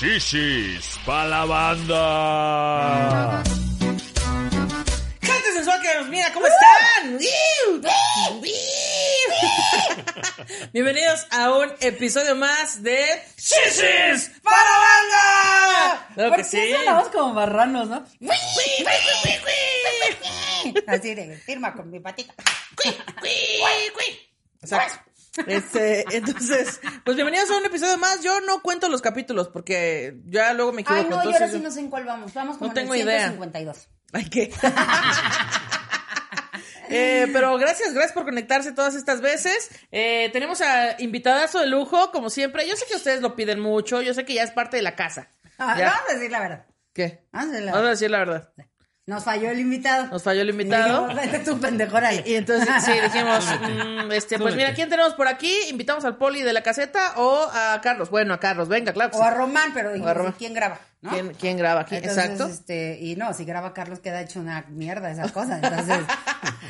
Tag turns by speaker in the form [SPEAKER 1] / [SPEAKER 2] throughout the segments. [SPEAKER 1] Shishis pa' la banda.
[SPEAKER 2] Gente sensual que nos mira, ¿cómo
[SPEAKER 3] Uh,
[SPEAKER 2] están? Bienvenidos a un episodio más de
[SPEAKER 1] ¡Shishis pa' la banda!
[SPEAKER 2] Claro
[SPEAKER 4] ¿Por
[SPEAKER 2] que
[SPEAKER 4] qué
[SPEAKER 2] sí.
[SPEAKER 4] son la voz como marranos, no?
[SPEAKER 3] Así de, firma con mi patita.
[SPEAKER 2] Exacto. Este, entonces, pues bienvenidos a un episodio más. Yo no cuento los capítulos porque ya luego me equivoco.
[SPEAKER 3] Ay, no, yo
[SPEAKER 2] entonces
[SPEAKER 3] ahora sí
[SPEAKER 2] yo-
[SPEAKER 3] no sé en cuál vamos. Vamos
[SPEAKER 2] No
[SPEAKER 3] como en el
[SPEAKER 2] tengo idea.
[SPEAKER 3] 152.
[SPEAKER 2] Ay, ¿qué? Eh, pero gracias, gracias por conectarse todas estas veces. Eh, tenemos a invitadazo de lujo, como siempre. Yo sé que ustedes lo piden mucho, yo sé que ya es parte de la casa.
[SPEAKER 3] Ah,
[SPEAKER 2] Ya.
[SPEAKER 3] Vamos a decir la verdad.
[SPEAKER 2] ¿Qué?
[SPEAKER 3] Vamos a decir la
[SPEAKER 2] Vamos a
[SPEAKER 3] verdad.
[SPEAKER 2] decir la verdad.
[SPEAKER 3] Nos falló el invitado.
[SPEAKER 2] Nos falló el invitado.
[SPEAKER 3] Y dijimos, "Vete tú, pendejorale".
[SPEAKER 2] Y entonces sí, dijimos, mm, este, pues mira, ¿quién tenemos por aquí? ¿Invitamos al poli de la caseta o a Carlos? Bueno, a Carlos, venga, claro. que
[SPEAKER 3] O a
[SPEAKER 2] sí.
[SPEAKER 3] Román, pero dijimos,
[SPEAKER 2] O a Román.
[SPEAKER 3] ¿quién graba? ¿No?
[SPEAKER 2] ¿Quién, quién graba aquí?
[SPEAKER 3] Entonces,
[SPEAKER 2] Exacto.
[SPEAKER 3] Este, y no, si graba Carlos queda hecho una mierda esas cosas. Entonces,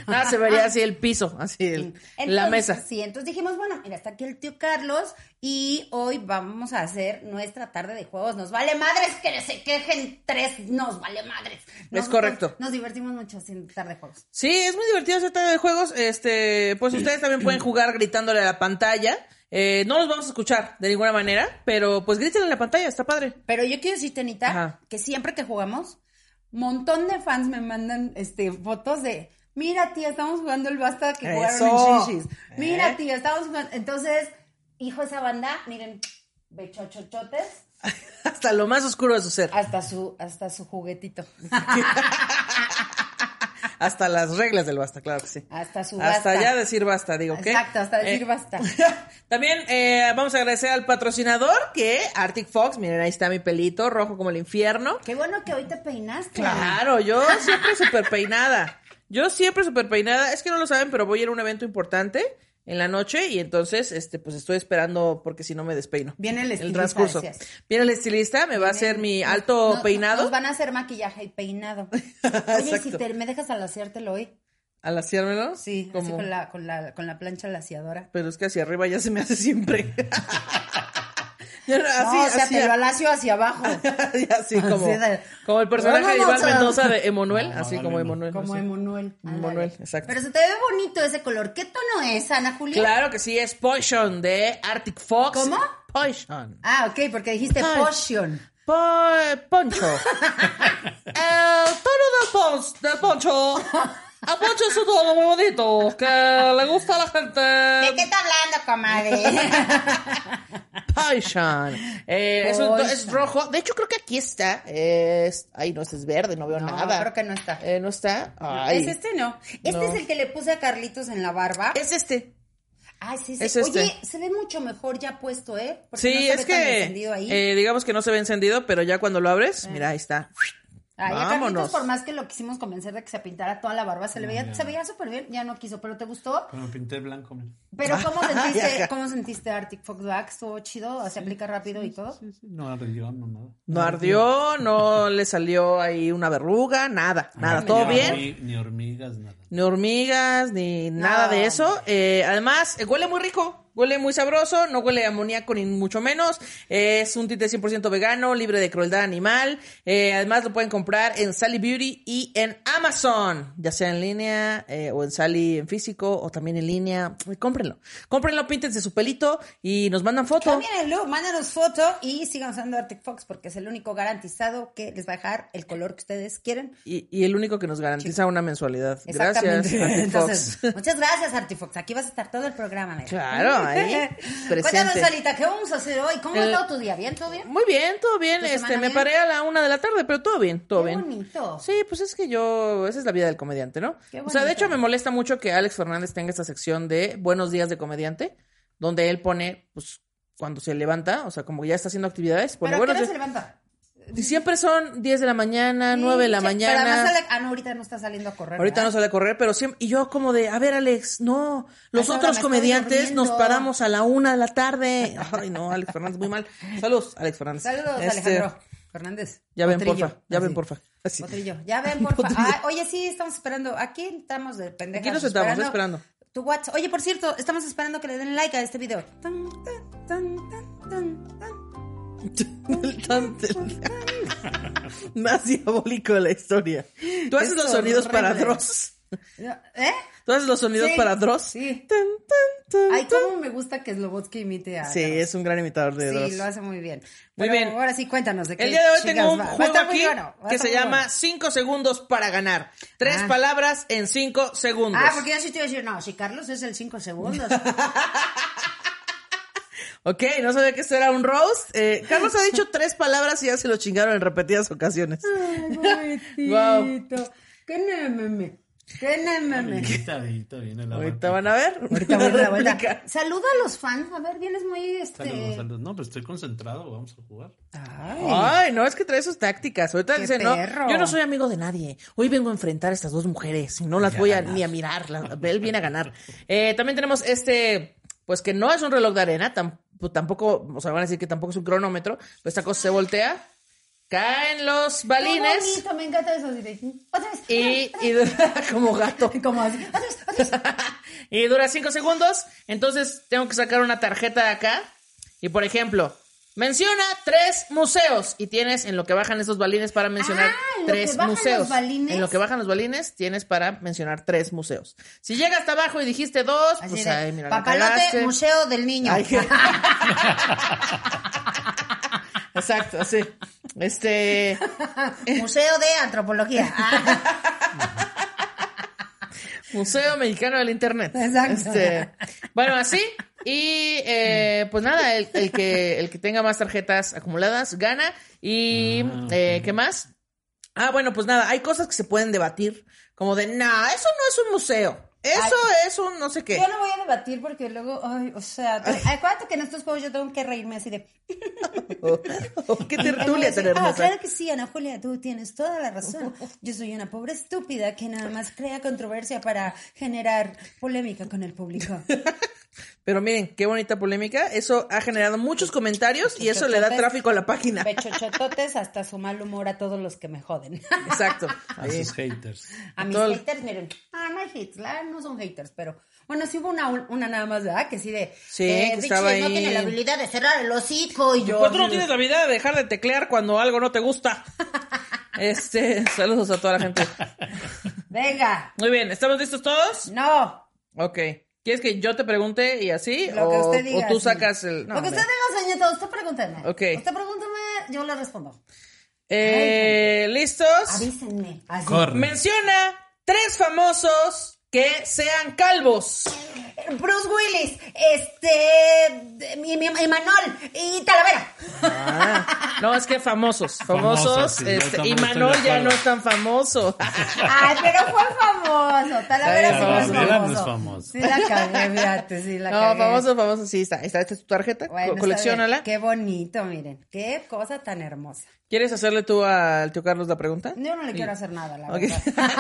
[SPEAKER 2] Nada, se vería así el piso, así el- la
[SPEAKER 3] Entonces,
[SPEAKER 2] mesa.
[SPEAKER 3] Sí, entonces dijimos, bueno, mira, está aquí el tío Carlos y hoy vamos a hacer nuestra tarde de juegos. Nos vale madres que se quejen tres, nos vale madres. Nosotros
[SPEAKER 2] correcto.
[SPEAKER 3] Nos divertimos mucho haciendo tarde de juegos.
[SPEAKER 2] Sí, es muy divertido ese tarde de juegos. Este, pues ustedes también pueden jugar gritándole a la pantalla. Eh, no los vamos a escuchar de ninguna manera, pero pues griten en la pantalla, está padre.
[SPEAKER 3] Pero yo quiero decirte, Anita,
[SPEAKER 2] Ajá.
[SPEAKER 3] que siempre que jugamos, montón de fans me mandan este, fotos de, mira tía, estamos jugando el basta que
[SPEAKER 2] Eso. ¿Eh?
[SPEAKER 3] jugaron en Shishis. Mira tía, estamos jugando. Entonces, hijo esa banda, miren, bechochochotes,
[SPEAKER 2] Hasta lo más oscuro de su ser,
[SPEAKER 3] hasta su, hasta su juguetito,
[SPEAKER 2] hasta las reglas del basta, claro que sí.
[SPEAKER 3] hasta su basta.
[SPEAKER 2] Hasta ya decir basta, digo, ¿qué?
[SPEAKER 3] Exacto, hasta
[SPEAKER 2] Eh.
[SPEAKER 3] decir basta.
[SPEAKER 2] También eh, vamos a agradecer al patrocinador que Arctic Fox, miren, ahí está mi pelito, rojo como el infierno.
[SPEAKER 3] Qué bueno que hoy te peinaste.
[SPEAKER 2] Claro, yo siempre súper peinada. Yo siempre súper peinada. Es que no lo saben, pero voy a ir a un evento importante en la noche y entonces, este, pues estoy esperando porque si no me despeino.
[SPEAKER 3] Viene el estilista,
[SPEAKER 2] transcurso.
[SPEAKER 3] decías.
[SPEAKER 2] Viene el estilista, me va a hacer mi alto
[SPEAKER 3] Nos- nos-
[SPEAKER 2] peinado.
[SPEAKER 3] Nos van a hacer maquillaje y peinado. Oye, ¿y si
[SPEAKER 2] Exacto.
[SPEAKER 3] te, me dejas al hacértelo hoy.
[SPEAKER 2] Al haciérmelo.
[SPEAKER 3] Sí, así
[SPEAKER 2] como-
[SPEAKER 3] con la, con la, con la plancha laciadora.
[SPEAKER 2] Pero es que hacia arriba ya se me hace siempre. Ya no,
[SPEAKER 3] Así,
[SPEAKER 2] así,
[SPEAKER 3] no, o sea,
[SPEAKER 2] así,
[SPEAKER 3] te lo alacio hacia abajo.
[SPEAKER 2] ya así como,
[SPEAKER 3] Así de-
[SPEAKER 2] como el personaje de Iván
[SPEAKER 3] Vámonos a-
[SPEAKER 2] Mendoza de Emanuel, así como Emanuel.
[SPEAKER 3] Como
[SPEAKER 2] así.
[SPEAKER 3] Emanuel. ándale.
[SPEAKER 2] Emanuel, exacto.
[SPEAKER 3] Pero se te ve bonito ese color. ¿Qué tono es, Ana Julia?
[SPEAKER 2] Claro que sí, es Potion de Arctic Fox.
[SPEAKER 3] ¿Cómo?
[SPEAKER 2] Potion.
[SPEAKER 3] Ah, ok, porque dijiste
[SPEAKER 2] Ay.
[SPEAKER 3] potion.
[SPEAKER 2] Po- poncho. El tono del, pon- del poncho. A Poncho es un tono muy bonito que le gusta a la
[SPEAKER 3] ¿De qué
[SPEAKER 2] gente.
[SPEAKER 3] está hablando, comadre?
[SPEAKER 2] Potion. Eh, es, un to-
[SPEAKER 3] Potion.
[SPEAKER 2] es rojo. De hecho, creo que aquí está. Eh, es- ay, no, este es verde, no veo
[SPEAKER 3] No,
[SPEAKER 2] nada.
[SPEAKER 3] creo que no está.
[SPEAKER 2] Eh, no está. Ay.
[SPEAKER 3] ¿Es este no? Este
[SPEAKER 2] No.
[SPEAKER 3] es el que le puse a Carlitos en la barba.
[SPEAKER 2] Es este.
[SPEAKER 3] Ah, sí, sí.
[SPEAKER 2] es este.
[SPEAKER 3] Oye, se ve mucho mejor ya puesto, ¿eh? Porque
[SPEAKER 2] Sí,
[SPEAKER 3] no se
[SPEAKER 2] es
[SPEAKER 3] ve tan encendido
[SPEAKER 2] que
[SPEAKER 3] ahí. Ah.
[SPEAKER 2] eh, digamos que no se ve encendido, pero ya cuando lo abres, mira, ahí está.
[SPEAKER 3] Ay, a
[SPEAKER 2] vámonos.
[SPEAKER 3] Carlitos, por más que lo quisimos convencer de que se pintara toda la barba, se le veía, se veía súper bien, ya no quiso, pero ¿te gustó?
[SPEAKER 1] Pero me pinté blanco, mira.
[SPEAKER 3] Pero ¿cómo
[SPEAKER 2] Ya, ya.
[SPEAKER 3] sentiste, cómo sentiste Arctic Fox Black? ¿Estuvo chido? ¿Se aplica rápido y todo?
[SPEAKER 1] Sí, sí, no ardió, no nada.
[SPEAKER 2] No ardió, no le salió ahí una verruga, nada, nada, todo
[SPEAKER 1] Ni
[SPEAKER 2] bien.
[SPEAKER 1] hormi- Ni hormigas, nada.
[SPEAKER 2] Ni hormigas, ni nada de eso. Eh, además, eh, huele muy rico, huele muy sabroso, no huele a amoníaco ni mucho menos. Eh, es un tinte 100% vegano, libre de crueldad animal. Eh, además, lo pueden comprar en Sally Beauty y en Amazon, ya sea en línea eh, o en Sally en físico o también en línea. Uy, Cómprenlo, cómprenlo, píntense su pelito y nos mandan foto.
[SPEAKER 3] También el look, mándanos foto y sigan usando Arctic Fox porque es el único garantizado que les va a dejar el color que ustedes quieren.
[SPEAKER 2] Y, y el único que nos garantiza una mensualidad. Gracias, Arctic
[SPEAKER 3] Exactamente.
[SPEAKER 2] Fox.
[SPEAKER 3] Entonces, muchas gracias, Artifox. Aquí vas a estar todo el programa, mira.
[SPEAKER 2] Claro, ahí,
[SPEAKER 3] Cuéntanos,
[SPEAKER 2] presente.
[SPEAKER 3] Sarita, ¿qué vamos a hacer hoy? ¿Cómo
[SPEAKER 2] El-
[SPEAKER 3] ha estado tu día? ¿Bien? ¿Todo bien?
[SPEAKER 2] Muy bien, todo bien.
[SPEAKER 3] ¿Tu
[SPEAKER 2] Este,
[SPEAKER 3] semana
[SPEAKER 2] me
[SPEAKER 3] bien?
[SPEAKER 2] paré a la una de la tarde, pero todo bien, todo
[SPEAKER 3] pues, Qué
[SPEAKER 2] bien.
[SPEAKER 3] bonito.
[SPEAKER 2] Sí, pues es que yo, esa es la vida del comediante, ¿no?
[SPEAKER 3] Qué
[SPEAKER 2] O sea, de
[SPEAKER 3] bonito.
[SPEAKER 2] hecho me molesta mucho que Alex Fernández tenga esta sección de Buenos días de comediante, donde él pone, pues, cuando se levanta, o sea, como ya está haciendo actividades. Porque,
[SPEAKER 3] ¿Pero
[SPEAKER 2] pues
[SPEAKER 3] a
[SPEAKER 2] bueno,
[SPEAKER 3] qué
[SPEAKER 2] ya-
[SPEAKER 3] hora se levanta?
[SPEAKER 2] siempre son 10 de la mañana, 9 de la
[SPEAKER 3] Sí, Pero
[SPEAKER 2] mañana.
[SPEAKER 3] además sale- Ah, no, ahorita no está saliendo a correr.
[SPEAKER 2] Ahorita no
[SPEAKER 3] ¿verdad?
[SPEAKER 2] sale a correr, pero siempre. Y yo, como de, a ver, Alex, no. Los
[SPEAKER 3] Ay, ahora
[SPEAKER 2] otros
[SPEAKER 3] me estoy
[SPEAKER 2] comediantes nos
[SPEAKER 3] durmiendo.
[SPEAKER 2] paramos a la una de la tarde. Ay, no, Alex Fernández, muy mal. Saludos, Alex Fernández.
[SPEAKER 3] Saludos,
[SPEAKER 2] Este,
[SPEAKER 3] Alejandro Fernández.
[SPEAKER 2] Ya ven,
[SPEAKER 3] Potrillo,
[SPEAKER 2] porfa. Ya
[SPEAKER 3] así.
[SPEAKER 2] ven, porfa. Así.
[SPEAKER 3] Potrillo, ya ven, porfa. Ah, oye, sí, estamos esperando. Aquí estamos de pendejas.
[SPEAKER 2] Aquí nos estamos esperando.
[SPEAKER 3] Tu WhatsApp. Oye, por cierto, estamos esperando que le den like a este video. Tan, tan, tan, tan, tan, tan.
[SPEAKER 2] El tan- el- Más diabólico de la historia. Tú haces
[SPEAKER 3] Es
[SPEAKER 2] los sonidos para
[SPEAKER 3] horrible.
[SPEAKER 2] Dross.
[SPEAKER 3] ¿Eh?
[SPEAKER 2] Tú haces los sonidos
[SPEAKER 3] Sí,
[SPEAKER 2] para Dross.
[SPEAKER 3] sí.
[SPEAKER 2] Tan, tan, tan,
[SPEAKER 3] Ay,
[SPEAKER 2] tan.
[SPEAKER 3] cómo me gusta que Slobotsky imite a.
[SPEAKER 2] Sí, es un gran imitador de Dross.
[SPEAKER 3] Sí, lo hace muy bien.
[SPEAKER 2] Muy
[SPEAKER 3] Pero
[SPEAKER 2] bien.
[SPEAKER 3] Ahora sí, cuéntanos de qué.
[SPEAKER 2] El día de hoy
[SPEAKER 3] chingas
[SPEAKER 2] tengo un
[SPEAKER 3] va. Va a
[SPEAKER 2] juego
[SPEAKER 3] estar muy
[SPEAKER 2] aquí
[SPEAKER 3] bueno, va a
[SPEAKER 2] que
[SPEAKER 3] estar
[SPEAKER 2] se
[SPEAKER 3] muy
[SPEAKER 2] llama
[SPEAKER 3] bueno.
[SPEAKER 2] 5 segundos para ganar. Tres
[SPEAKER 3] Ah.
[SPEAKER 2] palabras en 5 segundos.
[SPEAKER 3] Ah, porque yo sí te iba a decir, no, si Carlos es el 5 segundos.
[SPEAKER 2] Ok, no sabía que esto era un roast. Eh, Carlos ha dicho tres palabras y ya se lo chingaron en repetidas ocasiones.
[SPEAKER 3] Ah, Pobrecito. Qué nememe. Qué nememe.
[SPEAKER 1] Amiguita, amiguita, viene la vuelta.
[SPEAKER 2] Ahorita van a ver.
[SPEAKER 3] Ahorita voy a dar la vuelta.
[SPEAKER 2] réplica.
[SPEAKER 3] Saluda a los fans. A ver, vienes muy este.
[SPEAKER 1] Saludos, saludos. No, pero estoy concentrado, vamos a jugar.
[SPEAKER 3] Ay.
[SPEAKER 2] Ay, no, es que trae sus tácticas. Ahorita
[SPEAKER 3] Qué
[SPEAKER 2] dice, no,
[SPEAKER 3] perro.
[SPEAKER 2] yo no soy amigo de nadie. Hoy vengo a enfrentar a estas dos mujeres y no las voy a, ni a mirar. la- él viene a ganar. Eh, también tenemos este, pues que no es un reloj de arena, tam- pues tampoco, o sea, van a decir que tampoco es un cronómetro. Pero esta cosa se voltea, caen los
[SPEAKER 3] Qué
[SPEAKER 2] balines
[SPEAKER 3] bonito, me encanta eso. así de, Otra vez.
[SPEAKER 2] y, y como gato.
[SPEAKER 3] Como así. Otra vez, otra vez.
[SPEAKER 2] y dura cinco segundos. Entonces tengo que sacar una tarjeta de acá. Y por ejemplo, menciona tres museos. Y tienes en lo que bajan esos balines para mencionar
[SPEAKER 3] Ah, en lo
[SPEAKER 2] tres
[SPEAKER 3] que bajan
[SPEAKER 2] museos.
[SPEAKER 3] los balines.
[SPEAKER 2] En lo que bajan los balines tienes para mencionar tres museos. Si llega hasta abajo y dijiste dos,
[SPEAKER 3] Así
[SPEAKER 2] pues
[SPEAKER 3] de,
[SPEAKER 2] ay, mira, la
[SPEAKER 3] Papalote,
[SPEAKER 2] cagaste.
[SPEAKER 3] Museo del Niño.
[SPEAKER 2] Ay, qué- Exacto, así. Este.
[SPEAKER 3] Museo de Antropología. Ah,
[SPEAKER 2] Museo Mexicano del Internet. Este,
[SPEAKER 3] Exacto.
[SPEAKER 2] bueno, así. Y eh, pues nada, el, el que, el que tenga más tarjetas acumuladas gana. ¿Y
[SPEAKER 1] Ah, ok.
[SPEAKER 2] eh, qué más? Ah, bueno, pues nada, hay cosas que se pueden debatir. Como de, nah, eso no es un museo. Eso es un no sé qué.
[SPEAKER 3] Yo no voy a debatir porque luego, ay, o sea, tú- acuérdate que en estos juegos yo tengo que reírme así de.
[SPEAKER 2] qué
[SPEAKER 3] Él me
[SPEAKER 2] tertulia tan
[SPEAKER 3] decía, Ah,
[SPEAKER 2] hermosa.
[SPEAKER 3] claro que sí, Ana Julia, tú tienes toda la razón. Yo soy una pobre estúpida que nada más crea controversia para generar polémica con el público.
[SPEAKER 2] Pero miren, qué bonita polémica. Eso ha generado muchos comentarios y eso le da tráfico a la página.
[SPEAKER 3] Pechochototes hasta su mal humor a todos los que me joden.
[SPEAKER 2] Exacto.
[SPEAKER 1] A
[SPEAKER 2] Ahí.
[SPEAKER 1] sus haters.
[SPEAKER 3] A mis
[SPEAKER 2] Todo el-
[SPEAKER 3] haters, miren, ah, no hay haters, la- no son haters, pero bueno, sí hubo una, una nada más, ¿verdad? Que sí de.
[SPEAKER 2] Sí,
[SPEAKER 3] eh,
[SPEAKER 2] que
[SPEAKER 3] Richie
[SPEAKER 2] estaba
[SPEAKER 3] no
[SPEAKER 2] ahí.
[SPEAKER 3] tiene la habilidad de cerrar el hocico y yo.
[SPEAKER 2] Pues tú no tienes la habilidad de dejar de teclear cuando algo no te gusta. Este, saludos a toda la gente.
[SPEAKER 3] Venga,
[SPEAKER 2] Muy bien, ¿estamos listos todos?
[SPEAKER 3] no.
[SPEAKER 2] Ok. ¿Quieres que yo te pregunte y así?
[SPEAKER 3] Lo
[SPEAKER 2] o,
[SPEAKER 3] que usted diga.
[SPEAKER 2] o tú
[SPEAKER 3] sí.
[SPEAKER 2] sacas el. no,
[SPEAKER 3] lo que
[SPEAKER 2] hombre.
[SPEAKER 3] usted diga, señorita, usted pregúnteme.
[SPEAKER 2] Ok.
[SPEAKER 3] Usted pregúnteme, yo le respondo.
[SPEAKER 2] Eh, ¿Listos?
[SPEAKER 3] Avísenme. Así.
[SPEAKER 1] Corre.
[SPEAKER 2] Menciona tres famosos que sean calvos.
[SPEAKER 3] Bruce Willis, este, y, y- y Manol, y Talavera.
[SPEAKER 2] No, es que famosos. Famosos.
[SPEAKER 1] Ah. Famosos, sí, yo
[SPEAKER 2] este, y
[SPEAKER 1] también estoy de
[SPEAKER 2] Manol ya
[SPEAKER 1] acuerdo.
[SPEAKER 2] no es tan famoso.
[SPEAKER 3] Ay, pero fue famoso. Talavera sí no es
[SPEAKER 1] Talavera no
[SPEAKER 3] famoso.
[SPEAKER 1] es famoso.
[SPEAKER 3] Sí la cagué, fíjate, sí la
[SPEAKER 2] No,
[SPEAKER 3] cagué.
[SPEAKER 2] famoso, famoso. Sí, está. Esta es tu tarjeta.
[SPEAKER 3] Bueno,
[SPEAKER 2] co-
[SPEAKER 3] está
[SPEAKER 2] colecciónala.
[SPEAKER 3] bien. Qué bonito, miren. Qué cosa tan hermosa.
[SPEAKER 2] ¿Quieres hacerle tú al tío Carlos la pregunta?
[SPEAKER 3] Yo no le quiero hacer nada, la
[SPEAKER 2] Ok.
[SPEAKER 3] verdad.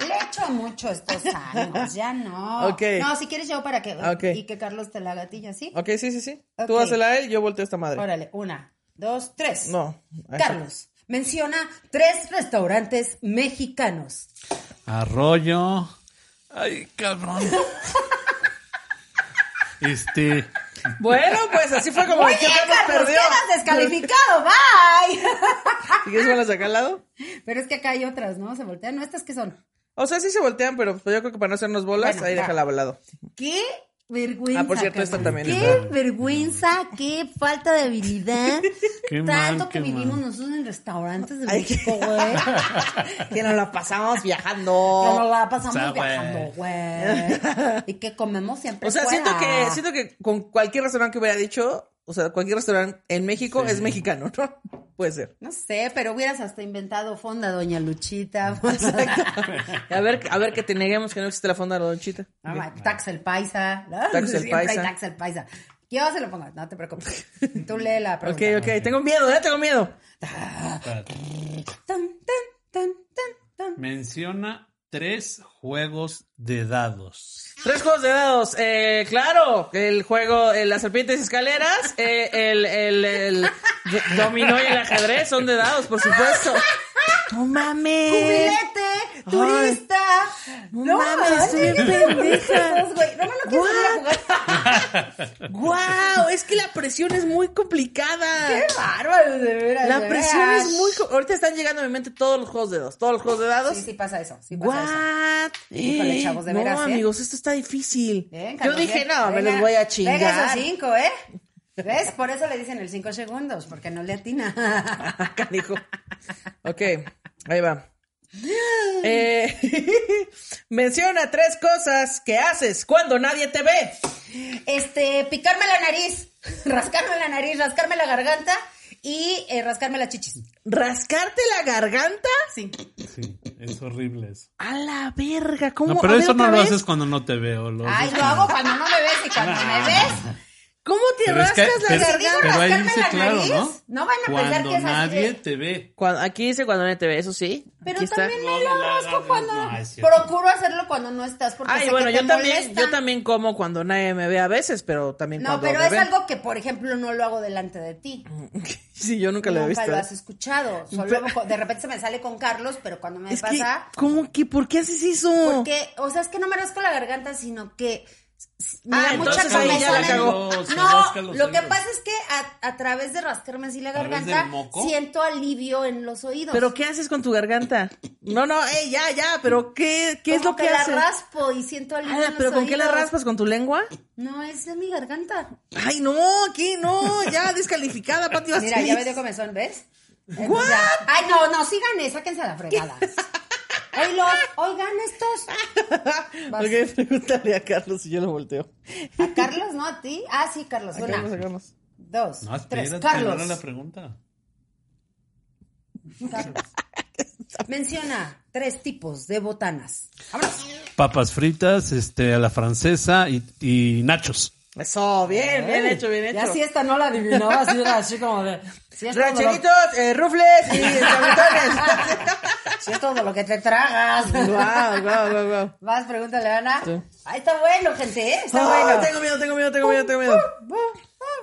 [SPEAKER 3] Le echo mucho estos años, ya no.
[SPEAKER 2] Ok.
[SPEAKER 3] No, si quieres yo para que...
[SPEAKER 2] Ok.
[SPEAKER 3] Y que Carlos te la gatillo así.
[SPEAKER 2] Ok, sí, sí, sí. Tú
[SPEAKER 3] Ok.
[SPEAKER 2] hazla a él, yo volteo esta madre.
[SPEAKER 3] Órale, una, dos, tres.
[SPEAKER 2] No.
[SPEAKER 3] Carlos, menciona tres restaurantes mexicanos.
[SPEAKER 1] Arroyo. Ay, cabrón. Este.
[SPEAKER 2] Bueno, pues así fue como el tío Carlos perdió.
[SPEAKER 3] quedas descalificado, bye.
[SPEAKER 2] ¿Y quieres ponerlas acá al lado?
[SPEAKER 3] Pero es que acá hay otras, ¿no? Se voltean. ¿No estas que son?
[SPEAKER 2] O sea, sí se voltean, pero pues yo creo que para no hacernos bolas,
[SPEAKER 3] Bueno,
[SPEAKER 2] ahí
[SPEAKER 3] ya.
[SPEAKER 2] déjala al lado.
[SPEAKER 3] ¡Qué vergüenza!
[SPEAKER 2] Ah, por cierto, esta
[SPEAKER 3] cabrón.
[SPEAKER 2] también
[SPEAKER 3] ¡Qué
[SPEAKER 1] está.
[SPEAKER 3] vergüenza! ¡Qué falta de habilidad!
[SPEAKER 1] Qué
[SPEAKER 3] Tanto
[SPEAKER 1] mal,
[SPEAKER 3] que
[SPEAKER 1] qué
[SPEAKER 3] vivimos
[SPEAKER 1] mal.
[SPEAKER 3] nosotros en restaurantes de
[SPEAKER 2] Ay,
[SPEAKER 3] México, güey.
[SPEAKER 2] Que nos la pasamos
[SPEAKER 3] Que nos
[SPEAKER 2] viajando.
[SPEAKER 3] la pasamos
[SPEAKER 1] O sea, güey.
[SPEAKER 3] viajando, güey. Y que comemos siempre
[SPEAKER 2] O sea, siento
[SPEAKER 3] fuera.
[SPEAKER 2] que, siento que con cualquier restaurante que hubiera dicho, o sea, cualquier restaurante en México es mexicano, ¿no? Puede ser.
[SPEAKER 3] No sé, pero hubieras hasta inventado fonda, doña Luchita. pues,
[SPEAKER 2] A ver, a ver que te neguemos que no existe la fonda de la Donchita.
[SPEAKER 3] Ah, Tax el paisa. ¿no?
[SPEAKER 2] Tax el
[SPEAKER 3] Siempre hay
[SPEAKER 2] Paisa.
[SPEAKER 3] Tax el paisa. Yo se lo pongo, no te preocupes. Tú lee la
[SPEAKER 2] Ok,
[SPEAKER 3] pregunta.
[SPEAKER 2] ok, tengo miedo, ya tengo miedo.
[SPEAKER 1] Espérate.
[SPEAKER 3] Tan, tan, tan, tan, tan.
[SPEAKER 1] Menciona tres juegos de dados.
[SPEAKER 2] Tres juegos de dados. Eh, claro, el juego, eh, las serpientes y escaleras, eh, el, el, el do- dominó y el ajedrez son de dados, por supuesto. No mames.
[SPEAKER 3] Jubilete, turista.
[SPEAKER 2] no mames,
[SPEAKER 3] manches,
[SPEAKER 2] estoy bien
[SPEAKER 3] ¿qué te
[SPEAKER 2] pendeja.
[SPEAKER 3] ocurre, güey? Roma, no quieres ir a
[SPEAKER 2] What?
[SPEAKER 3] jugar.
[SPEAKER 2] ¡Guau! Es que la presión es muy complicada.
[SPEAKER 3] Qué bárbaro, de veras.
[SPEAKER 2] La
[SPEAKER 3] de
[SPEAKER 2] presión
[SPEAKER 3] veras.
[SPEAKER 2] es muy. co- Ahorita están llegando a mi mente todos los juegos de dados. Todos los juegos de dados.
[SPEAKER 3] Sí, sí pasa eso. Sí pasa eso.
[SPEAKER 2] What?
[SPEAKER 3] Híjole, chavos, de
[SPEAKER 2] no,
[SPEAKER 3] veras, ¿eh?
[SPEAKER 2] amigos, esto está difícil.
[SPEAKER 3] Venga,
[SPEAKER 2] Yo
[SPEAKER 3] los
[SPEAKER 2] dije,
[SPEAKER 3] bien.
[SPEAKER 2] no, me
[SPEAKER 3] Venga,
[SPEAKER 2] los voy a
[SPEAKER 3] Venga
[SPEAKER 2] chingar.
[SPEAKER 3] esos cinco, ¿eh? ¿Ves? Por eso le dicen el cinco segundos, porque no le atina.
[SPEAKER 2] Acá dijo. Ok, ahí va. Eh, menciona tres cosas que haces cuando nadie te ve.
[SPEAKER 3] Este, picarme la nariz, rascarme la nariz, rascarme la garganta y eh, rascarme las chichis. Ah,
[SPEAKER 2] ¿Rascarte la garganta?
[SPEAKER 3] Sí.
[SPEAKER 1] Sí, es horrible eso.
[SPEAKER 2] A la verga, ¿cómo?
[SPEAKER 1] No, pero
[SPEAKER 2] A ver,
[SPEAKER 1] eso no
[SPEAKER 2] otra
[SPEAKER 1] lo
[SPEAKER 2] vez.
[SPEAKER 1] haces cuando no te veo. Lo
[SPEAKER 3] Ay,
[SPEAKER 1] haces
[SPEAKER 3] lo
[SPEAKER 1] cuando-
[SPEAKER 3] hago cuando no me ves y cuando me ves.
[SPEAKER 2] ¿Cómo te
[SPEAKER 1] Pero es que-
[SPEAKER 2] rascas la
[SPEAKER 1] pero-
[SPEAKER 2] garganta?
[SPEAKER 1] pero ahí
[SPEAKER 3] rascarme
[SPEAKER 1] dice
[SPEAKER 3] la
[SPEAKER 1] claro,
[SPEAKER 3] nariz.
[SPEAKER 1] ¿no?
[SPEAKER 3] No van a pensar
[SPEAKER 1] Cuando
[SPEAKER 3] que es así de-
[SPEAKER 1] nadie te ve.
[SPEAKER 2] Cuando- aquí dice cuando nadie te ve, eso sí.
[SPEAKER 3] Pero
[SPEAKER 2] Aquí está.
[SPEAKER 3] también me
[SPEAKER 1] No,
[SPEAKER 3] lo
[SPEAKER 1] no, no,
[SPEAKER 3] rasco
[SPEAKER 1] no,
[SPEAKER 3] cuando
[SPEAKER 1] no, es cierto.
[SPEAKER 3] procuro hacerlo cuando no estás porque sé
[SPEAKER 2] Ay,
[SPEAKER 3] que
[SPEAKER 2] bueno,
[SPEAKER 3] te
[SPEAKER 2] yo también,
[SPEAKER 3] molesta.
[SPEAKER 2] yo también como cuando nadie me ve a veces, pero también
[SPEAKER 3] No,
[SPEAKER 2] cuando
[SPEAKER 3] pero
[SPEAKER 2] me
[SPEAKER 3] es
[SPEAKER 2] ven.
[SPEAKER 3] algo que, por ejemplo, no lo hago delante de ti.
[SPEAKER 2] Sí, yo nunca lo he
[SPEAKER 3] Nunca
[SPEAKER 2] visto. ¿eh?
[SPEAKER 3] lo has escuchado. Solo de repente se me sale con Carlos, pero cuando me
[SPEAKER 2] Es que,
[SPEAKER 3] pasa,
[SPEAKER 2] ¿cómo que? ¿Por qué haces eso?
[SPEAKER 3] porque, o sea, es que no me rasco la garganta, sino que s- me
[SPEAKER 2] Ah,
[SPEAKER 3] da mucha
[SPEAKER 2] entonces ahí ya la
[SPEAKER 3] comezón en-
[SPEAKER 1] cagó. No, se rasca
[SPEAKER 3] No,
[SPEAKER 1] los
[SPEAKER 3] lo que
[SPEAKER 1] oídos.
[SPEAKER 3] pasa es que a, a través de rascarme así la
[SPEAKER 1] ¿A través
[SPEAKER 3] garganta,
[SPEAKER 1] del moco?
[SPEAKER 3] siento alivio en los oídos.
[SPEAKER 2] ¿Pero qué haces con tu garganta? No, no, ey, ya, ya, pero ¿qué, qué es
[SPEAKER 3] Como
[SPEAKER 2] lo que,
[SPEAKER 3] la
[SPEAKER 2] haces?
[SPEAKER 3] raspo y siento alivio
[SPEAKER 2] Ah,
[SPEAKER 3] en los
[SPEAKER 2] pero ¿con qué la
[SPEAKER 3] oídos.
[SPEAKER 2] raspas? ¿Con tu lengua?
[SPEAKER 3] No, es de mi garganta.
[SPEAKER 2] Ay, no, ¿qué? No, ya, descalificada, Pati
[SPEAKER 3] Mira,
[SPEAKER 2] Vázquez.
[SPEAKER 3] ya me dio comezón, ¿ves? Entonces, ya- Ay, no, no, sí gané, sáquense a la fregada. Hoy los, oigan estos. Vas.
[SPEAKER 2] Ok, pregúntale a Carlos si yo lo volteo.
[SPEAKER 3] A Carlos, ¿no? A ti. Ah, sí, Carlos.
[SPEAKER 2] A
[SPEAKER 3] Una,
[SPEAKER 2] Carlos, a Carlos.
[SPEAKER 3] dos,
[SPEAKER 1] No,
[SPEAKER 3] tres.
[SPEAKER 1] espérate,
[SPEAKER 3] Carlos.
[SPEAKER 1] ahora la pregunta.
[SPEAKER 3] Carlos. Menciona tres tipos de botanas. Vámonos.
[SPEAKER 1] Papas fritas, este, a la francesa y, y nachos.
[SPEAKER 2] Eso, bien, bien hecho, bien
[SPEAKER 3] Ya
[SPEAKER 2] hecho.
[SPEAKER 3] si esta no la adivinaba, así era así como de. Si esto, es de lo,
[SPEAKER 2] Rancheritos, eh, rufles y sabritones.
[SPEAKER 3] si esto es de lo que te tragas.
[SPEAKER 2] Guau, guau, guau, guau.
[SPEAKER 3] Más pregúntale, Ana.
[SPEAKER 2] Sí. Oh,
[SPEAKER 3] Ahí está bueno, gente, ¿eh? Está
[SPEAKER 2] Ay,
[SPEAKER 3] bueno.
[SPEAKER 2] Tengo miedo, tengo miedo, tengo miedo, tengo miedo.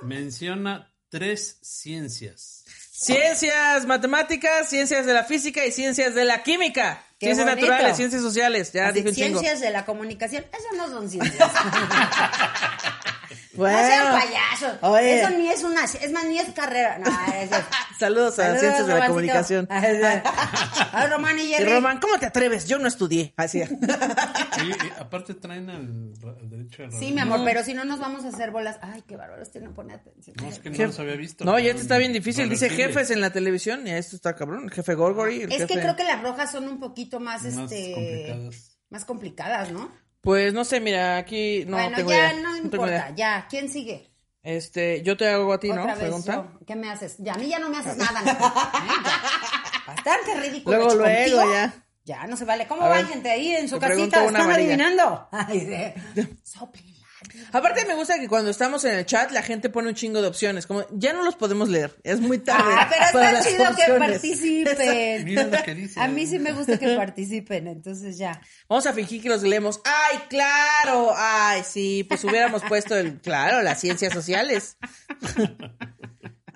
[SPEAKER 1] Menciona tres ciencias.
[SPEAKER 2] Ciencias matemáticas, ciencias de la física y ciencias de la química.
[SPEAKER 3] Qué
[SPEAKER 2] ciencias
[SPEAKER 3] bonito.
[SPEAKER 2] naturales, ciencias sociales. Ya
[SPEAKER 3] Así,
[SPEAKER 2] dije un chingo.
[SPEAKER 3] ciencias de la comunicación, eso no son ciencias. No sean payasos.
[SPEAKER 2] Oye.
[SPEAKER 3] Eso ni es una, es más, ni es carrera. No, eso es-
[SPEAKER 2] Saludos a
[SPEAKER 3] Saludos,
[SPEAKER 2] Ciencias de la
[SPEAKER 3] Romancito.
[SPEAKER 2] Comunicación.
[SPEAKER 3] Ay, Román y
[SPEAKER 2] Y
[SPEAKER 3] Jerry.
[SPEAKER 2] Roman, ¿cómo te atreves? Yo no estudié. Así.
[SPEAKER 1] Y, y aparte traen al, ra- al derecho al
[SPEAKER 3] Sí,
[SPEAKER 2] Mm.
[SPEAKER 3] mi amor, pero si no nos vamos a hacer bolas. Ay, qué bárbaro, este no pone atención.
[SPEAKER 1] No, es que no los había visto.
[SPEAKER 2] No,
[SPEAKER 1] pero
[SPEAKER 2] ya este está bien difícil. Dice
[SPEAKER 1] reversible.
[SPEAKER 2] jefes en la televisión. Y esto está cabrón. El jefe Gorgory. el
[SPEAKER 3] Es que
[SPEAKER 2] jefe-
[SPEAKER 3] creo que las rojas son un poquito más,
[SPEAKER 1] Más
[SPEAKER 3] este,
[SPEAKER 1] complicadas.
[SPEAKER 3] más complicadas, ¿no?
[SPEAKER 2] Pues no sé, mira, aquí no
[SPEAKER 3] bueno,
[SPEAKER 2] tengo
[SPEAKER 3] ya
[SPEAKER 2] idea.
[SPEAKER 3] no
[SPEAKER 2] tengo
[SPEAKER 3] importa,
[SPEAKER 2] idea.
[SPEAKER 3] ya. ¿Quién sigue?
[SPEAKER 2] Este, yo te hago a ti,
[SPEAKER 3] Otra
[SPEAKER 2] ¿no?
[SPEAKER 3] vez
[SPEAKER 2] Pregunta.
[SPEAKER 3] yo. ¿Qué me haces? Ya, a mí ya no me haces nada. Nicole. Ay, ya. Bastante ridículo.
[SPEAKER 2] Luego,
[SPEAKER 3] hecho
[SPEAKER 2] luego,
[SPEAKER 3] contigo.
[SPEAKER 2] ya.
[SPEAKER 3] Ya, no se vale. ¿Cómo
[SPEAKER 2] A
[SPEAKER 3] van,
[SPEAKER 2] ver,
[SPEAKER 3] gente, ahí en su
[SPEAKER 2] te pregunto
[SPEAKER 3] casita?
[SPEAKER 2] una
[SPEAKER 3] ¿Están
[SPEAKER 2] amarilla.
[SPEAKER 3] adivinando? Ay, de... Soplenla.
[SPEAKER 2] Aparte me gusta que cuando estamos en el chat la gente pone un chingo de opciones, como ya no los podemos leer, es muy tarde.
[SPEAKER 3] Ah, pero
[SPEAKER 2] para
[SPEAKER 3] está
[SPEAKER 2] las
[SPEAKER 3] chido que
[SPEAKER 2] opciones.
[SPEAKER 3] participen.
[SPEAKER 1] Mira lo que dice.
[SPEAKER 3] A mí sí me gusta que participen, entonces ya.
[SPEAKER 2] Vamos a fingir que los leemos. ¡Ay, claro! ¡Ay, sí! Pues hubiéramos puesto el, claro, las ciencias sociales.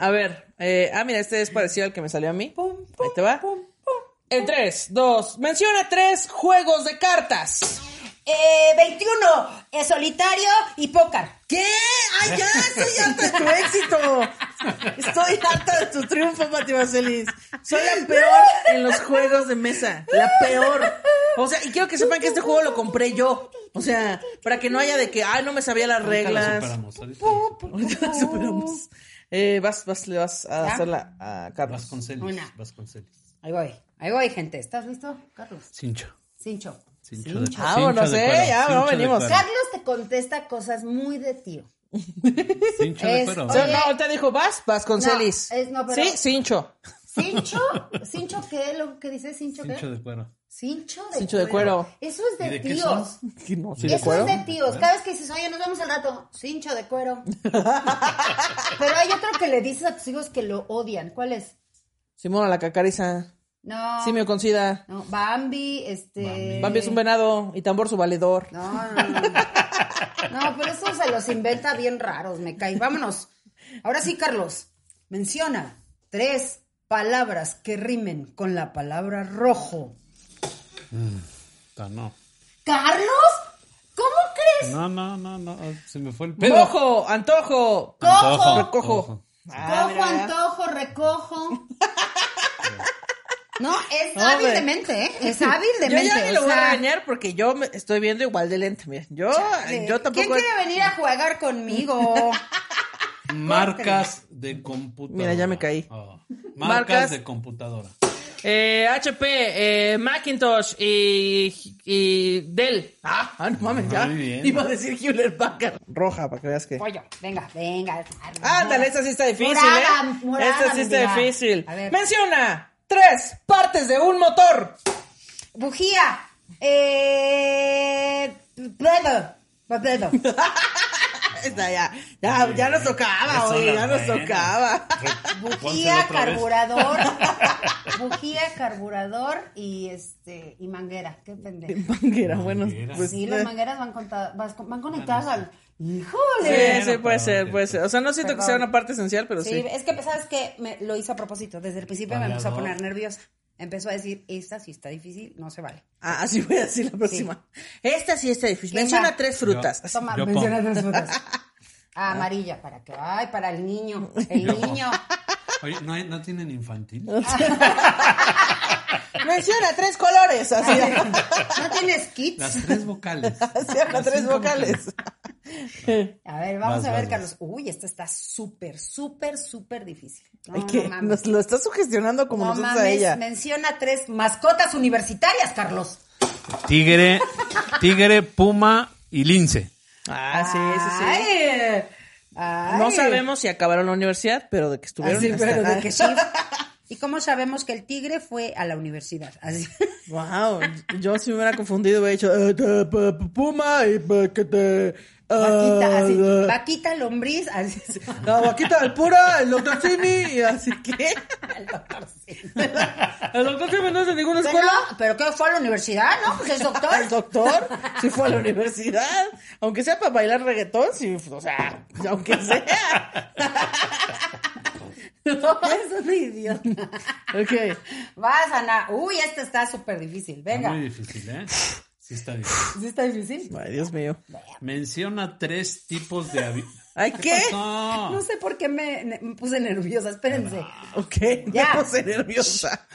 [SPEAKER 2] a ver, eh, ah, mira, este es parecido al que me salió a mí.
[SPEAKER 3] Pum, pum,
[SPEAKER 2] Ahí te va.
[SPEAKER 3] pum, pum.
[SPEAKER 2] En tres, dos, menciona tres juegos de cartas.
[SPEAKER 3] Eh, 21, eh, solitario y póker.
[SPEAKER 2] ¿Qué? ¡Ay, ya! Estoy harta de tu éxito. Estoy harta de tu triunfo, Pati Vaselis. Soy la peor en los juegos de mesa. La peor. O sea, y quiero que sepan que este juego lo compré yo. O sea, para que no haya de que, ay, no me sabía las
[SPEAKER 1] Ahorita la
[SPEAKER 2] reglas.
[SPEAKER 1] superamos, ahorita la
[SPEAKER 3] Pu, pu,
[SPEAKER 2] Ahorita
[SPEAKER 3] pu,
[SPEAKER 2] la
[SPEAKER 3] pu.
[SPEAKER 2] superamos. Eh, vas, vas, le vas a
[SPEAKER 3] ¿Ya?
[SPEAKER 2] hacerla a Carlos.
[SPEAKER 1] Vasconcelis.
[SPEAKER 3] Una.
[SPEAKER 1] Vasconcelis.
[SPEAKER 3] Ahí voy, ahí voy, gente. ¿Estás listo, Carlos?
[SPEAKER 1] Cincho.
[SPEAKER 3] Cincho.
[SPEAKER 1] Cincho de
[SPEAKER 3] Cincho.
[SPEAKER 2] Vámonos,
[SPEAKER 1] cincho de
[SPEAKER 2] eh,
[SPEAKER 1] cuero,
[SPEAKER 2] ya,
[SPEAKER 1] cincho
[SPEAKER 2] no,
[SPEAKER 1] de
[SPEAKER 2] venimos.
[SPEAKER 1] cuero,
[SPEAKER 3] Carlos te contesta cosas muy de tío.
[SPEAKER 1] Cincho de
[SPEAKER 3] Es-
[SPEAKER 1] cuero.
[SPEAKER 2] O sea,
[SPEAKER 3] Oye.
[SPEAKER 2] no, ahorita dijo, vas, vas con Celis.
[SPEAKER 3] No, es- no, pero-
[SPEAKER 2] Sí, cincho.
[SPEAKER 3] ¿Cincho? ¿Cincho qué? ¿Lo que dice Cincho qué?
[SPEAKER 1] Cincho de cuero.
[SPEAKER 3] Cincho de,
[SPEAKER 2] Cincho de cuero.
[SPEAKER 3] Eso es
[SPEAKER 1] ¿Y
[SPEAKER 3] de,
[SPEAKER 1] de qué
[SPEAKER 3] tíos.
[SPEAKER 2] Sí, no, sí,
[SPEAKER 3] Eso
[SPEAKER 2] acuerdo.
[SPEAKER 3] es de ¿Eh? tíos. Cada vez que dices, oye, nos vemos al rato, cincho de cuero. Pero hay otro que le dices a tus hijos que lo odian. ¿Cuál es?
[SPEAKER 2] Simona la cacariza.
[SPEAKER 3] No.
[SPEAKER 2] Simio Concida.
[SPEAKER 3] No, Bambi, este.
[SPEAKER 2] Bambi es un venado y tambor su valedor.
[SPEAKER 3] No, no, no. No, pero eso se los inventa bien raros, me cae. Vámonos. Ahora sí, Carlos, menciona tres palabras que rimen con la palabra rojo.
[SPEAKER 1] Puta, Ah, No,
[SPEAKER 3] ¿Carlos? ¿Cómo crees?
[SPEAKER 1] no, no, no, no, Ah, se me fue el pedo.
[SPEAKER 2] Mojo, antojo.
[SPEAKER 3] Cojo.
[SPEAKER 2] Recojo.
[SPEAKER 1] Ojo.
[SPEAKER 2] Ah,
[SPEAKER 3] Cojo,
[SPEAKER 2] mira, mira.
[SPEAKER 3] antojo, recojo. No, es
[SPEAKER 2] No,
[SPEAKER 3] hábil
[SPEAKER 2] güey.
[SPEAKER 3] de mente, ¿eh? Es hábil de ah.
[SPEAKER 2] Yo
[SPEAKER 3] mente.
[SPEAKER 2] ya ni lo
[SPEAKER 3] o
[SPEAKER 2] voy a
[SPEAKER 3] sea,
[SPEAKER 2] regañar porque yo me estoy viendo igual de lenta. Mira, yo,
[SPEAKER 3] eh,
[SPEAKER 2] yo tampoco.
[SPEAKER 3] ¿Quién quiere venir a jugar conmigo?
[SPEAKER 1] Marcas de computadora.
[SPEAKER 2] Mira, ya me caí.
[SPEAKER 1] Oh. Marcas,
[SPEAKER 2] Marcas-
[SPEAKER 1] de computadora.
[SPEAKER 2] Eh, HP, eh, Macintosh y, y Dell. Ah, ah, no mames, ya.
[SPEAKER 1] Muy bien.
[SPEAKER 2] Iba a decir Hewlett Packard. Roja, para que veas que.
[SPEAKER 3] Pollo, venga, venga.
[SPEAKER 2] Ándale, esta sí está difícil,
[SPEAKER 3] Morada,
[SPEAKER 2] ¿eh?
[SPEAKER 3] morada,
[SPEAKER 2] esta sí
[SPEAKER 3] mi
[SPEAKER 2] está
[SPEAKER 3] diva.
[SPEAKER 2] difícil.
[SPEAKER 3] A ver.
[SPEAKER 2] Menciona tres partes de un motor.
[SPEAKER 3] Bujía. Eh. Pedo. Pedo.
[SPEAKER 2] Está ya. Ya, ya nos tocaba,
[SPEAKER 1] Eso
[SPEAKER 2] güey.
[SPEAKER 1] la
[SPEAKER 2] Ya nos
[SPEAKER 1] buena.
[SPEAKER 2] tocaba.
[SPEAKER 1] Re- pónselo
[SPEAKER 3] Bujía,
[SPEAKER 1] otra vez.
[SPEAKER 3] carburador. Bujía, carburador y este. Y manguera. Qué pendejo.
[SPEAKER 2] Manguera, bueno.
[SPEAKER 1] Manguera.
[SPEAKER 2] Pues,
[SPEAKER 3] Sí,
[SPEAKER 2] eh,
[SPEAKER 3] las mangueras van, conta- vas- van conectadas al.
[SPEAKER 2] Sí,
[SPEAKER 3] ¡Híjole!
[SPEAKER 2] sí, puede ser, puede ser. O sea, no siento que sea
[SPEAKER 3] Perdón.
[SPEAKER 2] una parte esencial, pero
[SPEAKER 3] Sí,
[SPEAKER 2] sí.
[SPEAKER 3] es que sabes que me lo hice a propósito. Desde el principio me empezó a
[SPEAKER 1] Radiador.
[SPEAKER 3] poner nerviosa. Empezó a decir, esta sí está difícil, no se vale.
[SPEAKER 2] Ah, así voy a decir la próxima. Esta sí está difícil.
[SPEAKER 3] Venga.
[SPEAKER 2] Menciona tres frutas. Así.
[SPEAKER 3] Toma,
[SPEAKER 1] Yo
[SPEAKER 3] menciona tres frutas. Amarilla, para que, ay, para el niño, el
[SPEAKER 1] Yo pongo.
[SPEAKER 3] niño.
[SPEAKER 1] Oye, ¿no, hay- no tienen infantil?
[SPEAKER 2] Menciona tres colores. Así.
[SPEAKER 3] ¿No tienes kits?
[SPEAKER 1] Las tres vocales.
[SPEAKER 2] Así habla tres
[SPEAKER 1] cinco
[SPEAKER 2] vocales.
[SPEAKER 3] A ver, vamos
[SPEAKER 1] Vas,
[SPEAKER 3] a ver,
[SPEAKER 1] vas,
[SPEAKER 3] Carlos. Uy, esta está súper, súper, súper difícil. No,
[SPEAKER 2] Ay, que
[SPEAKER 3] no mames.
[SPEAKER 2] nos lo está sugestionando como
[SPEAKER 3] No
[SPEAKER 2] nosotros a
[SPEAKER 3] mames,
[SPEAKER 2] ella.
[SPEAKER 3] menciona tres mascotas universitarias, Carlos.
[SPEAKER 1] Tigre, tigre, puma y lince.
[SPEAKER 2] Ah, sí, sí, sí.
[SPEAKER 3] Ay, ay.
[SPEAKER 2] No sabemos si acabaron la universidad, pero de que
[SPEAKER 3] Así,
[SPEAKER 2] estuvieron. hasta-
[SPEAKER 3] pero de
[SPEAKER 2] Ah,
[SPEAKER 3] que sí. ¿Y cómo sabemos que el tigre fue a la universidad? Así.
[SPEAKER 2] Wow, yo si me hubiera confundido, hubiera dicho eh, te- pe- pe- puma y pe- que te.
[SPEAKER 3] Vaquita,
[SPEAKER 2] ah,
[SPEAKER 3] así.
[SPEAKER 2] eh,
[SPEAKER 3] Vaquita, lombriz, así.
[SPEAKER 2] La vaquita del pura, el doctor Simi, y así que. El doctor Simi no es de ninguna
[SPEAKER 3] Pero,
[SPEAKER 2] escuela.
[SPEAKER 3] pero que fue a la universidad, ¿no? Pues es doctor.
[SPEAKER 2] El doctor sí fue a la universidad. Aunque sea para bailar reggaetón, sí, o sea, aunque sea.
[SPEAKER 3] No, es un idiota.
[SPEAKER 2] Ok.
[SPEAKER 3] Vas, Ana. Uy, esta está súper difícil.
[SPEAKER 1] Está
[SPEAKER 3] Venga.
[SPEAKER 1] Muy difícil, ¿eh? Sí está difícil.
[SPEAKER 3] ¿Sí está difícil?
[SPEAKER 2] Ay, Dios mío.
[SPEAKER 1] Menciona tres tipos de avi-
[SPEAKER 2] Ay, ¿qué?
[SPEAKER 1] pasó?
[SPEAKER 3] No sé por qué me, me puse nerviosa. Espérense.
[SPEAKER 2] Ok,
[SPEAKER 3] Ya.
[SPEAKER 2] ya me puse nerviosa.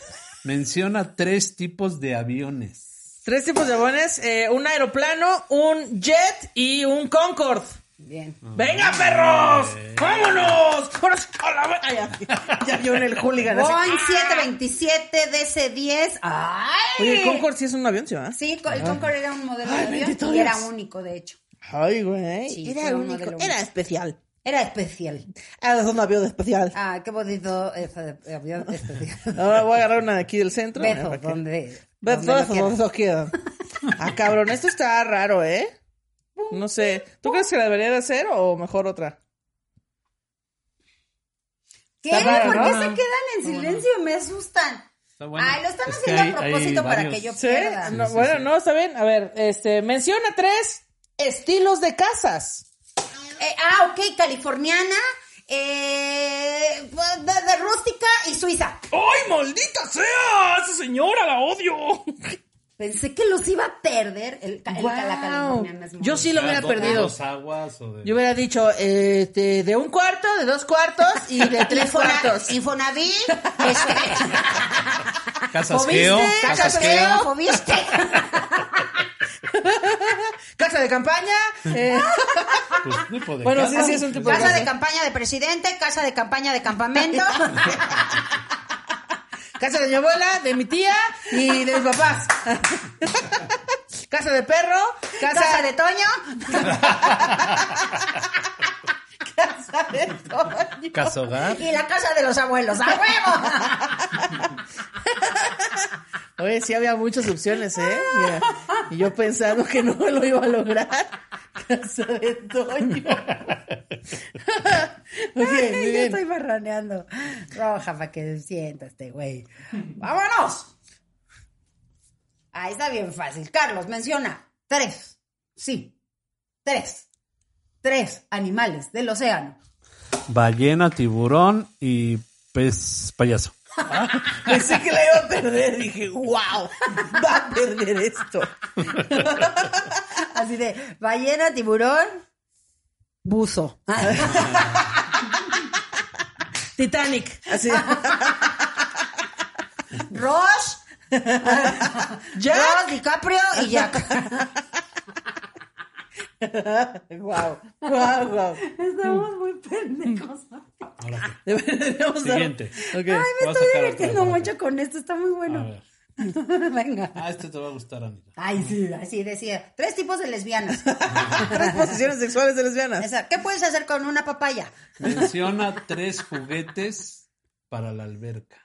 [SPEAKER 1] Menciona tres tipos de aviones.
[SPEAKER 2] Tres tipos de aviones, eh, un aeroplano, un jet y un Concorde.
[SPEAKER 3] Bien.
[SPEAKER 2] ¡Venga, perros! ¡Vámonos! ¡Ahora sí, a la ve- Ay, ya, ya vio en el hooligan. así.
[SPEAKER 3] Boeing 727 DC-10. ¡Ay!
[SPEAKER 2] Oye, el Concorde sí es un avión, ¿sí? va?
[SPEAKER 3] Sí, co- el Concorde era un modelo
[SPEAKER 2] Ay,
[SPEAKER 3] de
[SPEAKER 2] bendito
[SPEAKER 3] avión y era
[SPEAKER 2] Dios.
[SPEAKER 3] único, de hecho.
[SPEAKER 2] Ay, güey.
[SPEAKER 3] Sí, fue
[SPEAKER 2] era
[SPEAKER 3] un
[SPEAKER 2] único,
[SPEAKER 3] modelo
[SPEAKER 2] era
[SPEAKER 3] único.
[SPEAKER 2] especial.
[SPEAKER 3] Era especial.
[SPEAKER 2] Era un avión especial.
[SPEAKER 3] Ah, qué bonito ese avión especial.
[SPEAKER 2] Ahora voy a agarrar una de aquí del centro. mira,
[SPEAKER 3] Beso,
[SPEAKER 2] para que-
[SPEAKER 3] donde.
[SPEAKER 2] Ve
[SPEAKER 3] donde
[SPEAKER 2] todo
[SPEAKER 3] lo
[SPEAKER 2] eso,
[SPEAKER 3] quieras.
[SPEAKER 2] donde lo quieran. Ah, cabrón, esto está raro, ¿eh? No sé. ¿Tú crees que la debería de hacer o mejor otra?
[SPEAKER 3] ¿Qué?
[SPEAKER 2] Está raro,
[SPEAKER 3] ¿Por qué
[SPEAKER 1] ¿no?
[SPEAKER 3] se quedan en silencio? Me asustan.
[SPEAKER 1] Está bueno.
[SPEAKER 3] Ay, lo están
[SPEAKER 1] Es que
[SPEAKER 3] haciendo
[SPEAKER 1] hay-
[SPEAKER 3] a
[SPEAKER 1] hay
[SPEAKER 3] propósito para
[SPEAKER 1] varios.
[SPEAKER 3] que yo
[SPEAKER 2] ¿Sí?
[SPEAKER 3] pierda.
[SPEAKER 2] No, bueno, no, está bien. A ver, este, menciona tres estilos de casas.
[SPEAKER 3] Eh, ah, ok, californiana, eh, de, de rústica y suiza.
[SPEAKER 2] ¡Ay, maldita sea! ¡Esa señora la odio!
[SPEAKER 3] Pensé que los iba a perder. El, ca- el ca- la californiana es muy
[SPEAKER 2] Yo sí lo hubiera
[SPEAKER 1] Ah, ¿do- de
[SPEAKER 2] perdido.
[SPEAKER 1] dos aguas o de-
[SPEAKER 2] Yo hubiera dicho, este, de un cuarto, de dos cuartos y de tres
[SPEAKER 3] Infona-
[SPEAKER 2] cuartos.
[SPEAKER 3] Infonavit, este,
[SPEAKER 1] Casas Geo,
[SPEAKER 3] Fobiste,
[SPEAKER 1] Casas
[SPEAKER 3] Casas
[SPEAKER 1] Geo.
[SPEAKER 3] Creo, Fobiste.
[SPEAKER 2] Casa de campaña. eh,
[SPEAKER 1] Pues, tipo de
[SPEAKER 2] bueno, sí,
[SPEAKER 1] casas.
[SPEAKER 2] sí, es un tipo de
[SPEAKER 3] Casa de
[SPEAKER 2] casa.
[SPEAKER 3] campaña de presidente, casa de campaña de campamento.
[SPEAKER 2] Casa de mi abuela, de mi tía y de mis papás. Casa de perro, casa,
[SPEAKER 3] Casa de Toño.
[SPEAKER 2] casa de Toño.
[SPEAKER 1] Casa hogar.
[SPEAKER 3] Y la casa de los abuelos. ¡A huevo!
[SPEAKER 2] Oye, sí había muchas opciones, ¿eh? Mira, y yo pensando que no lo iba a lograr. Casa de Toño. ok, muy
[SPEAKER 3] Yo
[SPEAKER 2] bien.
[SPEAKER 3] estoy barraneando. Roja, para que sienta este güey. ¡Vámonos! Ahí está bien fácil. Carlos, menciona tres. Sí, tres. Tres animales del océano.
[SPEAKER 1] Ballena, tiburón y pez payaso.
[SPEAKER 2] Pensé que la iba a perder. Dije, wow, va a perder esto.
[SPEAKER 3] Así de ballena, tiburón, buzo.
[SPEAKER 2] Titanic. Así.
[SPEAKER 3] Ross,
[SPEAKER 2] Jack.
[SPEAKER 3] Ross, DiCaprio y Jack.
[SPEAKER 2] Wow, wow, wow.
[SPEAKER 3] Estamos muy pendejos.
[SPEAKER 4] Ahora
[SPEAKER 2] Deberíamos dar-
[SPEAKER 4] Siguiente.
[SPEAKER 2] Ok.
[SPEAKER 3] Ay, me
[SPEAKER 4] Vas a
[SPEAKER 3] estoy
[SPEAKER 4] sacar
[SPEAKER 3] divirtiendo
[SPEAKER 4] otra, vas a
[SPEAKER 3] mucho con esto. Está muy
[SPEAKER 4] tú. A
[SPEAKER 3] bueno.
[SPEAKER 4] ver.
[SPEAKER 3] Venga.
[SPEAKER 4] Ah, este te va a gustar, Anita.
[SPEAKER 3] Ay, sí, así decía. Tres tipos de lesbianas.
[SPEAKER 2] Tres posiciones sexuales de lesbianas.
[SPEAKER 3] Esa, ¿Qué puedes hacer con una papaya?
[SPEAKER 4] Menciona tres juguetes para la alberca.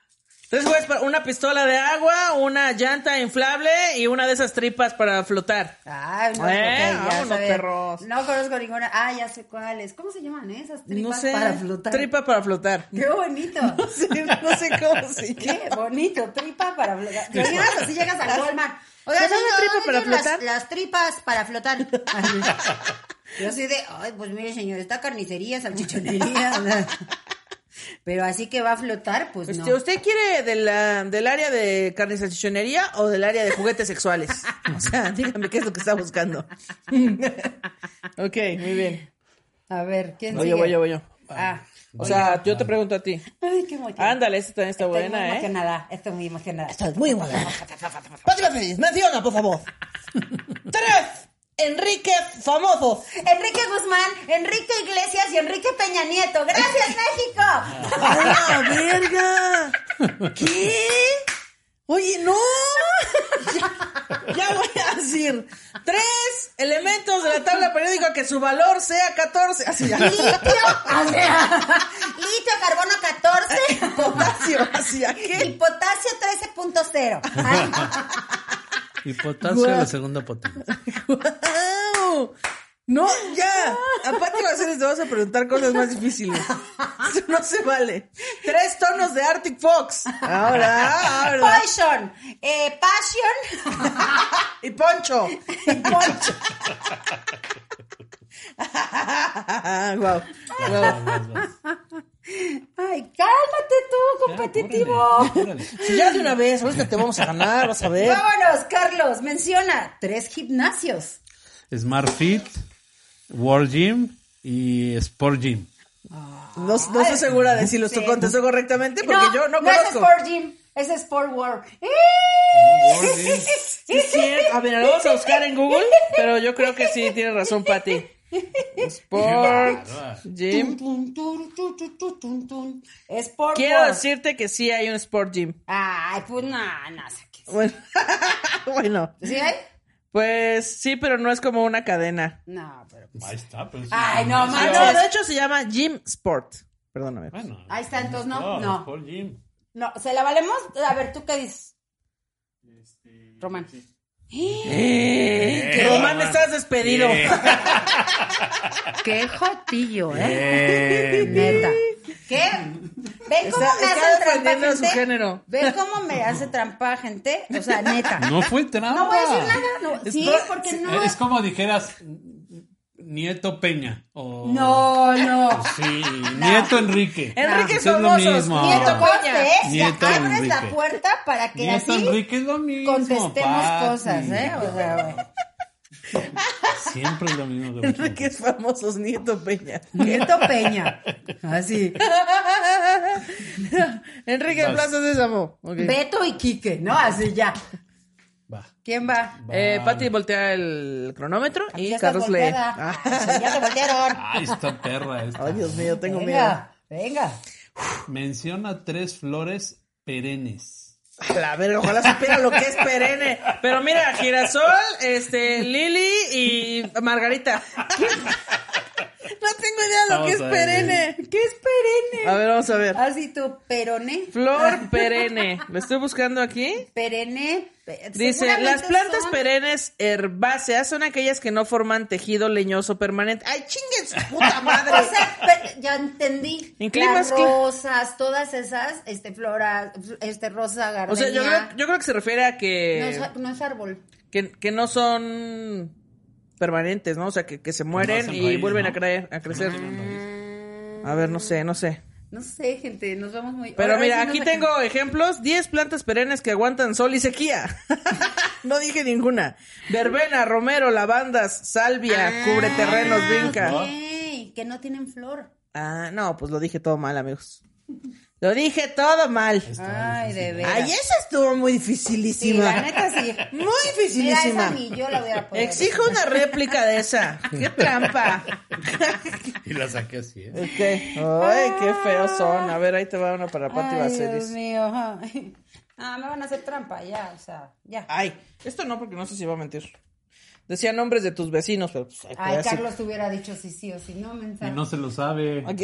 [SPEAKER 2] Tres juguetes para una pistola de agua, una llanta inflable y una de esas tripas para flotar.
[SPEAKER 3] Ay, no,
[SPEAKER 2] Eh,
[SPEAKER 3] ok, ya
[SPEAKER 2] vámonos,
[SPEAKER 3] sabes.
[SPEAKER 2] perros.
[SPEAKER 3] No conozco ninguna. Ah, ya sé cuáles. ¿Cómo se llaman eh? esas tripas
[SPEAKER 2] no sé.
[SPEAKER 3] para flotar?
[SPEAKER 2] Tripa para flotar.
[SPEAKER 3] Qué bonito.
[SPEAKER 2] Sí, no sé cómo se llama.
[SPEAKER 3] Qué bonito, tripa para flotar. Te llegas así, llegas al Walmart. Oiga,
[SPEAKER 2] ¿Te dan
[SPEAKER 3] señor,
[SPEAKER 2] una tripa
[SPEAKER 3] ¿dónde
[SPEAKER 2] para
[SPEAKER 3] tienen las-
[SPEAKER 2] flotar?
[SPEAKER 3] Las, tripas para flotar. Yo soy de, ay, pues mire, señor, está carnicería, salchichonería. o sea, Pero así que va a flotar, pues no.
[SPEAKER 2] Este, ¿Usted quiere de la- del área de carnes salchichonería o del área de juguetes sexuales? O sea, dígame qué es lo que está buscando. ok, muy bien.
[SPEAKER 3] A ver, ¿quién
[SPEAKER 2] Voy
[SPEAKER 3] sigue?
[SPEAKER 2] yo, voy yo, voy yo.
[SPEAKER 3] Ah.
[SPEAKER 2] O sea, yo te pregunto a ti.
[SPEAKER 3] Ay, qué emocionante.
[SPEAKER 2] Ándale, esta también está
[SPEAKER 3] Estoy muy
[SPEAKER 2] buena, ¿eh?
[SPEAKER 3] emocionada, estoy muy emocionada.
[SPEAKER 2] Estás muy emocionada. Pátima Feliz, menciona, por favor. Tres, Enrique Famoso.
[SPEAKER 3] Enrique Guzmán, Enrique Iglesias y Enrique Peña Nieto. ¡Gracias, México!
[SPEAKER 2] ¡A la verga! ¿Qué? Oye, no. Ya, ya voy a decir. Tres elementos de la tabla periódica que su valor sea 14. Así ya.
[SPEAKER 3] Litio, o sea, litio, carbono 14
[SPEAKER 2] Potasio, así ya.
[SPEAKER 3] y
[SPEAKER 2] ¿Qué?
[SPEAKER 3] potasio 13.0. Ay,
[SPEAKER 1] Y potasio
[SPEAKER 2] Guau.
[SPEAKER 1] la segunda
[SPEAKER 4] Ah,
[SPEAKER 1] potencia.
[SPEAKER 2] ¡Guau! No, ya. A Pati Baceres te vas a preguntar cosas más difíciles. Eso no se vale. Tres tonos de Arctic Fox. Ahora, ahora.
[SPEAKER 3] Poison, eh, passion
[SPEAKER 2] Y Poncho.
[SPEAKER 3] y poncho.
[SPEAKER 2] wow.
[SPEAKER 4] Vas, vas, vas.
[SPEAKER 3] Ay, cálmate tú, competitivo.
[SPEAKER 4] Órale.
[SPEAKER 2] Ya de una vez, ahorita te vamos a ganar, vas a ver.
[SPEAKER 3] Vámonos, Carlos, menciona tres gimnasios.
[SPEAKER 1] Smart Fit, World Gym y Sport Gym.
[SPEAKER 2] No, no estoy segura de si los
[SPEAKER 3] Sí.
[SPEAKER 2] contestó correctamente porque yo no,
[SPEAKER 3] es
[SPEAKER 2] conozco.
[SPEAKER 3] Sport Gym, es Sport World.
[SPEAKER 4] World Gym.
[SPEAKER 2] Sí, sí, a ver, lo vamos a buscar en Google, pero yo creo que sí, tiene razón, Pati. Sport,
[SPEAKER 3] Tun,
[SPEAKER 2] gym.
[SPEAKER 3] tun, tun, tun, tun, tun, tun, tun. Sport
[SPEAKER 2] Quiero
[SPEAKER 3] World.
[SPEAKER 2] decirte que sí hay un Sport Gym.
[SPEAKER 3] Ay, pues no, no sé qué.
[SPEAKER 2] Bueno, bueno,
[SPEAKER 3] ¿Sí hay?
[SPEAKER 2] pues sí, pero no es como una cadena.
[SPEAKER 3] No, pero. pues
[SPEAKER 4] Ahí está, pero sí.
[SPEAKER 3] Ay, no,
[SPEAKER 2] Ah,
[SPEAKER 3] mames.
[SPEAKER 2] no, de hecho se llama Gym Sport. Perdóname.
[SPEAKER 4] Bueno,
[SPEAKER 3] Ahí está, entonces, ¿no?
[SPEAKER 4] Paul,
[SPEAKER 3] No.
[SPEAKER 4] Paul Jim.
[SPEAKER 3] No, ¿se la valemos? A ver, ¿tú qué dices? Román.
[SPEAKER 2] Eh, Román, Eh. estás despedido.
[SPEAKER 3] Qué jotillo, ¿eh? Neta. ¿Qué? ¿Ven cómo
[SPEAKER 2] Está-
[SPEAKER 3] me
[SPEAKER 2] está
[SPEAKER 3] hacen
[SPEAKER 2] defendiendo
[SPEAKER 3] trampa,
[SPEAKER 2] su
[SPEAKER 3] gente?
[SPEAKER 2] género.
[SPEAKER 3] ¿Ven cómo me hace trampa, gente? O sea, neta.
[SPEAKER 1] No fue trampa.
[SPEAKER 3] No voy a decir nada. No. Sí,
[SPEAKER 2] Espera,
[SPEAKER 3] porque no.
[SPEAKER 4] Eh, Es como dijeras Nieto Peña o
[SPEAKER 3] No, no.
[SPEAKER 4] sí, Nieto Enrique.
[SPEAKER 2] Enrique
[SPEAKER 4] Eso es lo
[SPEAKER 2] Famosos,
[SPEAKER 4] mismo.
[SPEAKER 3] Nieto
[SPEAKER 2] Peña.
[SPEAKER 3] Corte, ¿eh? Ya
[SPEAKER 4] Nieto
[SPEAKER 3] abres la
[SPEAKER 4] Enrique.
[SPEAKER 3] puerta para que
[SPEAKER 4] Nieto
[SPEAKER 3] así
[SPEAKER 4] Enrique es lo mismo.
[SPEAKER 3] contestemos
[SPEAKER 4] Pati.
[SPEAKER 3] cosas, ¿eh? O sea, güey.
[SPEAKER 4] Siempre es lo mismo. que
[SPEAKER 2] Enrique es famosos, Nieto Peña.
[SPEAKER 3] Nieto Peña. Así.
[SPEAKER 2] Enrique
[SPEAKER 4] Vas.
[SPEAKER 2] Plaza Sésamo. Ok.
[SPEAKER 3] Beto y Quique, ¿no? Así ya.
[SPEAKER 4] Va.
[SPEAKER 3] ¿Quién va?
[SPEAKER 2] Eh,
[SPEAKER 4] Vale.
[SPEAKER 2] Pati voltea el cronómetro y
[SPEAKER 3] Ya estás
[SPEAKER 2] Carlos lee.
[SPEAKER 3] volteada.
[SPEAKER 2] Ah,
[SPEAKER 3] Ya te voltearon.
[SPEAKER 4] Ay, esta perra esta.
[SPEAKER 2] Ay, Dios mío, tengo miedo.
[SPEAKER 3] Venga, venga.
[SPEAKER 4] Menciona tres flores perennes.
[SPEAKER 2] A la verga, ojalá supiera lo que es perenne. Pero mira, girasol, este, Lili y Margarita. No tengo idea lo que
[SPEAKER 4] Vamos
[SPEAKER 2] es
[SPEAKER 4] a ver.
[SPEAKER 2] perenne.
[SPEAKER 3] ¿Qué es perenne?
[SPEAKER 2] A ver, vamos a ver.
[SPEAKER 3] Así tú, perone.
[SPEAKER 2] Flor perenne. Lo estoy buscando aquí.
[SPEAKER 3] Perenne. pe-
[SPEAKER 2] Dice,
[SPEAKER 3] seguramente
[SPEAKER 2] las plantas
[SPEAKER 3] son-
[SPEAKER 2] perennes herbáceas son aquellas que no forman tejido leñoso permanente. ¡Ay, chinguen su puta madre!
[SPEAKER 3] O sea, pe- ya entendí.
[SPEAKER 2] En climas
[SPEAKER 3] las
[SPEAKER 2] cla-
[SPEAKER 3] rosas, todas esas, este, flora, este, rosa, gardenia.
[SPEAKER 2] O sea, yo creo, yo creo que se refiere a
[SPEAKER 3] no, es,
[SPEAKER 2] que,
[SPEAKER 3] no es árbol.
[SPEAKER 2] que, que no son permanentes, ¿no? O sea, que, que se mueren
[SPEAKER 4] hacen
[SPEAKER 2] y
[SPEAKER 4] raíz,
[SPEAKER 2] vuelven
[SPEAKER 4] ¿no?
[SPEAKER 2] a, creer, a crecer.
[SPEAKER 3] Mm.
[SPEAKER 2] A ver, no sé, no sé.
[SPEAKER 3] No sé, gente, nos vamos muy...
[SPEAKER 2] Pero
[SPEAKER 3] Ahora
[SPEAKER 2] mira,
[SPEAKER 3] sí nos
[SPEAKER 2] aquí
[SPEAKER 3] sacan-
[SPEAKER 2] tengo ejemplos. 10 plantas perennes que aguantan sol y sequía. no dije ninguna. Verbena, romero, lavandas, salvia, cubre terrenos,
[SPEAKER 3] Ah,
[SPEAKER 2] vinca.
[SPEAKER 3] ok, que no tienen flor.
[SPEAKER 2] Ah, no, pues lo dije todo mal, amigos. Lo dije todo mal.
[SPEAKER 3] Ay, de veras.
[SPEAKER 2] Ay, eso estuvo muy
[SPEAKER 3] Sí,
[SPEAKER 2] dificilísima.
[SPEAKER 3] la neta sí.
[SPEAKER 2] Muy
[SPEAKER 3] Mira, esa
[SPEAKER 2] dificilísima.
[SPEAKER 3] ni yo la voy a poder.
[SPEAKER 2] Exijo una réplica de esa. ¡Qué trampa!
[SPEAKER 4] Y la saqué así, ¿eh?
[SPEAKER 2] Ok. Ay, qué feos son. A ver, ahí te va una para Pati
[SPEAKER 3] Ay, Dios
[SPEAKER 2] Baselis.
[SPEAKER 3] mío. ay. Ah, me van a hacer trampa, ya, o sea, ya.
[SPEAKER 2] Ay, esto no, porque no sé si va a mentir. Decía nombres de tus vecinos, pero pues, ay,
[SPEAKER 3] Ay,
[SPEAKER 2] así-
[SPEAKER 3] Carlos te hubiera dicho sí, sí o sí, no,
[SPEAKER 4] Y
[SPEAKER 3] mensaje.
[SPEAKER 4] no se lo sabe.
[SPEAKER 2] Ok.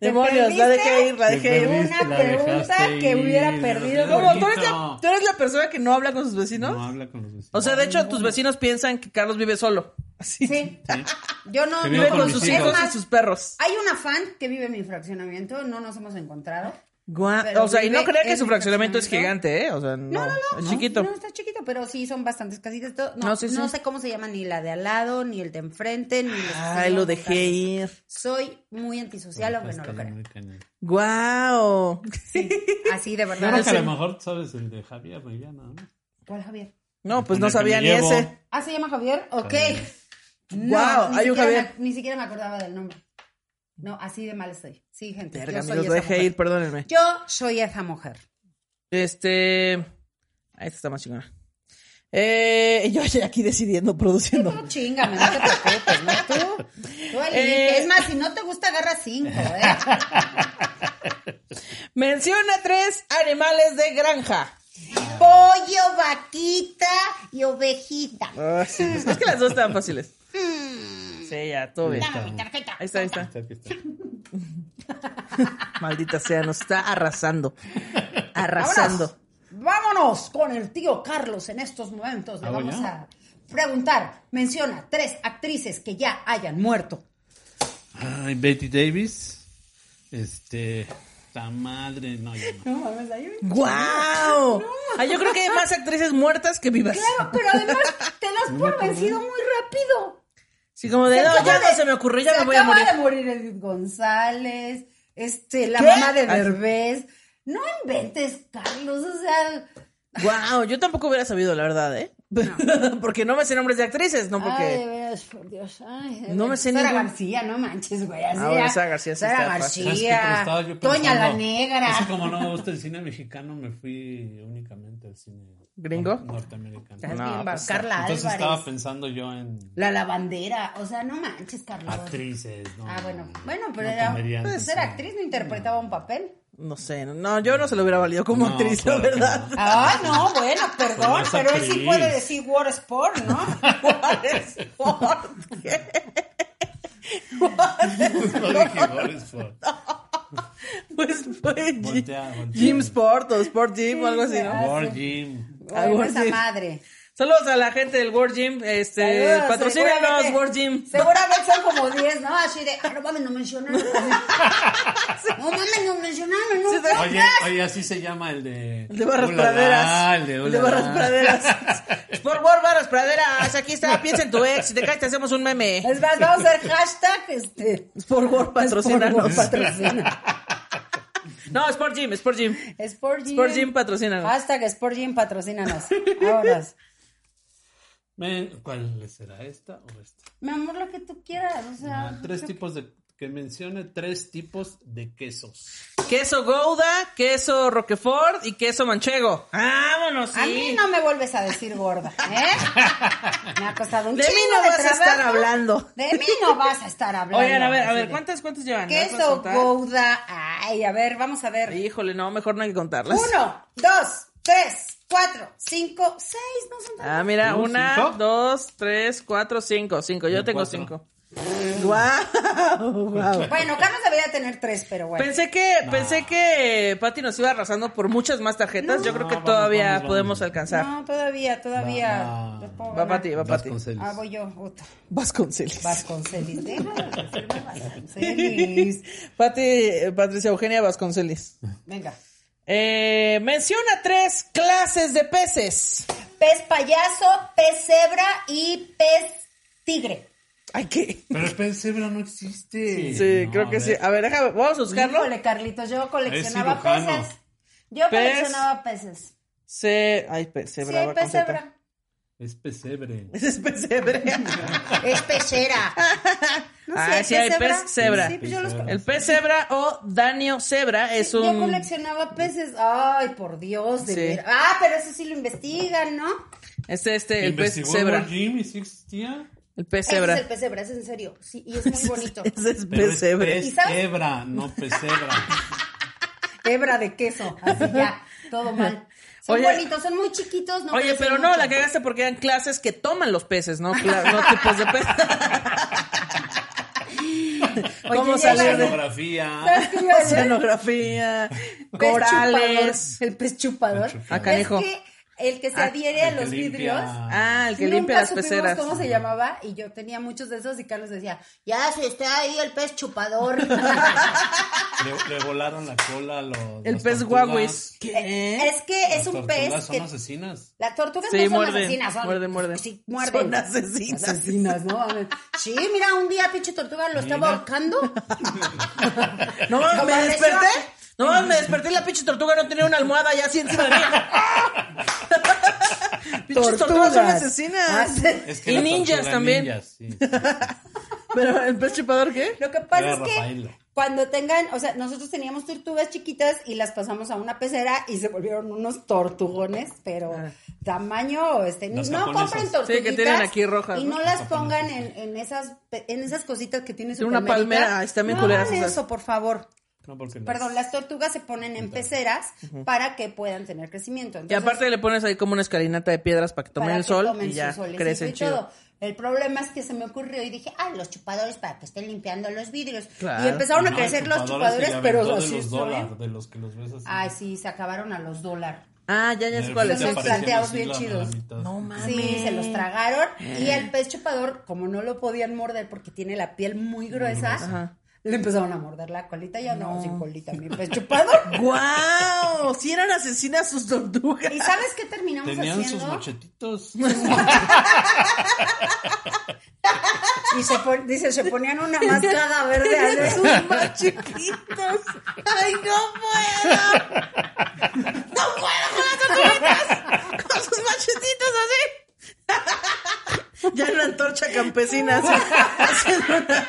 [SPEAKER 3] ¿Te
[SPEAKER 2] Demonios, la dejé
[SPEAKER 3] perdiste?
[SPEAKER 2] ir, la
[SPEAKER 4] Te
[SPEAKER 2] dejé ir.
[SPEAKER 4] perdiste,
[SPEAKER 3] Una
[SPEAKER 4] la
[SPEAKER 3] pregunta
[SPEAKER 4] dejaste
[SPEAKER 3] que hubiera
[SPEAKER 4] ir,
[SPEAKER 3] perdido.
[SPEAKER 4] la
[SPEAKER 2] ¿Cómo?
[SPEAKER 4] dejaste
[SPEAKER 2] ¿Tú eres, la,
[SPEAKER 4] bonito.
[SPEAKER 2] tú eres la persona que no habla con sus vecinos?
[SPEAKER 4] No habla con los vecinos.
[SPEAKER 2] O sea, de hecho, tus vecinos piensan que Carlos vive solo. Así.
[SPEAKER 3] Sí. Yo no.
[SPEAKER 4] Te
[SPEAKER 3] no
[SPEAKER 4] vivo
[SPEAKER 2] Vive
[SPEAKER 4] con
[SPEAKER 2] con
[SPEAKER 4] mis
[SPEAKER 2] sus
[SPEAKER 4] hijos.
[SPEAKER 2] hijos
[SPEAKER 3] Es
[SPEAKER 2] y
[SPEAKER 3] más,
[SPEAKER 2] sus perros.
[SPEAKER 3] Hay una fan que vive en mi fraccionamiento, no nos hemos encontrado.
[SPEAKER 2] Guau,
[SPEAKER 3] Pero
[SPEAKER 2] o sea, y no
[SPEAKER 3] vive
[SPEAKER 2] crea que
[SPEAKER 3] en
[SPEAKER 2] su
[SPEAKER 3] mi
[SPEAKER 2] fraccionamiento es
[SPEAKER 3] fraccionamiento.
[SPEAKER 2] gigante, ¿eh? O sea, no,
[SPEAKER 3] No, no, no.
[SPEAKER 2] es chiquito.
[SPEAKER 3] No, está chiquito, pero sí son bastantes casitas. todo- No,
[SPEAKER 2] No, sí, sí.
[SPEAKER 3] no sé cómo se llama ni la de al lado, ni el de enfrente, ni los que se
[SPEAKER 2] Ay,
[SPEAKER 3] llevan
[SPEAKER 2] lo dejé
[SPEAKER 3] buscando.
[SPEAKER 2] ir.
[SPEAKER 3] Soy muy antisocial, aunque no
[SPEAKER 4] Está
[SPEAKER 3] lo
[SPEAKER 4] bien,
[SPEAKER 3] crean.
[SPEAKER 4] muy cañón.
[SPEAKER 2] Guau.
[SPEAKER 3] Así de verdad.
[SPEAKER 4] Claro que a
[SPEAKER 3] Ese-
[SPEAKER 4] lo mejor sabes el de Javier, me nada más.
[SPEAKER 3] ¿Cuál Javier?
[SPEAKER 2] No, pues
[SPEAKER 4] Con
[SPEAKER 2] no
[SPEAKER 4] el que
[SPEAKER 2] sabía
[SPEAKER 4] me
[SPEAKER 2] ni
[SPEAKER 4] llevo.
[SPEAKER 2] ese.
[SPEAKER 3] Ah, se llama Javier. Ok.
[SPEAKER 4] Javier.
[SPEAKER 3] No,
[SPEAKER 2] Guau,
[SPEAKER 3] ni
[SPEAKER 2] hay un
[SPEAKER 3] siquiera me-
[SPEAKER 2] Javier.
[SPEAKER 3] Ni siquiera me acordaba del nombre. No, así de mal estoy. Sí, gente.
[SPEAKER 2] Verga,
[SPEAKER 3] yo soy
[SPEAKER 2] amigos,
[SPEAKER 3] esa
[SPEAKER 2] lo dejé
[SPEAKER 3] mujer.
[SPEAKER 2] ir, perdónenme.
[SPEAKER 3] Yo soy esa mujer.
[SPEAKER 2] Este. Ah, esta está más chingona. Eh, yo ya aquí decidiendo, produciendo.
[SPEAKER 3] No, chingame, no te preocupes, ¿no? Tú, tú elige.
[SPEAKER 2] Eh.
[SPEAKER 3] Es más, si no te gusta, agarra cinco, ¿eh?
[SPEAKER 2] Menciona tres animales de granja.
[SPEAKER 3] Pollo, vaquita y ovejita.
[SPEAKER 2] Ah, sí, pues es que las dos están fáciles. Sí, ya, todo bien.
[SPEAKER 3] Mm. Dame mi tarjeta.
[SPEAKER 2] Ahí está, ahí está.
[SPEAKER 4] Está que está.
[SPEAKER 2] Maldita sea, nos está arrasando. Arrasando.
[SPEAKER 3] Vámonos con el tío Carlos en estos momentos. Le
[SPEAKER 4] ¿Hago
[SPEAKER 3] vamos
[SPEAKER 4] yo?
[SPEAKER 3] a preguntar. Menciona tres actrices que ya hayan muerto.
[SPEAKER 4] Ay, Betty Davis. Este. La madre, no, ya no.
[SPEAKER 3] No mames, ahí me-
[SPEAKER 2] ¡Guau! Ah, yo creo que hay más actrices muertas que vivas.
[SPEAKER 3] Claro, pero además te das por vencido muy rápido.
[SPEAKER 2] Sí, como de,
[SPEAKER 3] Se
[SPEAKER 2] no,
[SPEAKER 3] acaba
[SPEAKER 2] ya no
[SPEAKER 3] de-
[SPEAKER 2] se me ocurrió, ya
[SPEAKER 3] se
[SPEAKER 2] me voy a
[SPEAKER 3] acaba
[SPEAKER 2] morir.
[SPEAKER 3] de morir Edith González, este, la
[SPEAKER 2] ¿Qué?
[SPEAKER 3] mamá de
[SPEAKER 2] Ay.
[SPEAKER 3] Derbez. No inventes, Carlos, o sea...
[SPEAKER 2] Wow, yo tampoco hubiera sabido, la verdad, ¿eh? porque no me sé nombres de actrices, no
[SPEAKER 3] Ay, de
[SPEAKER 2] porque.
[SPEAKER 3] veras, por Dios. Ay, de
[SPEAKER 2] No me
[SPEAKER 3] veras.
[SPEAKER 2] sé
[SPEAKER 3] Sara
[SPEAKER 2] ningún-
[SPEAKER 3] García, no manches, güey. así
[SPEAKER 2] Ah, bueno,
[SPEAKER 3] ya.
[SPEAKER 2] Sara García sí
[SPEAKER 3] Sara
[SPEAKER 2] está fácil.
[SPEAKER 4] ¿Sabes qué? Pero estaba
[SPEAKER 3] García.
[SPEAKER 4] yo
[SPEAKER 3] Toña la
[SPEAKER 4] pensando,
[SPEAKER 3] Negra.
[SPEAKER 4] Es que como no me gusta el cine mexicano, me fui únicamente al cine
[SPEAKER 2] ¿Gringo?
[SPEAKER 4] nor- norteamericano.
[SPEAKER 3] Estás
[SPEAKER 2] No,
[SPEAKER 3] bien,
[SPEAKER 2] pues,
[SPEAKER 3] Carla
[SPEAKER 4] Entonces
[SPEAKER 3] Álvarez.
[SPEAKER 4] estaba pensando yo en
[SPEAKER 3] La lavandera. O sea, no manches, Carlos.
[SPEAKER 4] actrices, ¿no?
[SPEAKER 3] Ah, bueno. Bueno, pero
[SPEAKER 4] No,
[SPEAKER 3] era,
[SPEAKER 4] comediantes,
[SPEAKER 3] pues, era
[SPEAKER 4] no.
[SPEAKER 3] actriz, no interpretaba un papel.
[SPEAKER 2] No sé, no, yo no se lo hubiera valido como
[SPEAKER 4] No,
[SPEAKER 2] actriz,
[SPEAKER 4] claro
[SPEAKER 2] la
[SPEAKER 4] que
[SPEAKER 2] verdad.
[SPEAKER 4] no.
[SPEAKER 3] Ah, no, bueno, perdón,
[SPEAKER 4] Pues no es
[SPEAKER 3] pero él sí
[SPEAKER 4] actriz.
[SPEAKER 3] puede decir War Sport, ¿no? pues,
[SPEAKER 2] What is- what?
[SPEAKER 4] No dije Boris Ford.
[SPEAKER 3] Ah,
[SPEAKER 2] Pues fue
[SPEAKER 4] Voltea,
[SPEAKER 2] G-
[SPEAKER 4] voltea.
[SPEAKER 2] Gym Sport o Sport Gym o algo así, ¿no?
[SPEAKER 4] War Gym.
[SPEAKER 2] Ah,
[SPEAKER 3] Bueno,
[SPEAKER 2] War
[SPEAKER 3] esa
[SPEAKER 2] Gym.
[SPEAKER 3] madre.
[SPEAKER 2] Saludos a la gente del World Gym, este,
[SPEAKER 3] Saludos,
[SPEAKER 2] patrocínanos
[SPEAKER 3] seguramente-
[SPEAKER 2] World Gym.
[SPEAKER 3] Seguramente son como 10, ¿no? Así de, ah, no mames, no mencionaron. No mames, no mencionaron, no.
[SPEAKER 2] Sí, de-
[SPEAKER 4] Oye, oye, así se llama el de.
[SPEAKER 2] El de barras
[SPEAKER 4] Ulala, Ah,
[SPEAKER 2] praderas.
[SPEAKER 4] el de,
[SPEAKER 2] El de barras
[SPEAKER 4] Ulala.
[SPEAKER 2] praderas. Sport World Barras Praderas. Aquí está. Piensa en tu ex. Si te caes, te hacemos un meme.
[SPEAKER 3] Es más, vamos a hacer hashtag, este...
[SPEAKER 2] Sport World patrocínanos.
[SPEAKER 3] Sport patrocina.
[SPEAKER 2] No, Sport Gym, Sport Gym.
[SPEAKER 3] Sport Gym.
[SPEAKER 2] Sport Gym patrocínanos.
[SPEAKER 3] Hashtag Sport Gym, patrocínanos. Vámonos.
[SPEAKER 4] Men- ¿Cuál será esta o esta?
[SPEAKER 3] Mi amor, lo que tú quieras, o sea...
[SPEAKER 4] Ah, tres tipos de. Que mencione tres tipos de quesos.
[SPEAKER 2] Queso Gouda, queso Roquefort y queso Manchego. Vámonos, sí.
[SPEAKER 3] A mí no me vuelves a decir gorda, ¿eh? Me ha costado un
[SPEAKER 2] De mí
[SPEAKER 3] chingo
[SPEAKER 2] no
[SPEAKER 3] de
[SPEAKER 2] vas a estar
[SPEAKER 3] trabajo.
[SPEAKER 2] hablando.
[SPEAKER 3] De mí no vas a estar hablando.
[SPEAKER 2] Oigan, a ver, a
[SPEAKER 3] así
[SPEAKER 2] ver,
[SPEAKER 3] de-
[SPEAKER 2] ¿cuántas, cuántas llevan? ¿Me vas a
[SPEAKER 3] Queso
[SPEAKER 2] contar?
[SPEAKER 3] Gouda. Ay, a ver, vamos a ver.
[SPEAKER 2] Híjole, no, mejor no hay que contarlas.
[SPEAKER 3] Uno, dos, tres, cuatro, cinco, seis. No son tan-
[SPEAKER 2] Ah, mira,
[SPEAKER 4] ¿Tú,
[SPEAKER 2] una,
[SPEAKER 4] cinco?
[SPEAKER 2] dos, tres, cuatro, cinco. Cinco, yo
[SPEAKER 4] Yo
[SPEAKER 2] tengo
[SPEAKER 4] cuatro.
[SPEAKER 2] cinco. Wow,
[SPEAKER 3] Bueno, Carlos debería tener tres, pero bueno.
[SPEAKER 2] Pensé que, pensé que Patty nos iba arrasando por muchas más tarjetas. Yo creo
[SPEAKER 4] No,
[SPEAKER 2] que
[SPEAKER 4] vamos,
[SPEAKER 2] todavía
[SPEAKER 4] vamos, vamos.
[SPEAKER 2] podemos alcanzar.
[SPEAKER 3] No, todavía, todavía.
[SPEAKER 4] Va, va.
[SPEAKER 3] les puedo
[SPEAKER 2] Va
[SPEAKER 3] ganar.
[SPEAKER 2] Patty, va Patty.
[SPEAKER 4] Vasconcelos.
[SPEAKER 3] Ah, voy yo. Otra.
[SPEAKER 2] Vasconcelos.
[SPEAKER 3] Vasconcelis. Deja de decir Vasconcelis.
[SPEAKER 2] Patty, eh, Patricia Eugenia Vasconcelis.
[SPEAKER 3] Venga.
[SPEAKER 2] Eh, menciona tres clases de peces.
[SPEAKER 3] Pez payaso, pez cebra y pez tigre.
[SPEAKER 2] Ay, qué.
[SPEAKER 4] Pero el pez cebra no existe.
[SPEAKER 2] Sí,
[SPEAKER 4] No,
[SPEAKER 2] creo
[SPEAKER 4] a
[SPEAKER 2] que
[SPEAKER 4] ver.
[SPEAKER 2] sí. A ver, déjame, vamos a buscarlo.
[SPEAKER 3] Híjole, Carlitos, yo coleccionaba
[SPEAKER 4] Es cirujano.
[SPEAKER 3] peces.
[SPEAKER 2] Pez.
[SPEAKER 3] Yo coleccionaba peces.
[SPEAKER 2] Se... Ay, pesebra.
[SPEAKER 3] sí,
[SPEAKER 2] va
[SPEAKER 3] hay
[SPEAKER 2] con
[SPEAKER 3] pez
[SPEAKER 2] Z.
[SPEAKER 3] cebra.
[SPEAKER 4] Es pesebre.
[SPEAKER 2] Ese es pesebre.
[SPEAKER 3] Es pecera. No sé,
[SPEAKER 2] ah, sí, hay pez cebra.
[SPEAKER 3] Sí, pues yo los
[SPEAKER 2] El pez cebra o danio cebra es
[SPEAKER 3] Yo
[SPEAKER 2] un.
[SPEAKER 3] coleccionaba peces. Ay, por Dios. De
[SPEAKER 2] Sí.
[SPEAKER 3] ver- Ah, pero eso sí lo investigan, ¿no?
[SPEAKER 2] Este, este, el pez
[SPEAKER 4] Investigó
[SPEAKER 2] cebra.
[SPEAKER 4] Lord Jim y sí existía.
[SPEAKER 2] El pez
[SPEAKER 3] Ese
[SPEAKER 2] cebra.
[SPEAKER 3] es el pez cebra, es en serio. Sí, y es muy bonito.
[SPEAKER 2] Ese es
[SPEAKER 4] Pero
[SPEAKER 2] pez cebra.
[SPEAKER 4] Es
[SPEAKER 3] ¿Y
[SPEAKER 4] pez
[SPEAKER 3] sabes?
[SPEAKER 4] cebra, no pesebra.
[SPEAKER 3] Hebra de queso, así ya, todo mal. Son
[SPEAKER 2] Oye.
[SPEAKER 3] bonitos, son muy chiquitos. No
[SPEAKER 2] Oye,
[SPEAKER 3] crecen
[SPEAKER 2] pero no,
[SPEAKER 3] mucho.
[SPEAKER 2] la cagaste porque eran clases que toman los peces, ¿no? Cla- no tipos de peces.
[SPEAKER 3] Oye,
[SPEAKER 2] ¿Cómo
[SPEAKER 3] ya
[SPEAKER 2] salió
[SPEAKER 3] la-
[SPEAKER 2] de
[SPEAKER 4] Geografía.
[SPEAKER 3] ¿Sabes qué iba a decir?
[SPEAKER 2] escenografía,
[SPEAKER 3] Pez
[SPEAKER 2] corales?
[SPEAKER 3] chupador, El pez chupador.
[SPEAKER 4] Pez
[SPEAKER 2] chupador. Ah, canijo.
[SPEAKER 3] Es que el que se
[SPEAKER 2] Ah,
[SPEAKER 3] adhiere a
[SPEAKER 4] el que
[SPEAKER 3] los
[SPEAKER 4] limpia.
[SPEAKER 3] vidrios.
[SPEAKER 2] Ah, el que
[SPEAKER 3] nunca
[SPEAKER 2] limpia las
[SPEAKER 3] supimos
[SPEAKER 2] peceras.
[SPEAKER 3] ¿Cómo se llamaba? Y yo tenía muchos de esos y Carlos decía, ya si está ahí el pez chupador.
[SPEAKER 4] Le, le volaron la cola a los.
[SPEAKER 2] El
[SPEAKER 4] las
[SPEAKER 2] pez
[SPEAKER 4] tortugas.
[SPEAKER 2] guaguis.
[SPEAKER 3] es que es
[SPEAKER 4] Las
[SPEAKER 3] un
[SPEAKER 4] tortugas
[SPEAKER 3] pez
[SPEAKER 4] son
[SPEAKER 3] que...
[SPEAKER 4] asesinas.
[SPEAKER 3] Las tortugas
[SPEAKER 2] Sí,
[SPEAKER 3] no son
[SPEAKER 2] muerden,
[SPEAKER 3] asesinas, son...
[SPEAKER 2] muerden, muerden.
[SPEAKER 3] Sí, muerden.
[SPEAKER 2] Son asesinas.
[SPEAKER 3] Asesinas, ¿no? A ver. Sí, mira, un día pinche tortuga lo estaba
[SPEAKER 4] Mira.
[SPEAKER 3] ahorcando.
[SPEAKER 2] No mames, me
[SPEAKER 3] Amaneció.
[SPEAKER 2] desperté. No mames, me desperté y la pinche tortuga no tenía una almohada ya así encima de mí. ¡Ah! Pinches tortugas son asesinas.
[SPEAKER 3] Hace-
[SPEAKER 4] Es que
[SPEAKER 2] Y
[SPEAKER 4] la
[SPEAKER 2] ninjas
[SPEAKER 4] tortuga
[SPEAKER 2] también.
[SPEAKER 4] ninjas, sí.
[SPEAKER 2] Pero el pez chupador, ¿qué?
[SPEAKER 3] Lo que pasa
[SPEAKER 4] Era
[SPEAKER 3] es que
[SPEAKER 4] Rafaelo.
[SPEAKER 3] cuando tengan, o sea, nosotros teníamos tortugas chiquitas y las pasamos a una pecera y se volvieron unos tortugones, pero tamaño, este, ni-
[SPEAKER 4] Las
[SPEAKER 3] no
[SPEAKER 4] japonesas.
[SPEAKER 3] compren
[SPEAKER 4] Sí,
[SPEAKER 3] tortuguitas
[SPEAKER 2] que tienen aquí rojas,
[SPEAKER 3] y
[SPEAKER 2] ¿no?
[SPEAKER 3] no las pongan en, en esas pe- en esas cositas que tienen su
[SPEAKER 2] Tiene una
[SPEAKER 3] palmerita.
[SPEAKER 2] palmera, ahí están bien
[SPEAKER 3] no
[SPEAKER 2] culeras
[SPEAKER 3] hagan
[SPEAKER 2] esas.
[SPEAKER 3] eso, por favor.
[SPEAKER 4] No, porque las-
[SPEAKER 3] Perdón, las tortugas se ponen en peceras para que puedan tener crecimiento.
[SPEAKER 2] Y
[SPEAKER 3] Entonces,
[SPEAKER 2] aparte le pones ahí como una escalinata de piedras pues, para que tomen
[SPEAKER 3] para
[SPEAKER 2] el
[SPEAKER 3] que
[SPEAKER 2] sol
[SPEAKER 3] tomen
[SPEAKER 2] y
[SPEAKER 3] su
[SPEAKER 2] ya
[SPEAKER 3] solecito
[SPEAKER 2] crecen
[SPEAKER 3] y
[SPEAKER 2] chido.
[SPEAKER 3] todo. El problema es que se me ocurrió y dije, ah, los chupadores para que estén limpiando los vidrios.
[SPEAKER 2] Claro.
[SPEAKER 3] Y empezaron a
[SPEAKER 4] No,
[SPEAKER 3] crecer los
[SPEAKER 4] se
[SPEAKER 3] chupadores,
[SPEAKER 4] le aventó
[SPEAKER 3] pero
[SPEAKER 4] de
[SPEAKER 3] así
[SPEAKER 4] los
[SPEAKER 3] estoy.
[SPEAKER 4] dólares, de los que los ves así.
[SPEAKER 3] Ay, sí, se acabaron a los dólares.
[SPEAKER 2] Ah, ya, ya sé
[SPEAKER 4] De
[SPEAKER 2] cuáles
[SPEAKER 4] repente
[SPEAKER 3] Son
[SPEAKER 2] son.
[SPEAKER 3] esos
[SPEAKER 4] aparecen
[SPEAKER 3] plateados
[SPEAKER 4] así
[SPEAKER 3] bien
[SPEAKER 4] la- la
[SPEAKER 3] chidos.
[SPEAKER 4] mitad.
[SPEAKER 2] No mames. Eh.
[SPEAKER 3] Sí, se los tragaron. Y el pez chupador, como no lo podían morder porque tiene la piel muy gruesa,
[SPEAKER 2] Ajá.
[SPEAKER 3] le empezaron a morder la colita. Ya no, sin colita, mi pez chupador.
[SPEAKER 2] ¡Guau! Si eran asesinas sus tortugas.
[SPEAKER 3] ¿Y sabes qué terminamos
[SPEAKER 4] Tenían sus
[SPEAKER 3] haciendo?
[SPEAKER 4] mochetitos.
[SPEAKER 3] Y se pon- dice, se ponían una máscara verde. así.
[SPEAKER 2] sus más chiquitos. ¡Ay, no puedo! ¡No puedo con las tortuguitas! ¡Con sus machetitos así! Ya en una antorcha campesina. así, haciendo una-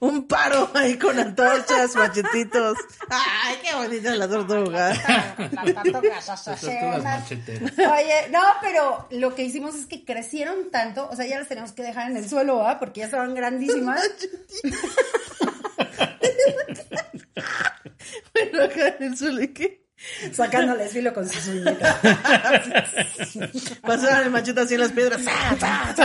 [SPEAKER 2] Un paro ahí con antorchas, machetitos. ¡Ay, qué bonita la tortuga!
[SPEAKER 3] Las tortugas
[SPEAKER 4] Las tortugas
[SPEAKER 3] asesinas.
[SPEAKER 4] macheteras.
[SPEAKER 3] Oye, no, pero lo que hicimos es que crecieron tanto, o sea, ya las teníamos que dejar en el suelo, ¿ah? Porque ya estaban grandísimas.
[SPEAKER 2] Pero acá en su lique.
[SPEAKER 3] sacándoles filo con sus uñitas.
[SPEAKER 2] Pasaron el machete así en las piedras. ¡Ah, ah, ah,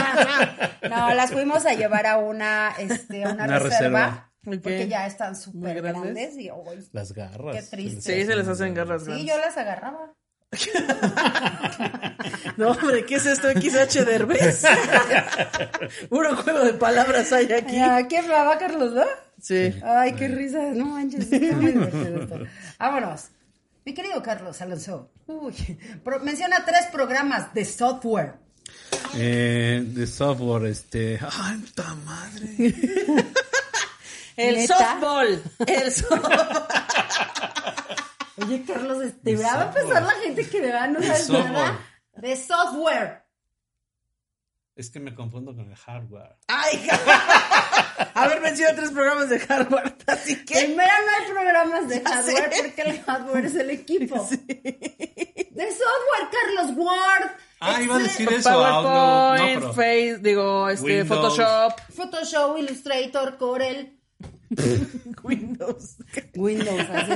[SPEAKER 2] ah!
[SPEAKER 3] No, las fuimos a llevar a una, este, a una,
[SPEAKER 4] Una
[SPEAKER 3] reserva,
[SPEAKER 4] reserva.
[SPEAKER 3] porque
[SPEAKER 2] Ok.
[SPEAKER 3] ya están súper
[SPEAKER 2] grandes.
[SPEAKER 3] grandes y uy,
[SPEAKER 4] Las garras.
[SPEAKER 3] Qué triste.
[SPEAKER 2] Sí, se les hacen garras.
[SPEAKER 3] sí,
[SPEAKER 2] grandes.
[SPEAKER 3] yo las agarraba.
[SPEAKER 2] No, hombre, ¿qué es esto? XH Derbez. Puro juego de palabras hay aquí.
[SPEAKER 3] Ya, ¿Qué me va Carlos, no?
[SPEAKER 2] Sí.
[SPEAKER 3] Ay, qué risa, no manches, está muy divertido esto. Vámonos. Mi querido Carlos Alonso, uy, pro- menciona tres programas de software.
[SPEAKER 4] Eh, de software, este. ¡Ay, puta madre!
[SPEAKER 2] El
[SPEAKER 3] ¿Neta?
[SPEAKER 2] softball. El softball.
[SPEAKER 3] Oye, Carlos, este, me va a pensar la gente que de verdad no sabe
[SPEAKER 4] software.
[SPEAKER 3] nada de software.
[SPEAKER 4] Es que me confundo con el hardware.
[SPEAKER 2] Ay, ja- A ver, menciona tres programas de Harvard. Así que.
[SPEAKER 3] Primero no hay programas de
[SPEAKER 2] Ya sé.
[SPEAKER 3] hardware porque el hardware es el equipo. De software, Carlos Word,
[SPEAKER 4] Ah, iba a decir eso. ah, no,
[SPEAKER 2] PowerPoint,
[SPEAKER 4] no, pero
[SPEAKER 2] Face, digo, este,
[SPEAKER 4] Windows.
[SPEAKER 2] Photoshop.
[SPEAKER 3] Photoshop, Illustrator, Corel.
[SPEAKER 2] Windows.
[SPEAKER 3] Windows, así.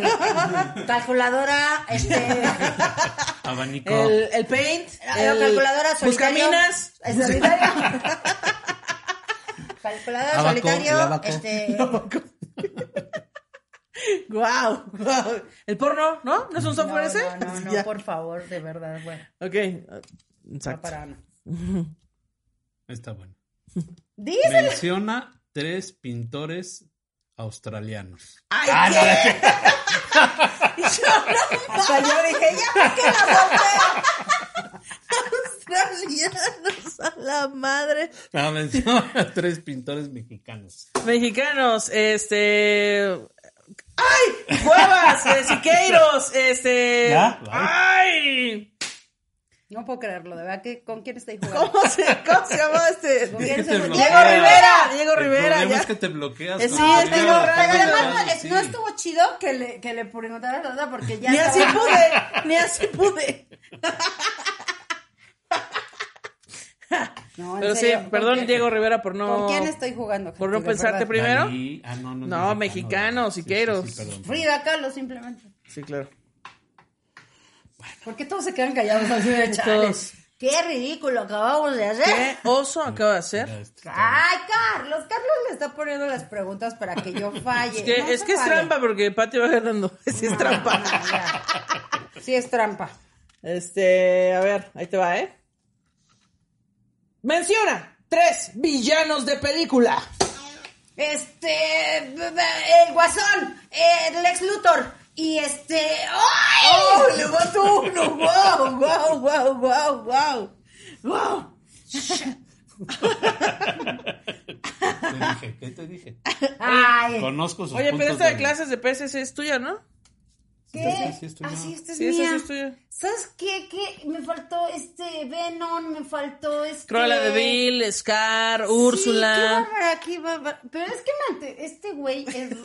[SPEAKER 3] Calculadora, este.
[SPEAKER 4] Abanico.
[SPEAKER 2] El, el Paint.
[SPEAKER 3] eh,
[SPEAKER 2] el-
[SPEAKER 3] calculadora, solitario.
[SPEAKER 2] Buscaminas.
[SPEAKER 3] eh, Solitario. calculadora,
[SPEAKER 4] Abaco, el
[SPEAKER 3] solitario.
[SPEAKER 4] abaco.
[SPEAKER 2] Eh,
[SPEAKER 3] Este.
[SPEAKER 2] Wow, El porno, ¿no? ¿No es un software
[SPEAKER 3] no,
[SPEAKER 2] ese?
[SPEAKER 3] No, no, no,
[SPEAKER 2] Ya.
[SPEAKER 3] por favor, de verdad, bueno.
[SPEAKER 2] Ok.
[SPEAKER 3] No
[SPEAKER 2] Exacto.
[SPEAKER 3] para, no.
[SPEAKER 4] Está bueno.
[SPEAKER 3] Dice.
[SPEAKER 4] Menciona tres pintores australianos.
[SPEAKER 2] Ay,
[SPEAKER 4] Ah, no, la que-
[SPEAKER 3] Hasta yo dije, ya, ¿por qué la voltea?
[SPEAKER 2] australianos a la madre.
[SPEAKER 4] no, Ah, menciona tres pintores mexicanos.
[SPEAKER 2] Mexicanos, este. ¡Ay! ¡Cuevas! eh, Siqueiros, este.
[SPEAKER 4] ¿Ya?
[SPEAKER 2] ¡Ay!
[SPEAKER 3] No puedo creerlo, de verdad, que ¿con quién estoy jugando?
[SPEAKER 2] ¿Cómo se, cómo se llama este?
[SPEAKER 3] ¿Con
[SPEAKER 4] Es
[SPEAKER 3] quién
[SPEAKER 4] que
[SPEAKER 3] estoy
[SPEAKER 4] te
[SPEAKER 3] jugando?
[SPEAKER 4] bloquea.
[SPEAKER 2] Diego Rivera, Diego
[SPEAKER 4] Eh, El
[SPEAKER 2] Rivera,
[SPEAKER 4] problema
[SPEAKER 2] ya.
[SPEAKER 4] es que te bloqueas.
[SPEAKER 2] Es-
[SPEAKER 4] con
[SPEAKER 2] sí,
[SPEAKER 3] No,
[SPEAKER 4] tu
[SPEAKER 3] es
[SPEAKER 2] Diego
[SPEAKER 3] que
[SPEAKER 4] video.
[SPEAKER 3] no,
[SPEAKER 2] Rivera,
[SPEAKER 3] además,
[SPEAKER 4] Sí.
[SPEAKER 3] no estuvo chido que le, que le preguntara la verdad porque ya
[SPEAKER 2] Ni así
[SPEAKER 3] estaba-
[SPEAKER 2] pude, ni así pude.
[SPEAKER 3] No, en
[SPEAKER 2] Pero sí,
[SPEAKER 3] serio, ¿con
[SPEAKER 2] perdón,
[SPEAKER 3] quién-
[SPEAKER 2] Diego Rivera, por no.
[SPEAKER 3] ¿Con quién estoy jugando?
[SPEAKER 2] Por no
[SPEAKER 3] gente, de
[SPEAKER 2] pensarte
[SPEAKER 3] verdad?
[SPEAKER 2] primero.
[SPEAKER 4] Dalí. Ah, no, no,
[SPEAKER 2] No, mexicano,
[SPEAKER 4] mexicano,
[SPEAKER 2] Siqueiros.
[SPEAKER 4] perdón.
[SPEAKER 3] Frida Kahlo, simplemente.
[SPEAKER 2] Sí, claro.
[SPEAKER 3] ¿Por qué todos se quedan callados así de
[SPEAKER 2] Todos.
[SPEAKER 3] chales? Qué ridículo acabamos de hacer.
[SPEAKER 2] ¿Qué oso acaba de hacer?
[SPEAKER 4] Ya, este,
[SPEAKER 3] Ay, Carlos, Carlos le está poniendo las preguntas para que yo falle.
[SPEAKER 2] Es que,
[SPEAKER 3] No
[SPEAKER 2] es,
[SPEAKER 3] se
[SPEAKER 2] que es
[SPEAKER 3] vale.
[SPEAKER 2] trampa porque Pati va ganando. Sí, es trampa.
[SPEAKER 3] No, ya. Sí, es trampa.
[SPEAKER 2] Este, a ver, ahí te va, ¿eh? Menciona tres villanos de película.
[SPEAKER 3] Este, el guasón, el ex Luthor y este... ¡Ay!
[SPEAKER 2] ¡Oh! Le mato uno. ¡Wow! ¡Wow! ¡Wow! ¡Wow! ¡Wow! ¡Wow!
[SPEAKER 4] Te dije, ¿qué te dije?
[SPEAKER 3] Ay,
[SPEAKER 4] Conozco sus
[SPEAKER 2] Oye, pero esta
[SPEAKER 4] puntos
[SPEAKER 2] de clases de PSS es tuya, ¿no?
[SPEAKER 3] ¿qué?
[SPEAKER 4] sí, sí, estoy
[SPEAKER 3] Ah,
[SPEAKER 4] yo.
[SPEAKER 3] sí, esta es
[SPEAKER 2] Sí, esa
[SPEAKER 3] mía.
[SPEAKER 2] sí es tuya.
[SPEAKER 3] ¿Sabes qué? ¿Qué? Me faltó este Venom, me faltó este...
[SPEAKER 2] Cruella de Vil, Scar,
[SPEAKER 3] Sí,
[SPEAKER 2] Úrsula.
[SPEAKER 3] qué bárbara, qué bárbara. Pero es que me ante- este güey es...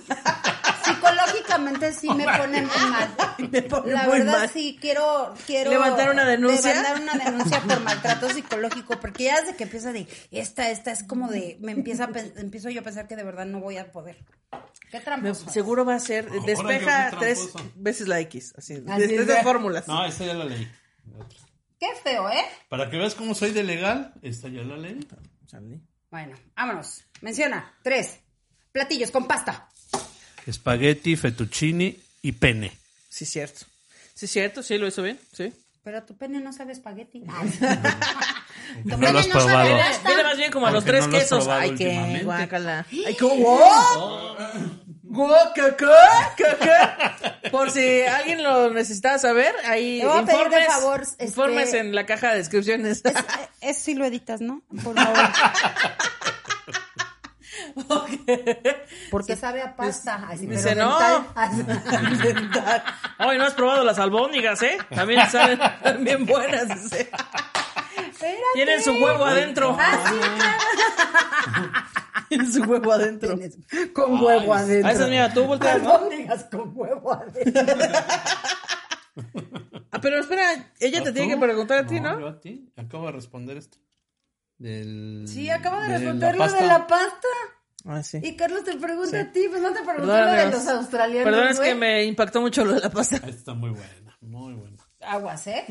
[SPEAKER 3] psicológicamente sí me pone muy mal.
[SPEAKER 2] Me pone
[SPEAKER 3] La
[SPEAKER 2] muy
[SPEAKER 3] verdad
[SPEAKER 2] mal.
[SPEAKER 3] sí quiero, quiero
[SPEAKER 2] Levantar una denuncia.
[SPEAKER 3] levantar una denuncia por maltrato psicológico, porque ya desde que empieza de esta, esta es como de me empieza a pen- empiezo yo a pensar que de verdad no voy a poder. Qué
[SPEAKER 2] Me-
[SPEAKER 3] tramposo.
[SPEAKER 2] seguro va a ser.
[SPEAKER 4] Ahora
[SPEAKER 2] Despeja
[SPEAKER 4] yo fui
[SPEAKER 2] tres
[SPEAKER 4] tramposo. Ah.
[SPEAKER 2] veces la X. Así.
[SPEAKER 3] Así
[SPEAKER 2] de- de
[SPEAKER 3] es,
[SPEAKER 2] esas
[SPEAKER 3] ya.
[SPEAKER 2] fórmulas.
[SPEAKER 4] No, esta ya la leí.
[SPEAKER 3] Qué feo, ¿eh?
[SPEAKER 4] Para que veas cómo soy de legal, esta ya la leí.
[SPEAKER 2] Chale.
[SPEAKER 3] Bueno, vámonos. Menciona tres platillos con pasta.
[SPEAKER 4] Espagueti, fettuccini y pene.
[SPEAKER 2] Sí, cierto. Sí, cierto, sí, lo hizo bien. Sí.
[SPEAKER 3] Pero tu pene no sabe espagueti. Tu
[SPEAKER 4] No
[SPEAKER 3] pene
[SPEAKER 4] lo has
[SPEAKER 3] sabe
[SPEAKER 4] probado.
[SPEAKER 2] Viene,
[SPEAKER 3] pasta.
[SPEAKER 2] viene más bien como a los
[SPEAKER 4] Porque
[SPEAKER 2] tres
[SPEAKER 4] no lo has
[SPEAKER 2] quesos.
[SPEAKER 4] probado
[SPEAKER 2] Ay, qué
[SPEAKER 4] últimamente. Oh.
[SPEAKER 2] guácala. Ay, qué guau. Guau, qué, qué, qué, qué. Por si alguien lo necesita saber, ahí
[SPEAKER 3] Te voy a pedir de
[SPEAKER 2] informes,
[SPEAKER 3] favor, este-
[SPEAKER 2] informes en la caja de descripciones.
[SPEAKER 3] Es- eh, Eso sí lo editas, ¿no? Por favor.
[SPEAKER 2] Ok.
[SPEAKER 3] Porque sabe a pasta. Así, pero Ah,
[SPEAKER 2] Dice, no.
[SPEAKER 3] dental. Así.
[SPEAKER 2] Ay, no has probado las albóndigas, ¿eh? También saben bien buenas. dice.
[SPEAKER 3] Espérate.
[SPEAKER 2] Tienen su huevo adentro.
[SPEAKER 3] Ah,
[SPEAKER 2] Tienen su huevo adentro.
[SPEAKER 3] Con huevo
[SPEAKER 2] Ah, esa es mía, tú voltea, ¿no?
[SPEAKER 3] Albóndigas con huevo adentro.
[SPEAKER 2] Ah, pero espera, ella te tiene que preguntar a ti, ¿no?
[SPEAKER 4] Yo a ti. Acabo de responder esto. Del,
[SPEAKER 3] Sí, acabo de
[SPEAKER 4] la
[SPEAKER 3] responder lo
[SPEAKER 4] pasta.
[SPEAKER 3] de la pasta.
[SPEAKER 2] Ah, sí.
[SPEAKER 3] Y Carlos te pregunta a ti, pues no te preguntó
[SPEAKER 2] Perdón,
[SPEAKER 3] lo de
[SPEAKER 2] amigos.
[SPEAKER 3] los australianos.
[SPEAKER 2] Perdón, es
[SPEAKER 3] güey.
[SPEAKER 2] que me impactó mucho lo de la pasta.
[SPEAKER 4] Ah, Está muy buena, muy buena.
[SPEAKER 3] Aguas, ¿eh?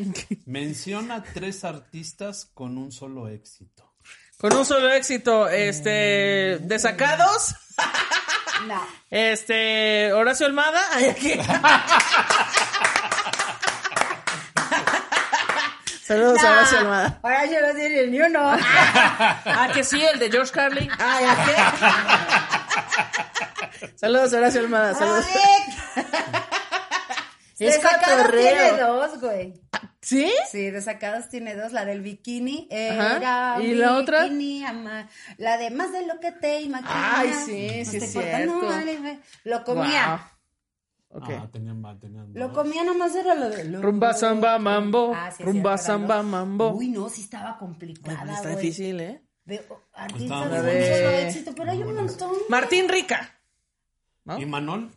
[SPEAKER 4] Menciona tres artistas con un solo éxito.
[SPEAKER 2] Con un solo éxito, este, desacados,
[SPEAKER 3] No.
[SPEAKER 2] este, Horacio Almada, ay, aquí. Saludos a Horacio Almada.
[SPEAKER 3] Ahora yo no tiene ni uno.
[SPEAKER 2] Ah, que sí, el de George Carlin. Ay, ¿a qué? Ah, Saludos a Horacio Almada, saludos. Es
[SPEAKER 3] De sacados
[SPEAKER 2] cotorreo.
[SPEAKER 3] tiene dos, güey.
[SPEAKER 2] ¿Sí?
[SPEAKER 3] Sí, de sacados tiene dos, la del bikini
[SPEAKER 2] Ajá.
[SPEAKER 3] era
[SPEAKER 2] ¿Y la otra?
[SPEAKER 3] bikini, ama- la de más de lo que te imaginas.
[SPEAKER 2] Ay, sí, sí es
[SPEAKER 3] importa, no,
[SPEAKER 2] cierto.
[SPEAKER 3] vale, ve. lo comía,
[SPEAKER 2] Wow. Ok.
[SPEAKER 4] Ah, tenían más, tenían
[SPEAKER 3] lo
[SPEAKER 4] dos.
[SPEAKER 3] comía nomás era lo de lo
[SPEAKER 2] Rumba,
[SPEAKER 3] que-
[SPEAKER 2] samba, mambo.
[SPEAKER 3] Ah, sí, es
[SPEAKER 2] Rumba,
[SPEAKER 3] cierto, eran
[SPEAKER 2] samba,
[SPEAKER 3] dos.
[SPEAKER 2] mambo.
[SPEAKER 3] Uy, no, sí estaba complicada,
[SPEAKER 2] Está
[SPEAKER 3] güey.
[SPEAKER 2] difícil, ¿eh?
[SPEAKER 3] De oh, artistas
[SPEAKER 4] Estaba
[SPEAKER 3] de
[SPEAKER 2] muy
[SPEAKER 3] mucho
[SPEAKER 2] bueno.
[SPEAKER 3] éxito, pero hay un montón.
[SPEAKER 2] Martín Rica. ¿no?
[SPEAKER 4] ¿Y Manol?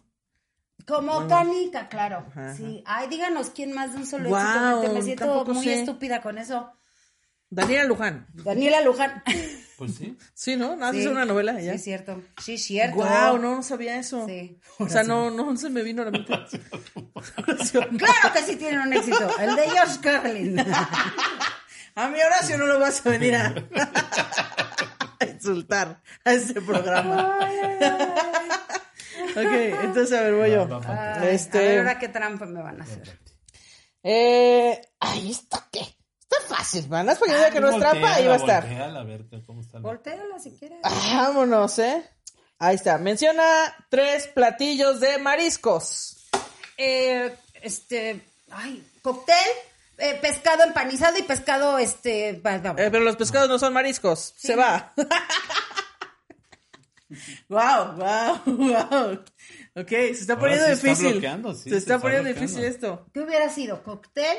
[SPEAKER 3] Como canica, claro. Sí. Ay, díganos quién más de un solo
[SPEAKER 2] Guau,
[SPEAKER 3] éxito. porque Me siento
[SPEAKER 2] tampoco
[SPEAKER 3] muy
[SPEAKER 2] sé.
[SPEAKER 3] estúpida con eso.
[SPEAKER 2] Daniela Luján.
[SPEAKER 3] Daniela Luján.
[SPEAKER 4] Pues sí.
[SPEAKER 2] Sí, ¿no? Nada,
[SPEAKER 3] Sí.
[SPEAKER 2] es una novela y
[SPEAKER 3] Sí,
[SPEAKER 2] ya.
[SPEAKER 3] es cierto. Sí, cierto.
[SPEAKER 2] Guau, no, no sabía eso.
[SPEAKER 3] Sí.
[SPEAKER 2] O sea, no, no se me vino a la mente. Horacio Armada.
[SPEAKER 3] Claro que sí tienen un éxito. El de George Carlin.
[SPEAKER 2] A mi Horacio no lo vas a venir a, a insultar a este programa. ok, entonces a ver, voy yo.
[SPEAKER 4] Va, va,
[SPEAKER 3] Ay,
[SPEAKER 2] Este-
[SPEAKER 3] A ver ahora qué trampa me van a hacer.
[SPEAKER 2] Eh, ahí está, ¿qué? Está fácil, man. Las para que diga que no es trampa,
[SPEAKER 4] Voltéala,
[SPEAKER 2] ahí va a estar.
[SPEAKER 4] voltéala, a ver qué- cómo está. la-
[SPEAKER 3] Voltéala si quieres.
[SPEAKER 2] Vámonos, ¿eh? Ahí está. Menciona tres platillos de mariscos.
[SPEAKER 3] Eh, este, ay, cóctel, eh, pescado empanizado y pescado, este, va- va-
[SPEAKER 2] Eh, pero los pescados no son mariscos. Se va. wow, wow, wow. Ok, se está
[SPEAKER 4] Ahora
[SPEAKER 2] poniendo
[SPEAKER 4] sí está
[SPEAKER 2] difícil.
[SPEAKER 4] bloqueando, sí,
[SPEAKER 2] se,
[SPEAKER 4] se
[SPEAKER 2] está,
[SPEAKER 4] está
[SPEAKER 2] poniendo
[SPEAKER 4] bloqueando.
[SPEAKER 2] difícil esto.
[SPEAKER 3] ¿qué hubiera sido? Cóctel,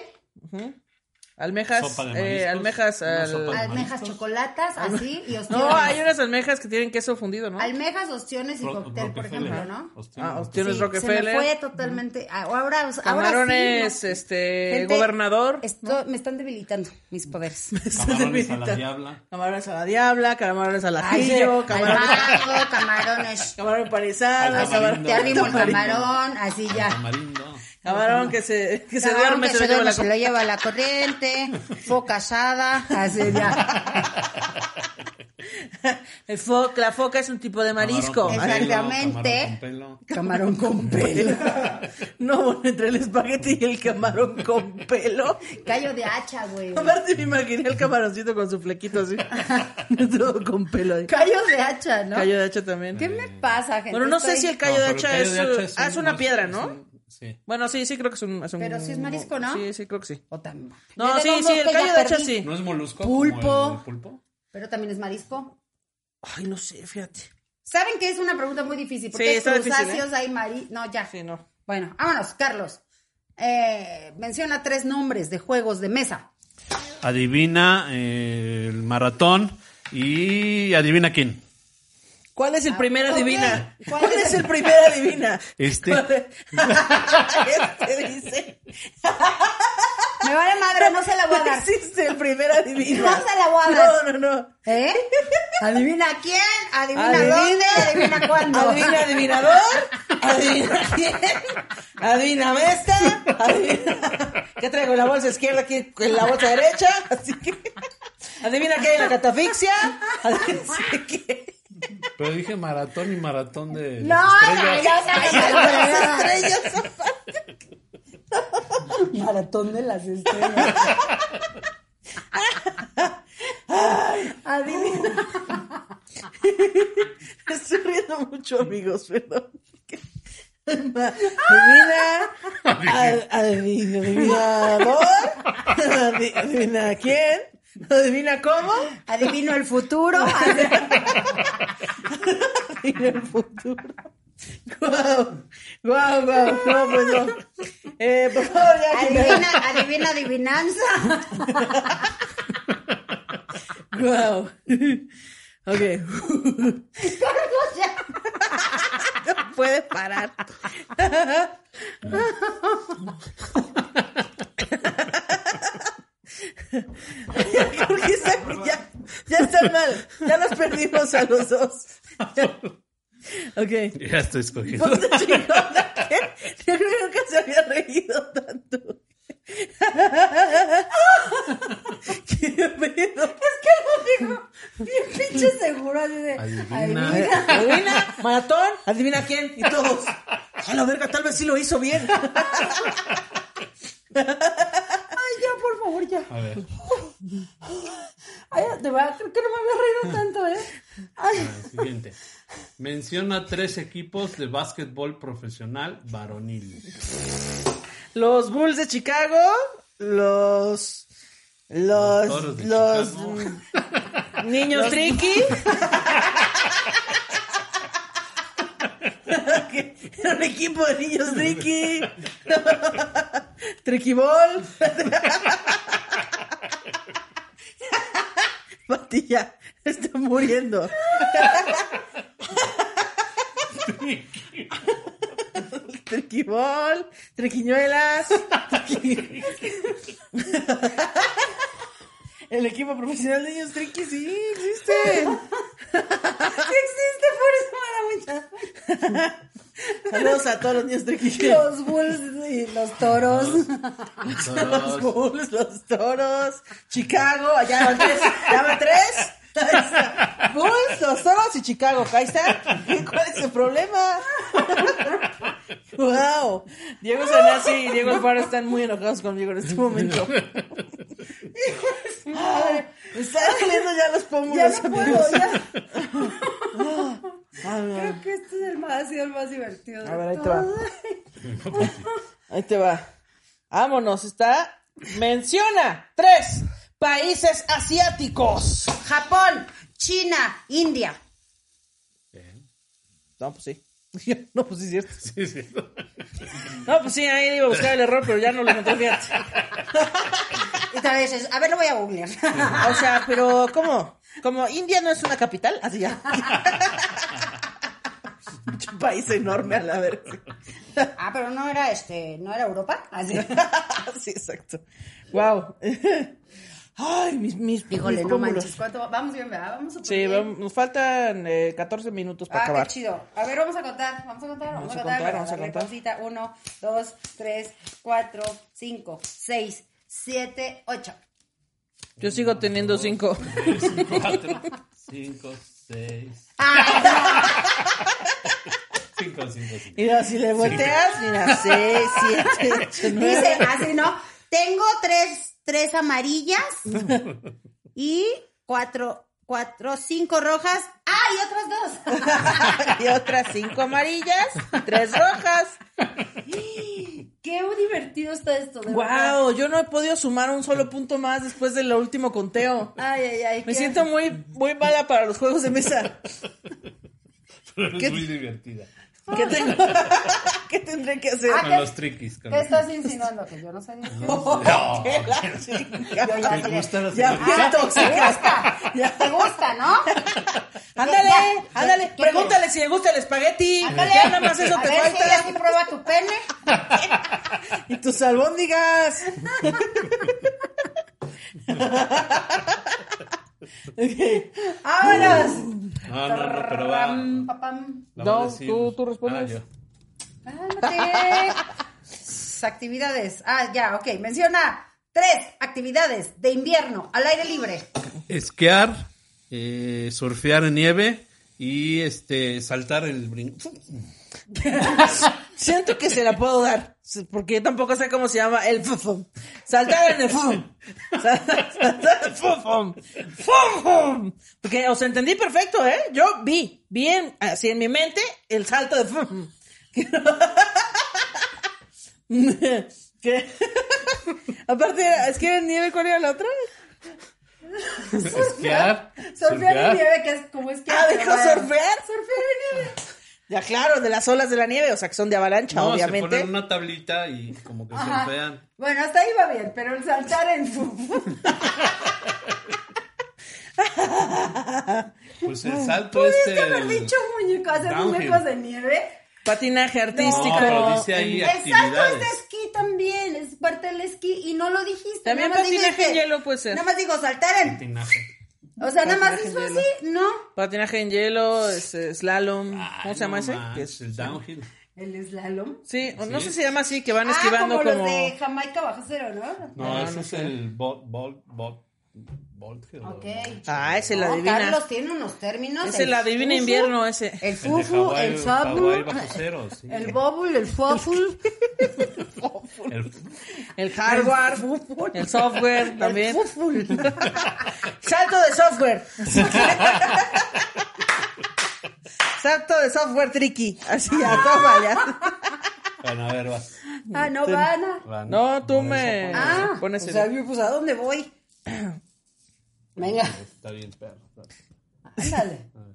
[SPEAKER 2] Almejas,
[SPEAKER 4] Sopa de
[SPEAKER 2] eh,
[SPEAKER 4] mariscos,
[SPEAKER 2] almejas.
[SPEAKER 4] una
[SPEAKER 2] al-
[SPEAKER 4] sopa de-
[SPEAKER 3] almejas, chocolatas, así, y ostiones.
[SPEAKER 2] No, hay unas almejas que tienen queso fundido, ¿no?
[SPEAKER 3] Almejas, ostiones y
[SPEAKER 4] Ro-
[SPEAKER 3] cóctel, por
[SPEAKER 4] Rockefeller,
[SPEAKER 3] ejemplo, ¿no?
[SPEAKER 4] Hostia,
[SPEAKER 2] Ah, hostia.
[SPEAKER 4] no,
[SPEAKER 2] Ostiones
[SPEAKER 3] Sí, Se me
[SPEAKER 2] Rockefeller.
[SPEAKER 3] fue totalmente. Ah, Ahora, ahora sí,
[SPEAKER 2] Camarones,
[SPEAKER 3] no.
[SPEAKER 2] este,
[SPEAKER 3] Gente,
[SPEAKER 2] gobernador.
[SPEAKER 3] esto- Me están debilitando mis poderes.
[SPEAKER 4] Camarones a la diabla.
[SPEAKER 2] Camarones a la diabla, camarones al
[SPEAKER 3] Ay, sí,
[SPEAKER 2] ajillo,
[SPEAKER 3] al
[SPEAKER 2] camarones,
[SPEAKER 3] mango, camarones.
[SPEAKER 2] camarón empanizado, camarón,
[SPEAKER 4] Al tamarindo.
[SPEAKER 3] Te arrimo el camarón, así ya.
[SPEAKER 4] Tamarindo.
[SPEAKER 2] camarón que se, que se
[SPEAKER 3] Camarón
[SPEAKER 2] duerme,
[SPEAKER 3] que
[SPEAKER 2] se, lo lleva la
[SPEAKER 3] se lo lleva la corriente, foca asada, así ya.
[SPEAKER 2] El fo- la foca es un tipo de marisco.
[SPEAKER 4] Camarón con
[SPEAKER 2] Ay,
[SPEAKER 4] pelo,
[SPEAKER 3] Exactamente.
[SPEAKER 4] camarón con pelo.
[SPEAKER 3] Camarón con pelo.
[SPEAKER 2] No, bueno, entre el espagueti y el camarón con pelo.
[SPEAKER 3] Callo de hacha, güey.
[SPEAKER 2] Aparte me imaginé el camaroncito con su flequito así, todo con pelo. ahí.
[SPEAKER 3] Callo de hacha, ¿no?
[SPEAKER 2] Callo de hacha también.
[SPEAKER 3] ¿Qué me pasa, gente?
[SPEAKER 2] Bueno, no sé
[SPEAKER 3] Estoy-
[SPEAKER 2] si el callo de
[SPEAKER 4] No, pero
[SPEAKER 2] hacha
[SPEAKER 4] el
[SPEAKER 2] es,
[SPEAKER 4] callo de hacha
[SPEAKER 2] eh, ah, es una
[SPEAKER 4] un-
[SPEAKER 2] piedra,
[SPEAKER 4] es
[SPEAKER 2] ¿no?
[SPEAKER 4] un- Sí.
[SPEAKER 2] Bueno, sí, sí creo que es un... es un-
[SPEAKER 3] Pero sí es marisco, ¿no?
[SPEAKER 2] Sí, sí creo que sí.
[SPEAKER 3] O también.
[SPEAKER 2] No,
[SPEAKER 3] Le
[SPEAKER 2] sí,
[SPEAKER 3] debo
[SPEAKER 2] sí, el
[SPEAKER 3] dos que ya
[SPEAKER 2] callo de hacha
[SPEAKER 3] perdí.
[SPEAKER 2] sí.
[SPEAKER 4] ¿No es molusco?
[SPEAKER 3] Pulpo.
[SPEAKER 4] como el pulpo?
[SPEAKER 3] Pero también es marisco.
[SPEAKER 2] Ay, no sé, fíjate.
[SPEAKER 3] ¿Saben que es una pregunta muy difícil?
[SPEAKER 2] Sí,
[SPEAKER 3] Porque
[SPEAKER 2] está
[SPEAKER 3] hay
[SPEAKER 2] difícil, ¿eh?
[SPEAKER 3] cruzáceos, hay mari... No, ya.
[SPEAKER 2] Sí, no.
[SPEAKER 3] Bueno, vámonos, Carlos. Eh, menciona tres nombres de juegos de mesa.
[SPEAKER 4] Adivina eh, el maratón y adivina quién.
[SPEAKER 2] ¿Cuál es el primer
[SPEAKER 3] ok.
[SPEAKER 2] adivina?
[SPEAKER 3] ¿Cuál
[SPEAKER 2] ¿Cuál,
[SPEAKER 3] es
[SPEAKER 2] es,
[SPEAKER 3] el-
[SPEAKER 2] el primer adivina?
[SPEAKER 4] Este.
[SPEAKER 2] ¿Cuál es? este dice.
[SPEAKER 3] Me vale madre, no se la voy a dar.
[SPEAKER 2] Existe el primer adivina.
[SPEAKER 3] No se la voy a dar.
[SPEAKER 2] No, no, no.
[SPEAKER 3] ¿Eh? ¿Adivina quién? ¿Adivina, dónde? ¿Adivina cuándo?
[SPEAKER 2] Adivina adivinador. Adivina quién. Adivina mesta. Adivina. ¿Qué traigo en la bolsa izquierda aquí en la bolsa derecha? Así que. Adivina qué hay en la catafixia. Adivina sí, qué.
[SPEAKER 4] Pero dije maratón y maratón de
[SPEAKER 3] No,
[SPEAKER 4] las
[SPEAKER 3] no,
[SPEAKER 4] estrellas.
[SPEAKER 3] ya
[SPEAKER 2] Las
[SPEAKER 3] está.
[SPEAKER 2] estrellas son
[SPEAKER 3] Maratón de las estrellas. Adivina.
[SPEAKER 2] Me estoy riendo mucho, amigos, perdón. Adivina, ad- adivina, adivinador, adi- adivina quién, adivina cómo,
[SPEAKER 3] Adivino el futuro.
[SPEAKER 2] adivina el futuro. Guau, guau, guau, no, pues no. Eh, por favor, ya que me-
[SPEAKER 3] Adivina, adivina adivinanza.
[SPEAKER 2] Guau. Ok.
[SPEAKER 3] Carlos, ya.
[SPEAKER 2] No puede parar. Creo que está- ya, ya está mal. Ya los perdimos a los dos. ok.
[SPEAKER 4] Ya estoy escogiendo.
[SPEAKER 2] Ponte chingona, que Yo creo que nunca se había reído tanto. Qué pedo.
[SPEAKER 3] Es que lo digo bien pinche seguro. Así de,
[SPEAKER 4] Adivina.
[SPEAKER 3] adivina.
[SPEAKER 2] Adivina, maratón, adivina quién, y todos. A la verga, tal vez sí lo hizo bien.
[SPEAKER 3] Ay, ya, por favor, ya.
[SPEAKER 4] A ver,
[SPEAKER 3] Ay, de verdad, creo que no me había reído tanto, ¿eh? Ay,
[SPEAKER 4] a ver, siguiente. Menciona tres equipos de básquetbol profesional varonil.
[SPEAKER 2] Los Bulls de Chicago, los. Los.
[SPEAKER 4] Los toros
[SPEAKER 2] Los.
[SPEAKER 4] de Chicago.
[SPEAKER 2] mm, niños triqui. Era un equipo de niños triqui. Triquibol. Matilla, está muriendo. Triquibol, triquiñuelas. triqui- El equipo profesional de niños triqui sí existe.
[SPEAKER 3] existe, por eso me da mucha.
[SPEAKER 2] Saludos a todos los niños triqui. que-
[SPEAKER 3] Los bulls y los toros.
[SPEAKER 2] Los Bulls, los toros, Chicago, allá van tres, ya van tres. Ahí está. Bulls, los toros y Chicago, ahí está. ¿Cuál es el problema? Wow. Diego Sanasi y Diego Alfaro están muy enojados conmigo en este momento. Ay, me están saliendo ya los pómulos.
[SPEAKER 3] ya no
[SPEAKER 2] amigos.
[SPEAKER 3] puedo, ya.
[SPEAKER 2] Ah, no.
[SPEAKER 3] Creo que este es el más, ha sido el más divertido. de
[SPEAKER 2] A ver, ahí te va.
[SPEAKER 3] todos.
[SPEAKER 2] Ahí te va. Vámonos, está. Menciona tres países asiáticos.
[SPEAKER 3] Japón, China, India.
[SPEAKER 2] No, pues sí. No, pues sí, es cierto.
[SPEAKER 4] Sí, sí.
[SPEAKER 2] No, pues sí, ahí iba a buscar el error, pero ya no lo encontré, fíjate.
[SPEAKER 3] Y tal vez es, a ver, lo voy a googlear.
[SPEAKER 2] O sea, pero ¿cómo? Como India no es una capital, así ya. Un país enorme a la vez.
[SPEAKER 3] Ah, pero no era este, no era Europa.
[SPEAKER 2] Ah,
[SPEAKER 3] Así.
[SPEAKER 2] Sí, exacto. Wow. Ay, mis, mis,
[SPEAKER 3] Híjole,
[SPEAKER 2] mis
[SPEAKER 3] no
[SPEAKER 2] pómulos.
[SPEAKER 3] manches, ¿cuánto va? Vamos bien, ¿verdad? Vamos súper
[SPEAKER 2] Sí,
[SPEAKER 3] bien.
[SPEAKER 2] vamos- nos faltan eh, 14 minutos para
[SPEAKER 3] Ah,
[SPEAKER 2] acabar.
[SPEAKER 3] qué chido. A ver, vamos a contar, vamos a contar, vamos, a contar, vamos a contar. Cosita. Uno, dos, tres, cuatro, cinco, seis, siete, ocho.
[SPEAKER 2] Yo sigo teniendo 5.
[SPEAKER 4] Cuatro, cinco, seis.
[SPEAKER 3] ¡Ah,
[SPEAKER 4] Cinco, cinco, cinco.
[SPEAKER 2] Y si le volteas, mira, 6, 7, 8,
[SPEAKER 4] Pues
[SPEAKER 3] Dice
[SPEAKER 2] 9.
[SPEAKER 3] así, ¿no? Tengo tres, tres amarillas y cuatro, cuatro, cinco rojas. ¡Ah! Y otras dos.
[SPEAKER 2] Y otras 5 amarillas, 3 rojas.
[SPEAKER 3] ¡Qué divertido está esto! De verdad.
[SPEAKER 2] Wow, yo no he podido sumar un solo punto más después del último conteo.
[SPEAKER 3] Ay, ay, ay.
[SPEAKER 2] Me
[SPEAKER 3] qué-
[SPEAKER 2] siento muy, muy mala para los juegos de mesa.
[SPEAKER 4] Pero
[SPEAKER 2] ¿Qué?
[SPEAKER 4] es muy divertida.
[SPEAKER 2] ¿Qué, tengo- ¿Qué tendré que hacer?
[SPEAKER 3] Ah,
[SPEAKER 4] Con
[SPEAKER 3] ¿qué-
[SPEAKER 4] los triquis. Con
[SPEAKER 3] ¿Qué
[SPEAKER 4] los...
[SPEAKER 3] estás insinuando? Que yo no sé divertir.
[SPEAKER 4] No.
[SPEAKER 2] ¡Qué la chica!
[SPEAKER 3] Yo ya
[SPEAKER 4] ¿Te
[SPEAKER 3] sé-
[SPEAKER 4] gusta la
[SPEAKER 2] Ya,
[SPEAKER 4] señorita?
[SPEAKER 2] qué
[SPEAKER 3] Ah, ¿Te
[SPEAKER 2] tóxica.
[SPEAKER 3] gusta? ¿Te gusta, no?
[SPEAKER 2] Ándale,
[SPEAKER 3] Ya,
[SPEAKER 2] ándale,
[SPEAKER 3] ¿qué
[SPEAKER 2] pregúntale si le gusta el espagueti.
[SPEAKER 3] Ándale.
[SPEAKER 2] Ya nada más eso
[SPEAKER 3] A
[SPEAKER 2] te
[SPEAKER 3] ver si ella sí
[SPEAKER 2] falta.
[SPEAKER 3] prueba tu pene.
[SPEAKER 2] Y tus albóndigas. Ok.
[SPEAKER 3] ¡Vámonos!
[SPEAKER 4] No, no, no, pero va.
[SPEAKER 3] Pam, pa, pam.
[SPEAKER 4] la
[SPEAKER 2] No,
[SPEAKER 4] voy a decir.
[SPEAKER 2] tú- tú respondes.
[SPEAKER 4] Ah, yo.
[SPEAKER 3] Cálmate. Actividades. Ah, ya, ok. Menciona tres actividades de invierno al aire libre.
[SPEAKER 4] Esquiar, eh, surfear en nieve y este saltar el brinco.
[SPEAKER 2] Siento que se la puedo dar, porque yo tampoco sé cómo se llama el fufum. Saltar en el fufum. Saltar, saltar en el fufum. Fufum. Porque os entendí perfecto, ¿eh? Yo vi, bien, así en mi mente, el salto de fufum. Que- Aparte, era- es que era nieve, ¿cuál era la otra?
[SPEAKER 4] Esquiar,
[SPEAKER 3] Surfear en nieve, que es como es que.
[SPEAKER 2] Ah, dijo surfear.
[SPEAKER 3] Surfear en nieve.
[SPEAKER 2] Ya, claro, de las olas de la nieve, o sea, que son de avalancha,
[SPEAKER 4] No, se
[SPEAKER 2] obviamente.
[SPEAKER 4] ponen una tablita y como que
[SPEAKER 3] Ajá.
[SPEAKER 4] surfean.
[SPEAKER 3] Bueno, hasta ahí va bien, pero el saltar en fútbol.
[SPEAKER 4] Pues el salto este.
[SPEAKER 3] ¿Pudiste haber dicho muñeco, hacer
[SPEAKER 4] Downhill.
[SPEAKER 3] muñecos de nieve?
[SPEAKER 2] Patinaje
[SPEAKER 4] No,
[SPEAKER 2] artístico.
[SPEAKER 4] pero dice ahí
[SPEAKER 3] El salto es de
[SPEAKER 4] actividades.
[SPEAKER 3] esquí también, es parte del esquí y no lo dijiste.
[SPEAKER 2] También
[SPEAKER 3] nada más
[SPEAKER 2] patinaje
[SPEAKER 3] dijiste-
[SPEAKER 2] en hielo puede ser.
[SPEAKER 3] Nada más digo saltar en.
[SPEAKER 4] Patinaje.
[SPEAKER 3] O sea, nada más
[SPEAKER 2] Patinaje en
[SPEAKER 3] hizo
[SPEAKER 2] hielo.
[SPEAKER 3] así, no.
[SPEAKER 2] Patinaje en hielo, es- es slalom, ¿cómo
[SPEAKER 4] Ay,
[SPEAKER 2] se llama
[SPEAKER 4] Ah, no
[SPEAKER 2] ese? Que
[SPEAKER 4] manches,
[SPEAKER 2] es-
[SPEAKER 4] El downhill.
[SPEAKER 3] El slalom.
[SPEAKER 2] Sí, o no
[SPEAKER 4] Sí.
[SPEAKER 2] sé si se llama así, que van
[SPEAKER 3] Ah,
[SPEAKER 2] esquivando
[SPEAKER 3] como,
[SPEAKER 2] como...
[SPEAKER 3] los de Jamaica bajo cero, ¿no?
[SPEAKER 4] No, ese es el bol, bol, bol, bol hill.
[SPEAKER 3] Ok.
[SPEAKER 2] Ah, ese la
[SPEAKER 3] No,
[SPEAKER 2] adivina.
[SPEAKER 3] Carlos tiene unos términos.
[SPEAKER 2] Ese la adivina
[SPEAKER 3] fufu,
[SPEAKER 2] invierno, eh. ese.
[SPEAKER 3] El
[SPEAKER 4] El de
[SPEAKER 3] fufu,
[SPEAKER 4] Hawái,
[SPEAKER 3] el
[SPEAKER 4] el
[SPEAKER 3] sabu,
[SPEAKER 4] Hawái bajo cero, sí.
[SPEAKER 3] el bobul, el foful,
[SPEAKER 4] El-
[SPEAKER 2] El hardware,
[SPEAKER 3] fútbol.
[SPEAKER 2] el software
[SPEAKER 3] el
[SPEAKER 2] también.
[SPEAKER 3] fuful.
[SPEAKER 2] Salto de software. Salto de software tricky. Así ya, toma ya.
[SPEAKER 4] Bueno, a ver, va.
[SPEAKER 3] Ah, no, Vana.
[SPEAKER 4] va,
[SPEAKER 2] No, tú me
[SPEAKER 3] Ah,
[SPEAKER 2] pones
[SPEAKER 3] o
[SPEAKER 2] el-
[SPEAKER 3] sea, yo, pues, ¿a dónde voy? Venga,
[SPEAKER 4] Está bien, perro.
[SPEAKER 3] ándale.
[SPEAKER 4] A ver.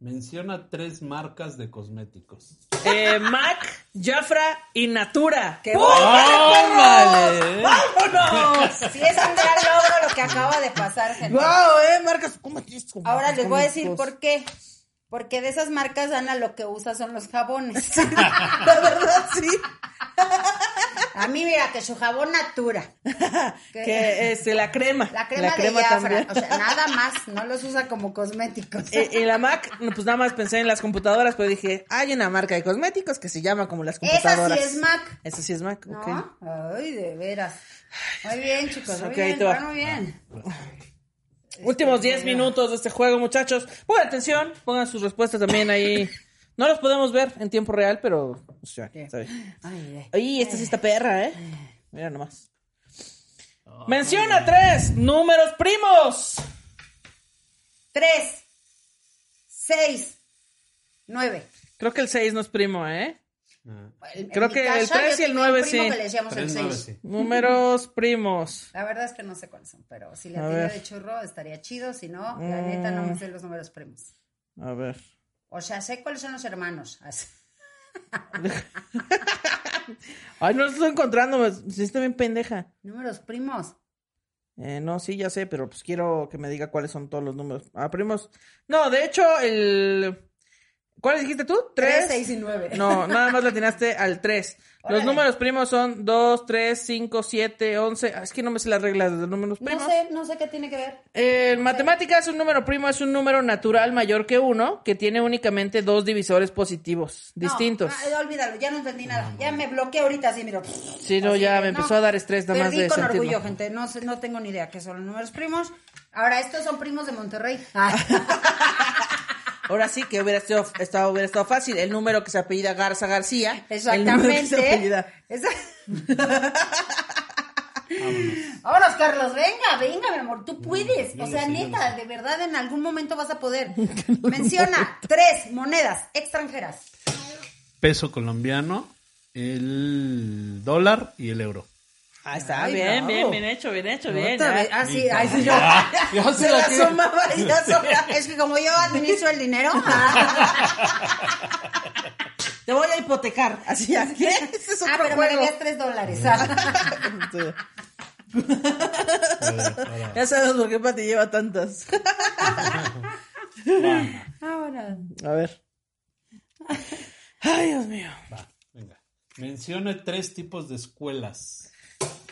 [SPEAKER 4] Menciona tres marcas de cosméticos.
[SPEAKER 2] Eh, Mac, Jafra y Natura.
[SPEAKER 3] ¡Qué
[SPEAKER 2] ¡Pum!
[SPEAKER 4] ¡Órale!
[SPEAKER 2] ¡Vámonos!
[SPEAKER 3] Sí, es un gran logro lo que acaba de pasar, gente.
[SPEAKER 2] ¡Wow, eh! Marcas, ¿cómo tienes tu-
[SPEAKER 3] Ahora les voy a decir
[SPEAKER 2] cosméticos?
[SPEAKER 3] por qué. Porque de esas marcas, Ana, lo que usa son los jabones.
[SPEAKER 2] La verdad, sí.
[SPEAKER 3] A mí, mira, que su jabón natura.
[SPEAKER 2] Que, este, la crema.
[SPEAKER 3] La crema, de Jafra. O sea, nada más. No los usa como cosméticos.
[SPEAKER 2] Eh, En la Mac, no, pues nada más pensé en las computadoras, pero dije, hay una marca de cosméticos que se llama como las
[SPEAKER 3] Esa
[SPEAKER 2] computadoras.
[SPEAKER 3] sí es Mac.
[SPEAKER 2] Esa sí es Mac,
[SPEAKER 3] ¿No?
[SPEAKER 2] ok.
[SPEAKER 3] Ay, de veras. Muy bien, chicos. Muy
[SPEAKER 2] Ok, ahí
[SPEAKER 3] bien,
[SPEAKER 2] te va.
[SPEAKER 3] muy bien. este,
[SPEAKER 2] Últimos 10 minutos de este juego, muchachos. Pongan atención, pongan sus respuestas también ahí. No los podemos ver en tiempo real, pero. o sea, está bien.
[SPEAKER 3] Ay, ay.
[SPEAKER 2] Ay, esta sí está perra, ¿eh? Mira nomás. Menciona tres números primos.
[SPEAKER 3] Tres, seis, nueve.
[SPEAKER 2] Creo que el 6 no es primo, ¿eh?
[SPEAKER 3] En- en
[SPEAKER 2] Creo
[SPEAKER 3] mi
[SPEAKER 2] que el
[SPEAKER 3] casa yo
[SPEAKER 2] tres y el
[SPEAKER 3] tenía un
[SPEAKER 2] nueve
[SPEAKER 3] primo
[SPEAKER 2] sí.
[SPEAKER 3] que le decíamos el
[SPEAKER 4] Tres, nueve,
[SPEAKER 3] seis.
[SPEAKER 4] sí.
[SPEAKER 2] Números primos.
[SPEAKER 3] La verdad es que no sé cuáles son, pero si le
[SPEAKER 2] A
[SPEAKER 3] atino
[SPEAKER 2] ver. Ah.
[SPEAKER 3] de churro estaría chido, si no, la neta no me sé los números primos.
[SPEAKER 2] A ver.
[SPEAKER 3] O sea, sé cuáles son los hermanos. Así.
[SPEAKER 2] Ay, no los estoy encontrando, me- sí está bien pendeja.
[SPEAKER 3] Números primos.
[SPEAKER 2] Eh, no, sí, ya sé, pero pues quiero que me diga cuáles son todos los números. Ah, primos. No, de hecho, el. ¿Cuál dijiste tú?
[SPEAKER 3] Tres,
[SPEAKER 2] Tres.
[SPEAKER 3] seis y nueve.
[SPEAKER 2] No, nada más le atinaste al 3. Los
[SPEAKER 3] Órale.
[SPEAKER 2] números primos son 2, 3, 5, 7, 11. Ah, Es que no me sé las reglas de los números
[SPEAKER 3] No
[SPEAKER 2] primos.
[SPEAKER 3] sé, no sé qué tiene que ver.
[SPEAKER 2] Eh, en matemáticas, un número primo es un número natural mayor que uno que tiene únicamente dos divisores positivos
[SPEAKER 3] No,
[SPEAKER 2] distintos. Ah,
[SPEAKER 3] ah, olvídalo, ya no entendí nada. Ya me bloqueé ahorita así, mira.
[SPEAKER 2] Sí, no, ya me empezó a dar estrés nada más
[SPEAKER 3] Perdí
[SPEAKER 2] de
[SPEAKER 3] con
[SPEAKER 2] sentirlo.
[SPEAKER 3] orgullo, gente. No, sé- no tengo ni idea qué son los números primos. Ahora, estos son primos de Monterrey. Ah,
[SPEAKER 2] Ahora sí que hubiera sido- estado, hubiera estado fácil. El número que se apellida Garza García. el número que se
[SPEAKER 3] Exactamente.
[SPEAKER 2] apellida-
[SPEAKER 3] Esa- Vámonos, Carlos, venga, venga, mi amor, tú puedes. O sea, neta, de verdad, en algún momento vas a poder. Menciona tres monedas extranjeras.
[SPEAKER 4] Peso colombiano, el dólar y el euro.
[SPEAKER 2] Ah, está
[SPEAKER 3] Ay,
[SPEAKER 2] bien,
[SPEAKER 3] bravo.
[SPEAKER 2] bien, bien hecho, bien hecho, bien.
[SPEAKER 3] Otra
[SPEAKER 2] ah.
[SPEAKER 3] vez. Ah, sí, ay, sí, yo.
[SPEAKER 2] yo
[SPEAKER 3] se
[SPEAKER 2] se la
[SPEAKER 3] la
[SPEAKER 2] quiero.
[SPEAKER 3] sumaba y yo sola. Es que como yo administro el dinero.
[SPEAKER 2] Te voy a hipotecar. Así, ya. ¿qué? Ese es
[SPEAKER 3] ah,
[SPEAKER 2] otro
[SPEAKER 3] pero me
[SPEAKER 2] juego.
[SPEAKER 3] debías tres dólares. Ah.
[SPEAKER 2] Ya sabes por qué Pati lleva tantas. Ah,
[SPEAKER 3] Ahora.
[SPEAKER 2] A ver. Ay, Dios mío.
[SPEAKER 4] Va, venga. Mencione tres tipos de escuelas.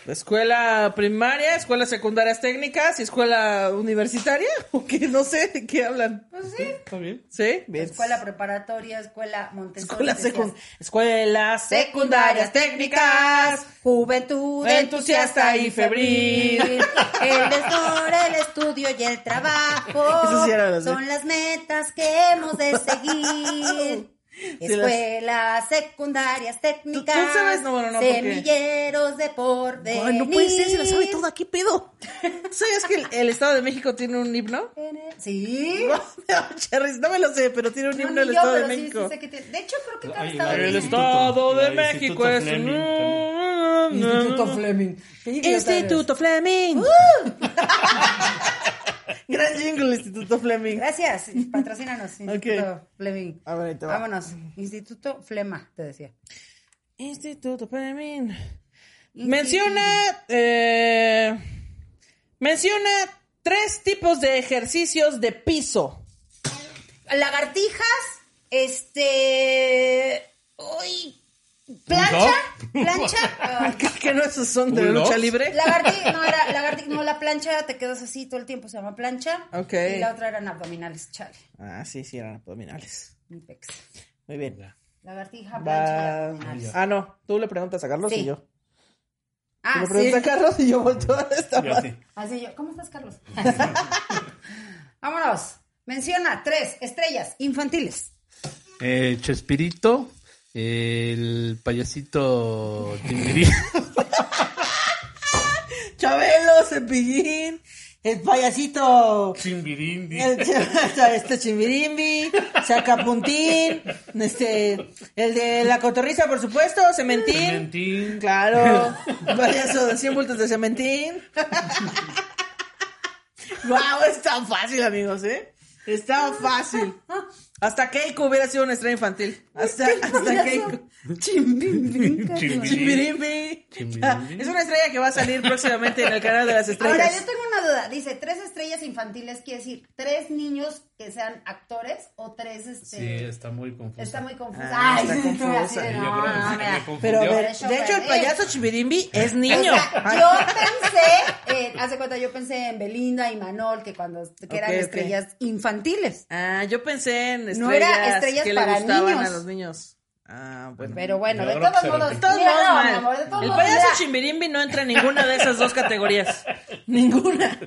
[SPEAKER 2] Escuela primaria, escuelas secundarias técnicas y escuela universitaria. O que no sé de qué hablan.
[SPEAKER 4] ¿Está bien?
[SPEAKER 2] ¿Sí? Bien.
[SPEAKER 3] Pues Escuela preparatoria, escuela Montessori.
[SPEAKER 2] Escuela secund- escuelas secundarias técnicas.
[SPEAKER 3] Juventud entusiasta y febril. El desorden, el estudio y el trabajo
[SPEAKER 2] Eso sí era lo de-
[SPEAKER 3] son las metas que hemos de seguir.
[SPEAKER 2] las-
[SPEAKER 3] Escuelas secundarias técnicas.
[SPEAKER 2] ¿Tú- tú sabes? No, bueno, no, porque-
[SPEAKER 3] Semilleros de porvenir.
[SPEAKER 2] Ay, no puede ser, se la
[SPEAKER 3] eh.
[SPEAKER 2] sabe toda. ¿Qué pedo? ¿Sabías que el, el Estado de México tiene un himno?
[SPEAKER 3] Sí.
[SPEAKER 2] Cherries, no me lo sé, pero tiene un
[SPEAKER 3] No,
[SPEAKER 2] himno el
[SPEAKER 3] ni yo,
[SPEAKER 2] Estado de
[SPEAKER 3] pero sí, sí
[SPEAKER 2] México.
[SPEAKER 3] sé que tiene- De hecho, creo que cada
[SPEAKER 4] Ay,
[SPEAKER 3] estado
[SPEAKER 4] la-
[SPEAKER 3] tiene.
[SPEAKER 4] el
[SPEAKER 3] ¿eh?
[SPEAKER 2] Estado de
[SPEAKER 4] Instituto
[SPEAKER 2] México es
[SPEAKER 4] Fleming
[SPEAKER 2] un
[SPEAKER 3] Fleming.
[SPEAKER 2] Instituto Fleming. Gran jingle, Instituto Fleming.
[SPEAKER 3] Gracias, patrocínanos, Instituto Fleming.
[SPEAKER 2] A ver, ahí te va.
[SPEAKER 3] Vámonos, Instituto Flema, te decía.
[SPEAKER 2] Instituto Fleming. Menciona. eh, menciona tres tipos de ejercicios de piso.
[SPEAKER 3] Lagartijas, este. Uy. Plancha, plancha. Ay,
[SPEAKER 2] Que, que no esos son de
[SPEAKER 4] ¿Pull-ups?
[SPEAKER 2] lucha libre.
[SPEAKER 3] Lagarti- no, era lagarti- no, la plancha te quedas así todo el tiempo, se llama plancha.
[SPEAKER 2] Ok.
[SPEAKER 3] Y la otra eran abdominales, chale.
[SPEAKER 2] Ah, sí, sí, eran abdominales.
[SPEAKER 3] mi pex.
[SPEAKER 2] Muy bien.
[SPEAKER 3] Lagartija, plancha y
[SPEAKER 2] Va-
[SPEAKER 3] abdominales.
[SPEAKER 2] Ah, no. Tú le preguntas a Carlos
[SPEAKER 3] Sí.
[SPEAKER 2] y yo. Tú
[SPEAKER 3] Ah,
[SPEAKER 2] le preguntas
[SPEAKER 3] sí.
[SPEAKER 2] a Carlos y yo volteo a esta
[SPEAKER 4] Yo
[SPEAKER 2] madre.
[SPEAKER 4] sí.
[SPEAKER 3] Así yo, ¿cómo estás, Carlos? Vámonos. Menciona tres estrellas infantiles.
[SPEAKER 4] Eh, Chespirito, el payasito Timbiri.
[SPEAKER 2] Chabelo, Cepillín, el payasito,
[SPEAKER 4] Timbirindi.
[SPEAKER 2] el ch- este Chimbirimbi, Sacapuntín, este, el de la cotorriza, por supuesto, Cementín.
[SPEAKER 4] Clementín.
[SPEAKER 2] Claro, payaso de 100 vueltas de Cementín. Wow, está fácil, amigos, ¿eh? Está fácil. Hasta Keiko hubiera sido una estrella infantil. Hasta, hasta Keiko.
[SPEAKER 3] Chimbimbinca.
[SPEAKER 2] Chimbirimbi. Es una estrella que va a salir próximamente en el canal de las
[SPEAKER 3] Ahora,
[SPEAKER 2] estrellas.
[SPEAKER 3] yo tengo una duda. Dice, tres estrellas infantiles quiere decir tres niños que sean actores o tres, este...
[SPEAKER 4] Sí, está muy confuso.
[SPEAKER 3] Está muy confusa.
[SPEAKER 2] Ah,
[SPEAKER 3] Ay,
[SPEAKER 2] está
[SPEAKER 3] sí, estoy así
[SPEAKER 2] confusa.
[SPEAKER 3] de,
[SPEAKER 4] Yo
[SPEAKER 3] no,
[SPEAKER 4] creo que
[SPEAKER 3] no,
[SPEAKER 4] se
[SPEAKER 3] mira.
[SPEAKER 4] me confundió.
[SPEAKER 2] Pero, a ver,
[SPEAKER 3] Confundió.
[SPEAKER 2] de hecho, el payaso Chibirimbi es niño.
[SPEAKER 3] O sea, yo pensé, eh, hace cuenta, yo pensé en Belinda y Manol, que cuando que eran
[SPEAKER 2] Ok, ok.
[SPEAKER 3] estrellas infantiles.
[SPEAKER 2] Ah, yo pensé en estrellas,
[SPEAKER 3] No era estrellas
[SPEAKER 2] que
[SPEAKER 3] para
[SPEAKER 2] le gustaban
[SPEAKER 3] niños.
[SPEAKER 2] a los niños. Ah, bueno.
[SPEAKER 3] Pero bueno,
[SPEAKER 4] Yo
[SPEAKER 3] de
[SPEAKER 4] creo que
[SPEAKER 3] todos
[SPEAKER 4] se
[SPEAKER 3] modos,
[SPEAKER 2] De
[SPEAKER 3] mira,
[SPEAKER 2] todos modos,
[SPEAKER 3] no, mi
[SPEAKER 2] mal.
[SPEAKER 3] amor, de todos
[SPEAKER 2] el
[SPEAKER 3] modos,
[SPEAKER 2] payaso
[SPEAKER 3] mira,
[SPEAKER 2] Chimbirimbi no entra en ninguna de esas dos categorías. ninguna.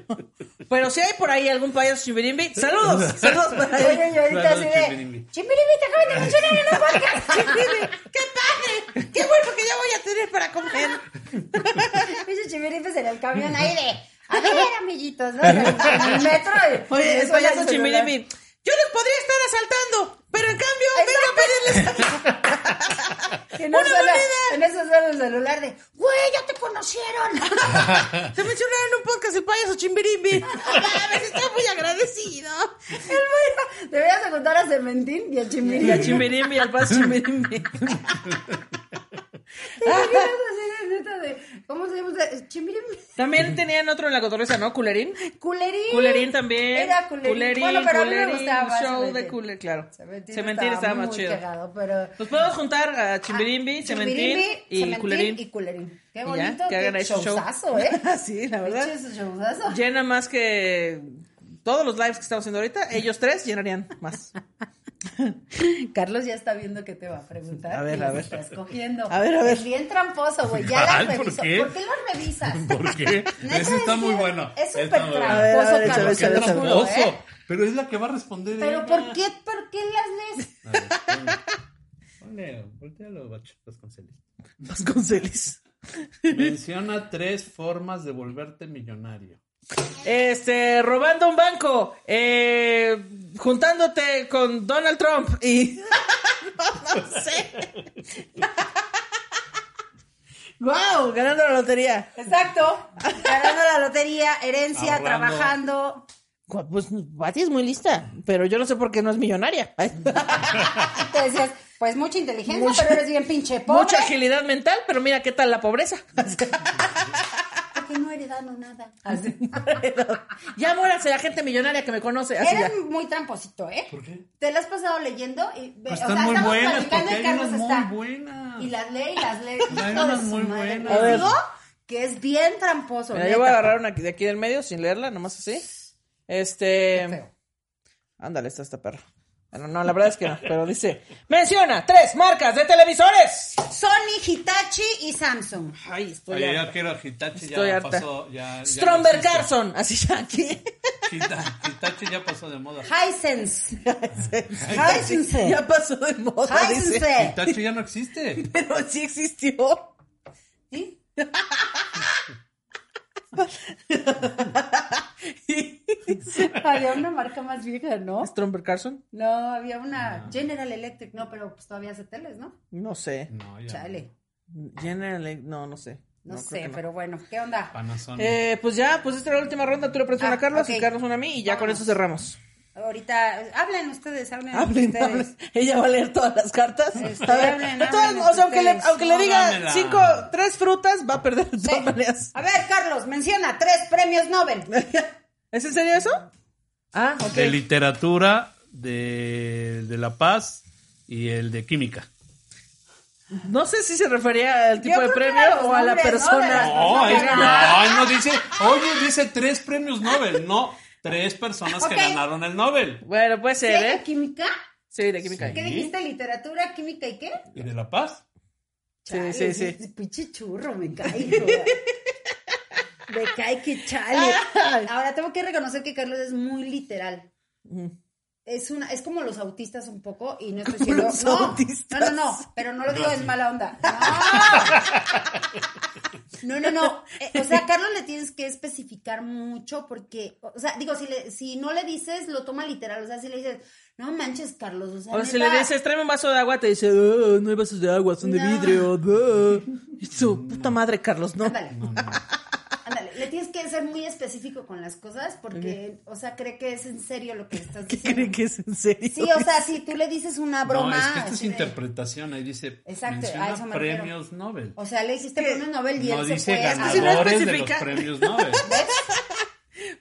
[SPEAKER 2] Pero si hay por ahí algún payaso Chimbirimbi, saludos. Saludos para él.
[SPEAKER 3] Oye, y ahorita así
[SPEAKER 4] Claro,
[SPEAKER 3] de.
[SPEAKER 4] Chimbirimbi.
[SPEAKER 3] Chimbirimbi, te acaban de mencionar en un podcast.
[SPEAKER 2] Chimbirimbi, ¡Qué padre! ¡Qué bueno que ya voy a tener para comer!
[SPEAKER 3] Dice Chimbirimbi en el camión ahí de. A ver, amiguitos, ¿no? En el metro. y- y
[SPEAKER 2] Oye, el
[SPEAKER 3] suena
[SPEAKER 2] payaso
[SPEAKER 3] celular.
[SPEAKER 2] Chimbirimbi. Yo les podría estar asaltando, pero en cambio vengo a pedirles
[SPEAKER 3] Que no
[SPEAKER 2] ¡Una
[SPEAKER 3] suena-
[SPEAKER 2] moneda!
[SPEAKER 3] En eso suena el celular de. ¡Güey, ya te conocieron!
[SPEAKER 2] Se mencionaron en un podcast el payaso Chimbirimbi. Mames, estoy muy agradecido.
[SPEAKER 3] El bueno, deberías de contar a Cementín y a Chimbirín.
[SPEAKER 2] Y a Chimbirimbi, al payaso Chimbirimbi.
[SPEAKER 3] ¿Te imaginas así de neta de, ¿Cómo se llama? usted? Chimbirín.
[SPEAKER 2] También tenían otro en la cotorreza, ¿no? Culerín.
[SPEAKER 3] Culerín.
[SPEAKER 2] Culerín también.
[SPEAKER 3] Era Culerín.
[SPEAKER 2] Culerín,
[SPEAKER 3] bueno, pero a mí me
[SPEAKER 2] Culerín,
[SPEAKER 3] gustaba. más
[SPEAKER 2] show de
[SPEAKER 3] Cementín.
[SPEAKER 2] Culerín, claro.
[SPEAKER 3] Cementín,
[SPEAKER 2] Cementín
[SPEAKER 3] estaba,
[SPEAKER 2] estaba más
[SPEAKER 3] muy
[SPEAKER 2] chido.
[SPEAKER 3] cagado, pero...
[SPEAKER 2] Nos podemos juntar a Chimbirimbi, Cementín
[SPEAKER 3] Chimbirimbi,
[SPEAKER 2] y
[SPEAKER 3] Cementín
[SPEAKER 2] Culerín.
[SPEAKER 3] y Culerín. Qué
[SPEAKER 2] ya,
[SPEAKER 3] bonito,
[SPEAKER 2] que hagan
[SPEAKER 3] qué
[SPEAKER 2] ahí su show.
[SPEAKER 3] showzazo, ¿eh?
[SPEAKER 2] Sí, la verdad.
[SPEAKER 3] Pinche showzazo.
[SPEAKER 2] Llena más que todos los lives que estamos haciendo ahorita. Ellos tres llenarían más.
[SPEAKER 3] Carlos ya está viendo que te va a preguntar.
[SPEAKER 2] A ver,
[SPEAKER 3] y
[SPEAKER 2] a
[SPEAKER 3] los
[SPEAKER 2] ver.
[SPEAKER 3] Está escogiendo.
[SPEAKER 2] A ver, a ver.
[SPEAKER 3] Es bien tramposo, güey. Ya
[SPEAKER 4] ¿Cuál?
[SPEAKER 3] las
[SPEAKER 4] ¿Por
[SPEAKER 3] reviso.
[SPEAKER 4] qué?
[SPEAKER 3] ¿Por qué las revisas?
[SPEAKER 4] ¿Por qué?
[SPEAKER 3] Neta,
[SPEAKER 4] Ese está
[SPEAKER 3] es
[SPEAKER 4] muy
[SPEAKER 3] que
[SPEAKER 4] bueno.
[SPEAKER 3] Es
[SPEAKER 4] Está
[SPEAKER 3] súper
[SPEAKER 4] muy
[SPEAKER 3] tramposo,
[SPEAKER 4] bueno.
[SPEAKER 2] A ver, a ver, échale,
[SPEAKER 3] Carlos,
[SPEAKER 4] Qué
[SPEAKER 3] te
[SPEAKER 2] échale,
[SPEAKER 3] lo
[SPEAKER 2] échale.
[SPEAKER 3] juro,
[SPEAKER 4] tramposo.
[SPEAKER 3] ¿eh?
[SPEAKER 4] Pero es la que va a responder.
[SPEAKER 3] Pero
[SPEAKER 4] ella.
[SPEAKER 3] ¿por qué, por qué las lees?
[SPEAKER 4] A ver, ponle. Ponle, voltealo, Bacho Vasconcelos.
[SPEAKER 2] Vasconcelis.
[SPEAKER 4] Menciona tres formas de volverte millonario.
[SPEAKER 2] Este, robando un banco, eh, juntándote con Donald Trump y... no, no sé. wow, ganando la lotería.
[SPEAKER 3] Exacto. Ganando la lotería, herencia,
[SPEAKER 4] Ahorrando.
[SPEAKER 3] trabajando.
[SPEAKER 2] Gua- Pues Pati es muy lista, pero yo no sé por qué no es millonaria.
[SPEAKER 3] Te decías, pues mucha inteligencia, pero eres bien pinche pobre.
[SPEAKER 2] Mucha agilidad mental, pero mira qué tal la pobreza.
[SPEAKER 3] Porque no heredando nada.
[SPEAKER 2] ya muérase la gente millonaria que me conoce. Así ya.
[SPEAKER 3] Eres muy tramposito, ¿eh?
[SPEAKER 4] ¿Por qué?
[SPEAKER 3] Te la has pasado leyendo y ve-
[SPEAKER 4] Pues
[SPEAKER 3] o
[SPEAKER 4] están
[SPEAKER 3] sea,
[SPEAKER 4] muy
[SPEAKER 3] estamos
[SPEAKER 4] buenas,
[SPEAKER 3] platicando
[SPEAKER 4] porque
[SPEAKER 3] y
[SPEAKER 4] hay
[SPEAKER 3] Carlos
[SPEAKER 4] unas
[SPEAKER 3] está.
[SPEAKER 4] muy buenas.
[SPEAKER 3] Y las lee y las lee.
[SPEAKER 4] Hay
[SPEAKER 3] Hijo de
[SPEAKER 4] unas
[SPEAKER 3] su
[SPEAKER 4] muy
[SPEAKER 3] madre.
[SPEAKER 4] buenas.
[SPEAKER 3] Te
[SPEAKER 2] A ver.
[SPEAKER 3] digo que es bien tramposo.
[SPEAKER 2] Mira,
[SPEAKER 3] neta.
[SPEAKER 2] yo voy a agarrar una de aquí del medio sin leerla, nomás así.
[SPEAKER 3] Qué
[SPEAKER 2] Este.
[SPEAKER 3] feo.
[SPEAKER 2] Ándale, está esta perra. Bueno, no, la verdad es que no, pero dice: Menciona tres marcas de televisores.
[SPEAKER 3] Sony, Hitachi y Samsung.
[SPEAKER 2] Ay, estoy
[SPEAKER 4] Oye,
[SPEAKER 2] harta.
[SPEAKER 4] ya quiero Hitachi,
[SPEAKER 2] Estoy
[SPEAKER 4] ya
[SPEAKER 2] harta.
[SPEAKER 4] pasó. Ya, ya
[SPEAKER 2] Stromberg
[SPEAKER 4] no existe.
[SPEAKER 2] Carson, así ya aquí.
[SPEAKER 4] Hita- Hitachi ya pasó de moda.
[SPEAKER 3] Hisense. Hisense.
[SPEAKER 2] ya pasó de moda. Dice,
[SPEAKER 3] Hisense.
[SPEAKER 4] Hitachi ya no existe.
[SPEAKER 2] pero sí existió.
[SPEAKER 3] ¿Sí? Había una marca más vieja, ¿no?
[SPEAKER 2] Stromberg Carson,
[SPEAKER 3] No, había
[SPEAKER 4] Ah.
[SPEAKER 3] una General Electric, no, pero pues todavía hace teles, ¿no?
[SPEAKER 2] no sé.
[SPEAKER 4] No, ya.
[SPEAKER 3] Chale,
[SPEAKER 2] General, no, no sé.
[SPEAKER 3] no,
[SPEAKER 2] creo
[SPEAKER 3] sé,
[SPEAKER 2] que no.
[SPEAKER 3] pero bueno, ¿qué onda?
[SPEAKER 4] Ah. Panasonic.
[SPEAKER 2] Eh, pues ya, pues esta era la última ronda. Tú le prestas una a
[SPEAKER 3] Ah,
[SPEAKER 2] Carlos y
[SPEAKER 3] ok.
[SPEAKER 2] Carlos una a mí y ya con
[SPEAKER 3] Vámonos.
[SPEAKER 2] eso cerramos.
[SPEAKER 3] Ahorita, eh, hablen ustedes, hablen,
[SPEAKER 2] Hablen,
[SPEAKER 3] ustedes.
[SPEAKER 2] hablen. Ella va a leer todas las cartas.
[SPEAKER 3] Este,
[SPEAKER 2] a ver,
[SPEAKER 3] hablen,
[SPEAKER 2] de todas-
[SPEAKER 3] hablen
[SPEAKER 2] o sea, aunque le,
[SPEAKER 3] ustedes.
[SPEAKER 2] aunque le
[SPEAKER 4] No,
[SPEAKER 2] diga
[SPEAKER 4] dámela.
[SPEAKER 2] cinco, tres frutas, va a perder de todas maneras.
[SPEAKER 3] A ver, Carlos, menciona tres premios Nobel.
[SPEAKER 2] ¿Es en serio eso? Ah, ok.
[SPEAKER 4] De literatura, de, de La Paz y el de química.
[SPEAKER 2] No sé si se refería al tipo de
[SPEAKER 3] creo que
[SPEAKER 2] premio
[SPEAKER 3] era los
[SPEAKER 2] o a la
[SPEAKER 3] nombres, ¿no? De
[SPEAKER 2] persona.
[SPEAKER 3] las
[SPEAKER 4] No,
[SPEAKER 3] personas
[SPEAKER 4] es-
[SPEAKER 3] que
[SPEAKER 4] no,
[SPEAKER 3] ganaron.
[SPEAKER 4] ay, no dice, oye, dice tres premios Nobel, no, tres personas
[SPEAKER 3] Ok.
[SPEAKER 4] que ganaron el Nobel.
[SPEAKER 2] Bueno, puede
[SPEAKER 3] ¿Qué,
[SPEAKER 2] ser,
[SPEAKER 3] de
[SPEAKER 2] ¿eh?
[SPEAKER 3] química?
[SPEAKER 2] Sí, de química.
[SPEAKER 3] ¿Qué dijiste? ¿Literatura, química y qué?
[SPEAKER 4] ¿Y de La Paz?
[SPEAKER 2] Sí, sí,
[SPEAKER 3] Chale,
[SPEAKER 2] sí.
[SPEAKER 3] ese Pinche churro, me caigo. me cae que chale. Ahora tengo que reconocer que Carlos es muy literal. Es una, es como los autistas un poco, y no estoy
[SPEAKER 2] Como
[SPEAKER 3] diciendo.
[SPEAKER 2] los
[SPEAKER 3] no,
[SPEAKER 2] autistas.
[SPEAKER 3] no, no, no, pero no lo digo en mala onda. No, no, no. no. Eh, o sea, a Carlos le tienes que especificar mucho porque, o sea, digo, si le, si no le dices, lo toma literal. O sea, si le dices, no manches, Carlos. O sea,
[SPEAKER 2] O si le
[SPEAKER 3] neta,
[SPEAKER 2] dices, tráeme un vaso de agua, te dice, "Ah, no hay vasos de agua, son de
[SPEAKER 3] No.
[SPEAKER 2] vidrio. ah". Y su puta madre, Carlos, no.
[SPEAKER 3] Ándale. Ándale, le tienes que, ser muy específico con las cosas porque, o sea, cree que es en serio lo que estás
[SPEAKER 2] ¿Qué
[SPEAKER 3] diciendo.
[SPEAKER 2] cree que es en serio?
[SPEAKER 3] Sí, o sea, si tú le dices una broma.
[SPEAKER 4] no, es que esto es
[SPEAKER 3] así de-
[SPEAKER 4] interpretación, ahí dice
[SPEAKER 3] Exacto, a
[SPEAKER 4] menciona
[SPEAKER 3] eso me refiero.
[SPEAKER 4] premios Nobel.
[SPEAKER 3] O sea, le hiciste premio Nobel y
[SPEAKER 4] no
[SPEAKER 3] él se
[SPEAKER 4] dice
[SPEAKER 3] fue.
[SPEAKER 2] ganar. Si no
[SPEAKER 4] ganadores de los
[SPEAKER 2] especifica.
[SPEAKER 4] premios Nobel.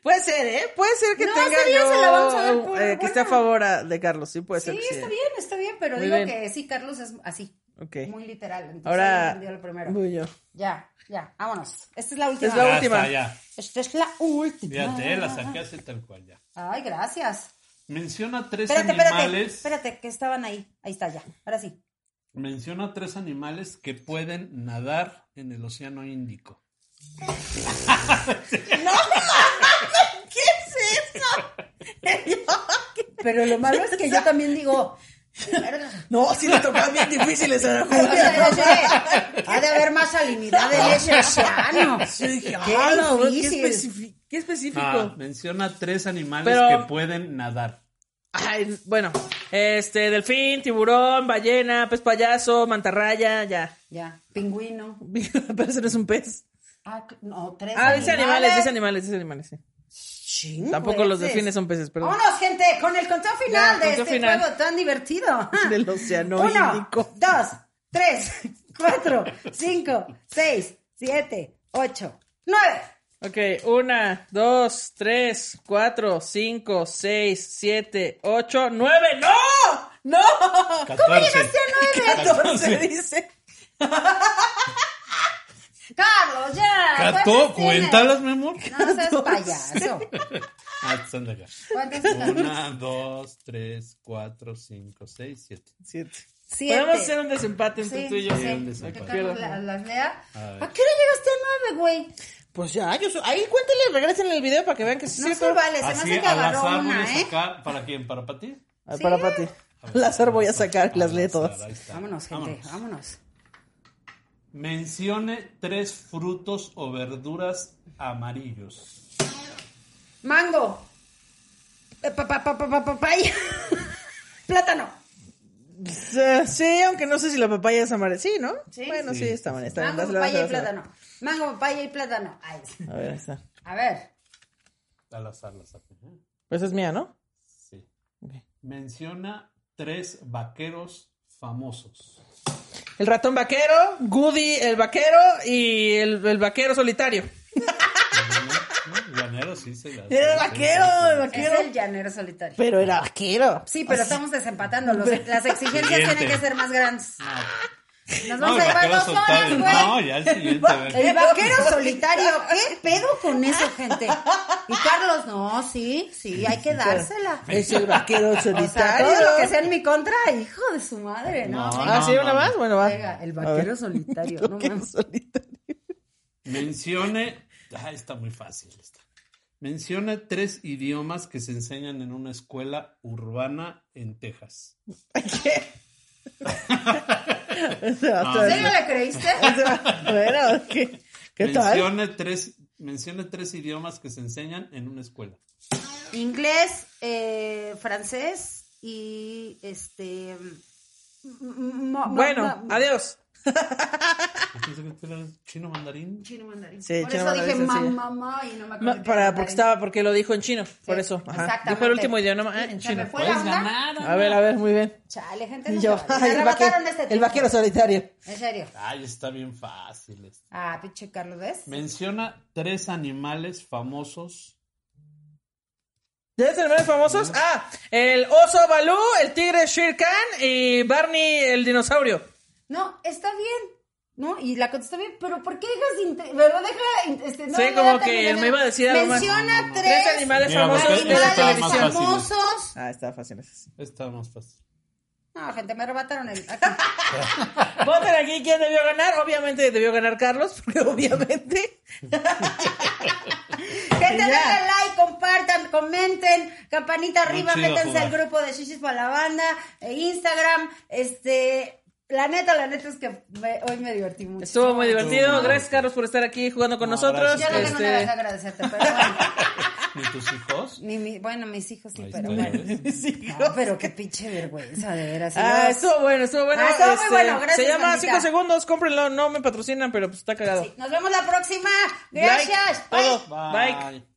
[SPEAKER 2] Puede ser, ¿eh? Puede ser que
[SPEAKER 3] No,
[SPEAKER 2] tenga
[SPEAKER 3] está bien,
[SPEAKER 2] yo
[SPEAKER 3] se la vamos a dar por
[SPEAKER 2] eh, que esté a
[SPEAKER 3] buena.
[SPEAKER 2] favor a- de Carlos, sí puede
[SPEAKER 3] Sí,
[SPEAKER 2] ser. que sí.
[SPEAKER 3] está bien, está bien, pero
[SPEAKER 2] Muy
[SPEAKER 3] digo
[SPEAKER 2] bien.
[SPEAKER 3] que sí, Carlos es así,
[SPEAKER 2] Ok.
[SPEAKER 3] muy literal. Entonces
[SPEAKER 2] Ahora
[SPEAKER 3] entendió lo primero.
[SPEAKER 2] voy yo.
[SPEAKER 3] Ya, ya, vámonos. Esta es la última.
[SPEAKER 2] Es la
[SPEAKER 4] ya
[SPEAKER 2] última.
[SPEAKER 4] está, ya.
[SPEAKER 3] Esta es la última.
[SPEAKER 4] Fíjate, eh,
[SPEAKER 3] Ah.
[SPEAKER 4] la saqué así tal cual ya.
[SPEAKER 3] Ay, gracias.
[SPEAKER 4] Menciona tres
[SPEAKER 3] Espérate, espérate,
[SPEAKER 4] animales.
[SPEAKER 3] espérate, que estaban ahí. Ahí está, ya. Ahora sí.
[SPEAKER 4] Menciona tres animales que pueden nadar en el Océano Índico.
[SPEAKER 2] ¿Qué es eso?
[SPEAKER 3] Pero lo malo es que yo también digo.
[SPEAKER 2] no, si le tocan bien difíciles a la
[SPEAKER 3] O sea, yo
[SPEAKER 2] Julia.
[SPEAKER 3] sé, ha de haber más salinidad en ese océano.
[SPEAKER 2] Yo dije,
[SPEAKER 3] Qué
[SPEAKER 2] ah, la verdad, qué,
[SPEAKER 3] difícil.
[SPEAKER 2] especifi- qué específico.
[SPEAKER 4] Ah, menciona tres animales
[SPEAKER 2] Pero-
[SPEAKER 4] que pueden nadar.
[SPEAKER 2] Ay, bueno, este, delfín, tiburón, ballena, pez payaso, mantarraya, ya.
[SPEAKER 3] Ya, pingüino.
[SPEAKER 2] Pero ese no es un pez.
[SPEAKER 3] Ah, c- no, tres.
[SPEAKER 2] Ah, dice animales, dice animales, dice animales, sí.
[SPEAKER 3] Chin,
[SPEAKER 2] Tampoco
[SPEAKER 3] pues,
[SPEAKER 2] los delfines
[SPEAKER 3] es-
[SPEAKER 2] son peces, perdón.
[SPEAKER 3] Vámonos, gente, con el conteo final
[SPEAKER 2] Ya,
[SPEAKER 3] de
[SPEAKER 2] conteo
[SPEAKER 3] este
[SPEAKER 2] final.
[SPEAKER 3] juego tan divertido.
[SPEAKER 2] Del océano
[SPEAKER 3] Uno,
[SPEAKER 2] Índico.
[SPEAKER 3] dos, tres, cuatro, cinco, seis, siete, ocho, nueve.
[SPEAKER 2] Ok, una, dos, tres, cuatro, cinco, seis, siete, ocho, nueve. ¡No! ¡No!
[SPEAKER 3] ¿Cómo llegaste a nueve?
[SPEAKER 2] Catorce dice.
[SPEAKER 3] Carlos, ya.
[SPEAKER 4] Cató,
[SPEAKER 3] ¿cuántos tienes?
[SPEAKER 4] cuéntalas, mi amor.
[SPEAKER 3] No seas payaso.
[SPEAKER 4] Ah, están de acá.
[SPEAKER 3] ¿Cuántos tienes?
[SPEAKER 4] Una, dos, tres, cuatro, cinco, seis, siete.
[SPEAKER 2] Siete.
[SPEAKER 3] Siete.
[SPEAKER 2] Podemos hacer un desempate entre
[SPEAKER 3] Sí,
[SPEAKER 2] tú y yo.
[SPEAKER 3] sí,
[SPEAKER 4] ¿dónde se
[SPEAKER 3] que
[SPEAKER 4] para?
[SPEAKER 3] Carlos la- las lea.
[SPEAKER 4] A ver.
[SPEAKER 3] ¿A qué hora llegaste a nueve, güey?
[SPEAKER 2] Pues ya, yo soy- ahí cuéntale, regresen el video para que vean que sí es
[SPEAKER 3] No se
[SPEAKER 2] cierto.
[SPEAKER 3] vale, se me
[SPEAKER 4] Así
[SPEAKER 3] hace que
[SPEAKER 4] al azar
[SPEAKER 3] agarró
[SPEAKER 4] voy a
[SPEAKER 3] una, ¿eh?
[SPEAKER 4] sacar. ¿Para quién? ¿Para Pati?
[SPEAKER 2] Ah, Para Pati. Lázaro voy a sacar y las
[SPEAKER 4] Al
[SPEAKER 2] leo
[SPEAKER 4] azar,
[SPEAKER 2] todas.
[SPEAKER 4] ahí está.
[SPEAKER 3] Vámonos, gente, vámonos.
[SPEAKER 4] Mencione tres frutos o verduras amarillos.
[SPEAKER 3] Mango. Eh, pa- pa- pa- pa- pa- Papaya. Plátano.
[SPEAKER 2] Sí, Sí, aunque no sé si la papaya es amarilla. Sí, ¿no?
[SPEAKER 3] Sí.
[SPEAKER 2] Bueno, sí, está bien, está bien.
[SPEAKER 3] Mango,
[SPEAKER 2] dásela,
[SPEAKER 3] papaya y
[SPEAKER 2] dásela, dásela.
[SPEAKER 3] plátano. Mango, papaya y plátano. Ay,
[SPEAKER 2] A ver, ahí está.
[SPEAKER 3] A ver.
[SPEAKER 4] Al azar las saqué. ¿eh?
[SPEAKER 2] Pues es mía, ¿no?
[SPEAKER 4] Sí.
[SPEAKER 2] Ok.
[SPEAKER 4] Menciona tres vaqueros famosos.
[SPEAKER 2] El ratón vaquero, Goody el vaquero y el, el vaquero solitario.
[SPEAKER 4] ¿No? Llanero sí se las-
[SPEAKER 2] Era el
[SPEAKER 4] sí,
[SPEAKER 2] vaquero,
[SPEAKER 4] sí, sí.
[SPEAKER 2] el
[SPEAKER 3] Es
[SPEAKER 2] vaquero.
[SPEAKER 3] el llanero solitario.
[SPEAKER 2] Pero era vaquero.
[SPEAKER 3] Sí, pero estamos desempatando. los- las exigencias
[SPEAKER 4] Siguiente. Ah.
[SPEAKER 3] tienen que ser más grandes. Nos
[SPEAKER 4] No,
[SPEAKER 3] vamos
[SPEAKER 4] el
[SPEAKER 3] a llevar
[SPEAKER 4] vaquero
[SPEAKER 3] dos horas,
[SPEAKER 4] solitario.
[SPEAKER 3] güey.
[SPEAKER 4] No, ya el siguiente. a ver.
[SPEAKER 3] El vaquero solitario, ¿qué pedo con eso, gente? Y Carlos, no, sí, sí, hay que dársela.
[SPEAKER 2] Es el vaquero
[SPEAKER 3] O sea,
[SPEAKER 2] solitario.
[SPEAKER 3] todo lo que sea en mi contra, hijo de su madre, ¿no?
[SPEAKER 4] No.
[SPEAKER 3] venga,
[SPEAKER 2] Ah, sí, una
[SPEAKER 4] no.
[SPEAKER 2] más. Bueno, va.
[SPEAKER 3] venga, el
[SPEAKER 2] A
[SPEAKER 3] vaquero
[SPEAKER 2] ver.
[SPEAKER 3] solitario, no
[SPEAKER 2] Vaquero
[SPEAKER 3] mames.
[SPEAKER 2] solitario.
[SPEAKER 4] Mencione. Ah, está muy fácil. Esta. Mencione tres idiomas que se enseñan en una escuela urbana en Texas.
[SPEAKER 2] ¿Qué? Se va
[SPEAKER 4] No.
[SPEAKER 2] otra
[SPEAKER 3] ¿En
[SPEAKER 2] vez.
[SPEAKER 3] serio le creíste?
[SPEAKER 2] Bueno, ¿qué, qué tal?
[SPEAKER 4] mencione tres. Mencione tres idiomas que se enseñan en una escuela.
[SPEAKER 3] Inglés, eh, francés y este... mo- mo-
[SPEAKER 2] Bueno,
[SPEAKER 3] mo-
[SPEAKER 2] adiós.
[SPEAKER 4] Pensé que tú eras chino mandarín.
[SPEAKER 3] chino mandarín.
[SPEAKER 2] Sí,
[SPEAKER 3] Por
[SPEAKER 2] chino
[SPEAKER 3] eso
[SPEAKER 2] mandarín
[SPEAKER 3] dije
[SPEAKER 2] es sencillo.
[SPEAKER 3] mamá y no me acuerdo.
[SPEAKER 2] Ma-
[SPEAKER 3] qué
[SPEAKER 2] para,
[SPEAKER 3] mandarín.
[SPEAKER 2] porque estaba, porque lo dijo en chino, por eso. Ajá.
[SPEAKER 3] exactamente.
[SPEAKER 2] Dijo el último idioma ah, en
[SPEAKER 3] Se me
[SPEAKER 2] chino.
[SPEAKER 3] fue
[SPEAKER 4] Pues,
[SPEAKER 3] la onda.
[SPEAKER 2] A ver, a ver, muy bien.
[SPEAKER 3] Chale, gente,
[SPEAKER 2] Y
[SPEAKER 3] no
[SPEAKER 2] yo,
[SPEAKER 3] se
[SPEAKER 2] ay,
[SPEAKER 3] vale. Me
[SPEAKER 2] el,
[SPEAKER 3] arrebataron
[SPEAKER 2] vaquero,
[SPEAKER 3] este
[SPEAKER 2] el
[SPEAKER 3] tiempo.
[SPEAKER 2] vaquero solitario.
[SPEAKER 3] En serio.
[SPEAKER 4] Ay, está bien fácil. esta.
[SPEAKER 3] Ah, pinche Carlos, ¿ves?
[SPEAKER 4] Menciona tres animales famosos.
[SPEAKER 2] ¿Ya ves animales este famosos? Ah, el oso Balú, el tigre Shere Khan y Barney el dinosaurio.
[SPEAKER 3] No, está bien. No, y la contestó bien, pero ¿por qué dejas inte- ¿Verdad? Deja, in- este, no,
[SPEAKER 2] Sí,
[SPEAKER 3] ya
[SPEAKER 2] como
[SPEAKER 3] la
[SPEAKER 2] que
[SPEAKER 3] terminé.
[SPEAKER 2] me iba a decir algo más.
[SPEAKER 3] Menciona
[SPEAKER 2] Tres
[SPEAKER 3] tres,
[SPEAKER 2] animales
[SPEAKER 4] Mira,
[SPEAKER 2] famosos
[SPEAKER 4] busca-
[SPEAKER 2] de la
[SPEAKER 4] Estaba
[SPEAKER 3] animales
[SPEAKER 4] más
[SPEAKER 2] televisión.
[SPEAKER 4] fácil.
[SPEAKER 3] famosos.
[SPEAKER 2] Ah, está fácil. ese sí.
[SPEAKER 4] Está más fácil.
[SPEAKER 3] No, gente, me arrebataron el. Aquí.
[SPEAKER 2] Voten aquí quién debió ganar. Obviamente debió ganar Carlos, porque obviamente.
[SPEAKER 3] Gente,
[SPEAKER 2] Ya.
[SPEAKER 3] denle like, compartan, comenten, campanita arriba,
[SPEAKER 4] chido
[SPEAKER 3] métanse
[SPEAKER 4] jugar.
[SPEAKER 3] al grupo de Shishis para la banda, e Instagram, este, la neta, la neta es que me- hoy me divertí mucho.
[SPEAKER 2] Estuvo muy divertido.
[SPEAKER 4] Estuvo muy
[SPEAKER 2] Gracias, Carlos, por estar aquí jugando con
[SPEAKER 4] No,
[SPEAKER 2] nosotros.
[SPEAKER 3] Yo no tengo
[SPEAKER 2] Este,
[SPEAKER 3] nada que agradecerte, pero bueno.
[SPEAKER 4] ni tus hijos.
[SPEAKER 3] Ni mi- bueno, mis hijos sí,
[SPEAKER 4] Ahí
[SPEAKER 3] pero
[SPEAKER 4] está,
[SPEAKER 3] bueno.
[SPEAKER 4] ¿eh?
[SPEAKER 3] No, pero qué pinche vergüenza, de veras.
[SPEAKER 2] Ah,
[SPEAKER 3] Yo-
[SPEAKER 2] estuvo bueno, estuvo bueno. Este,
[SPEAKER 3] Ah, estuvo muy bueno, gracias,
[SPEAKER 2] Se llama
[SPEAKER 3] bandita.
[SPEAKER 2] 5 segundos, cómprenlo. No me patrocinan, pero pues está cagado.
[SPEAKER 3] Nos vemos la próxima.
[SPEAKER 2] Like,
[SPEAKER 3] Gracias. Bye.
[SPEAKER 2] todo. Bye.
[SPEAKER 4] Bye.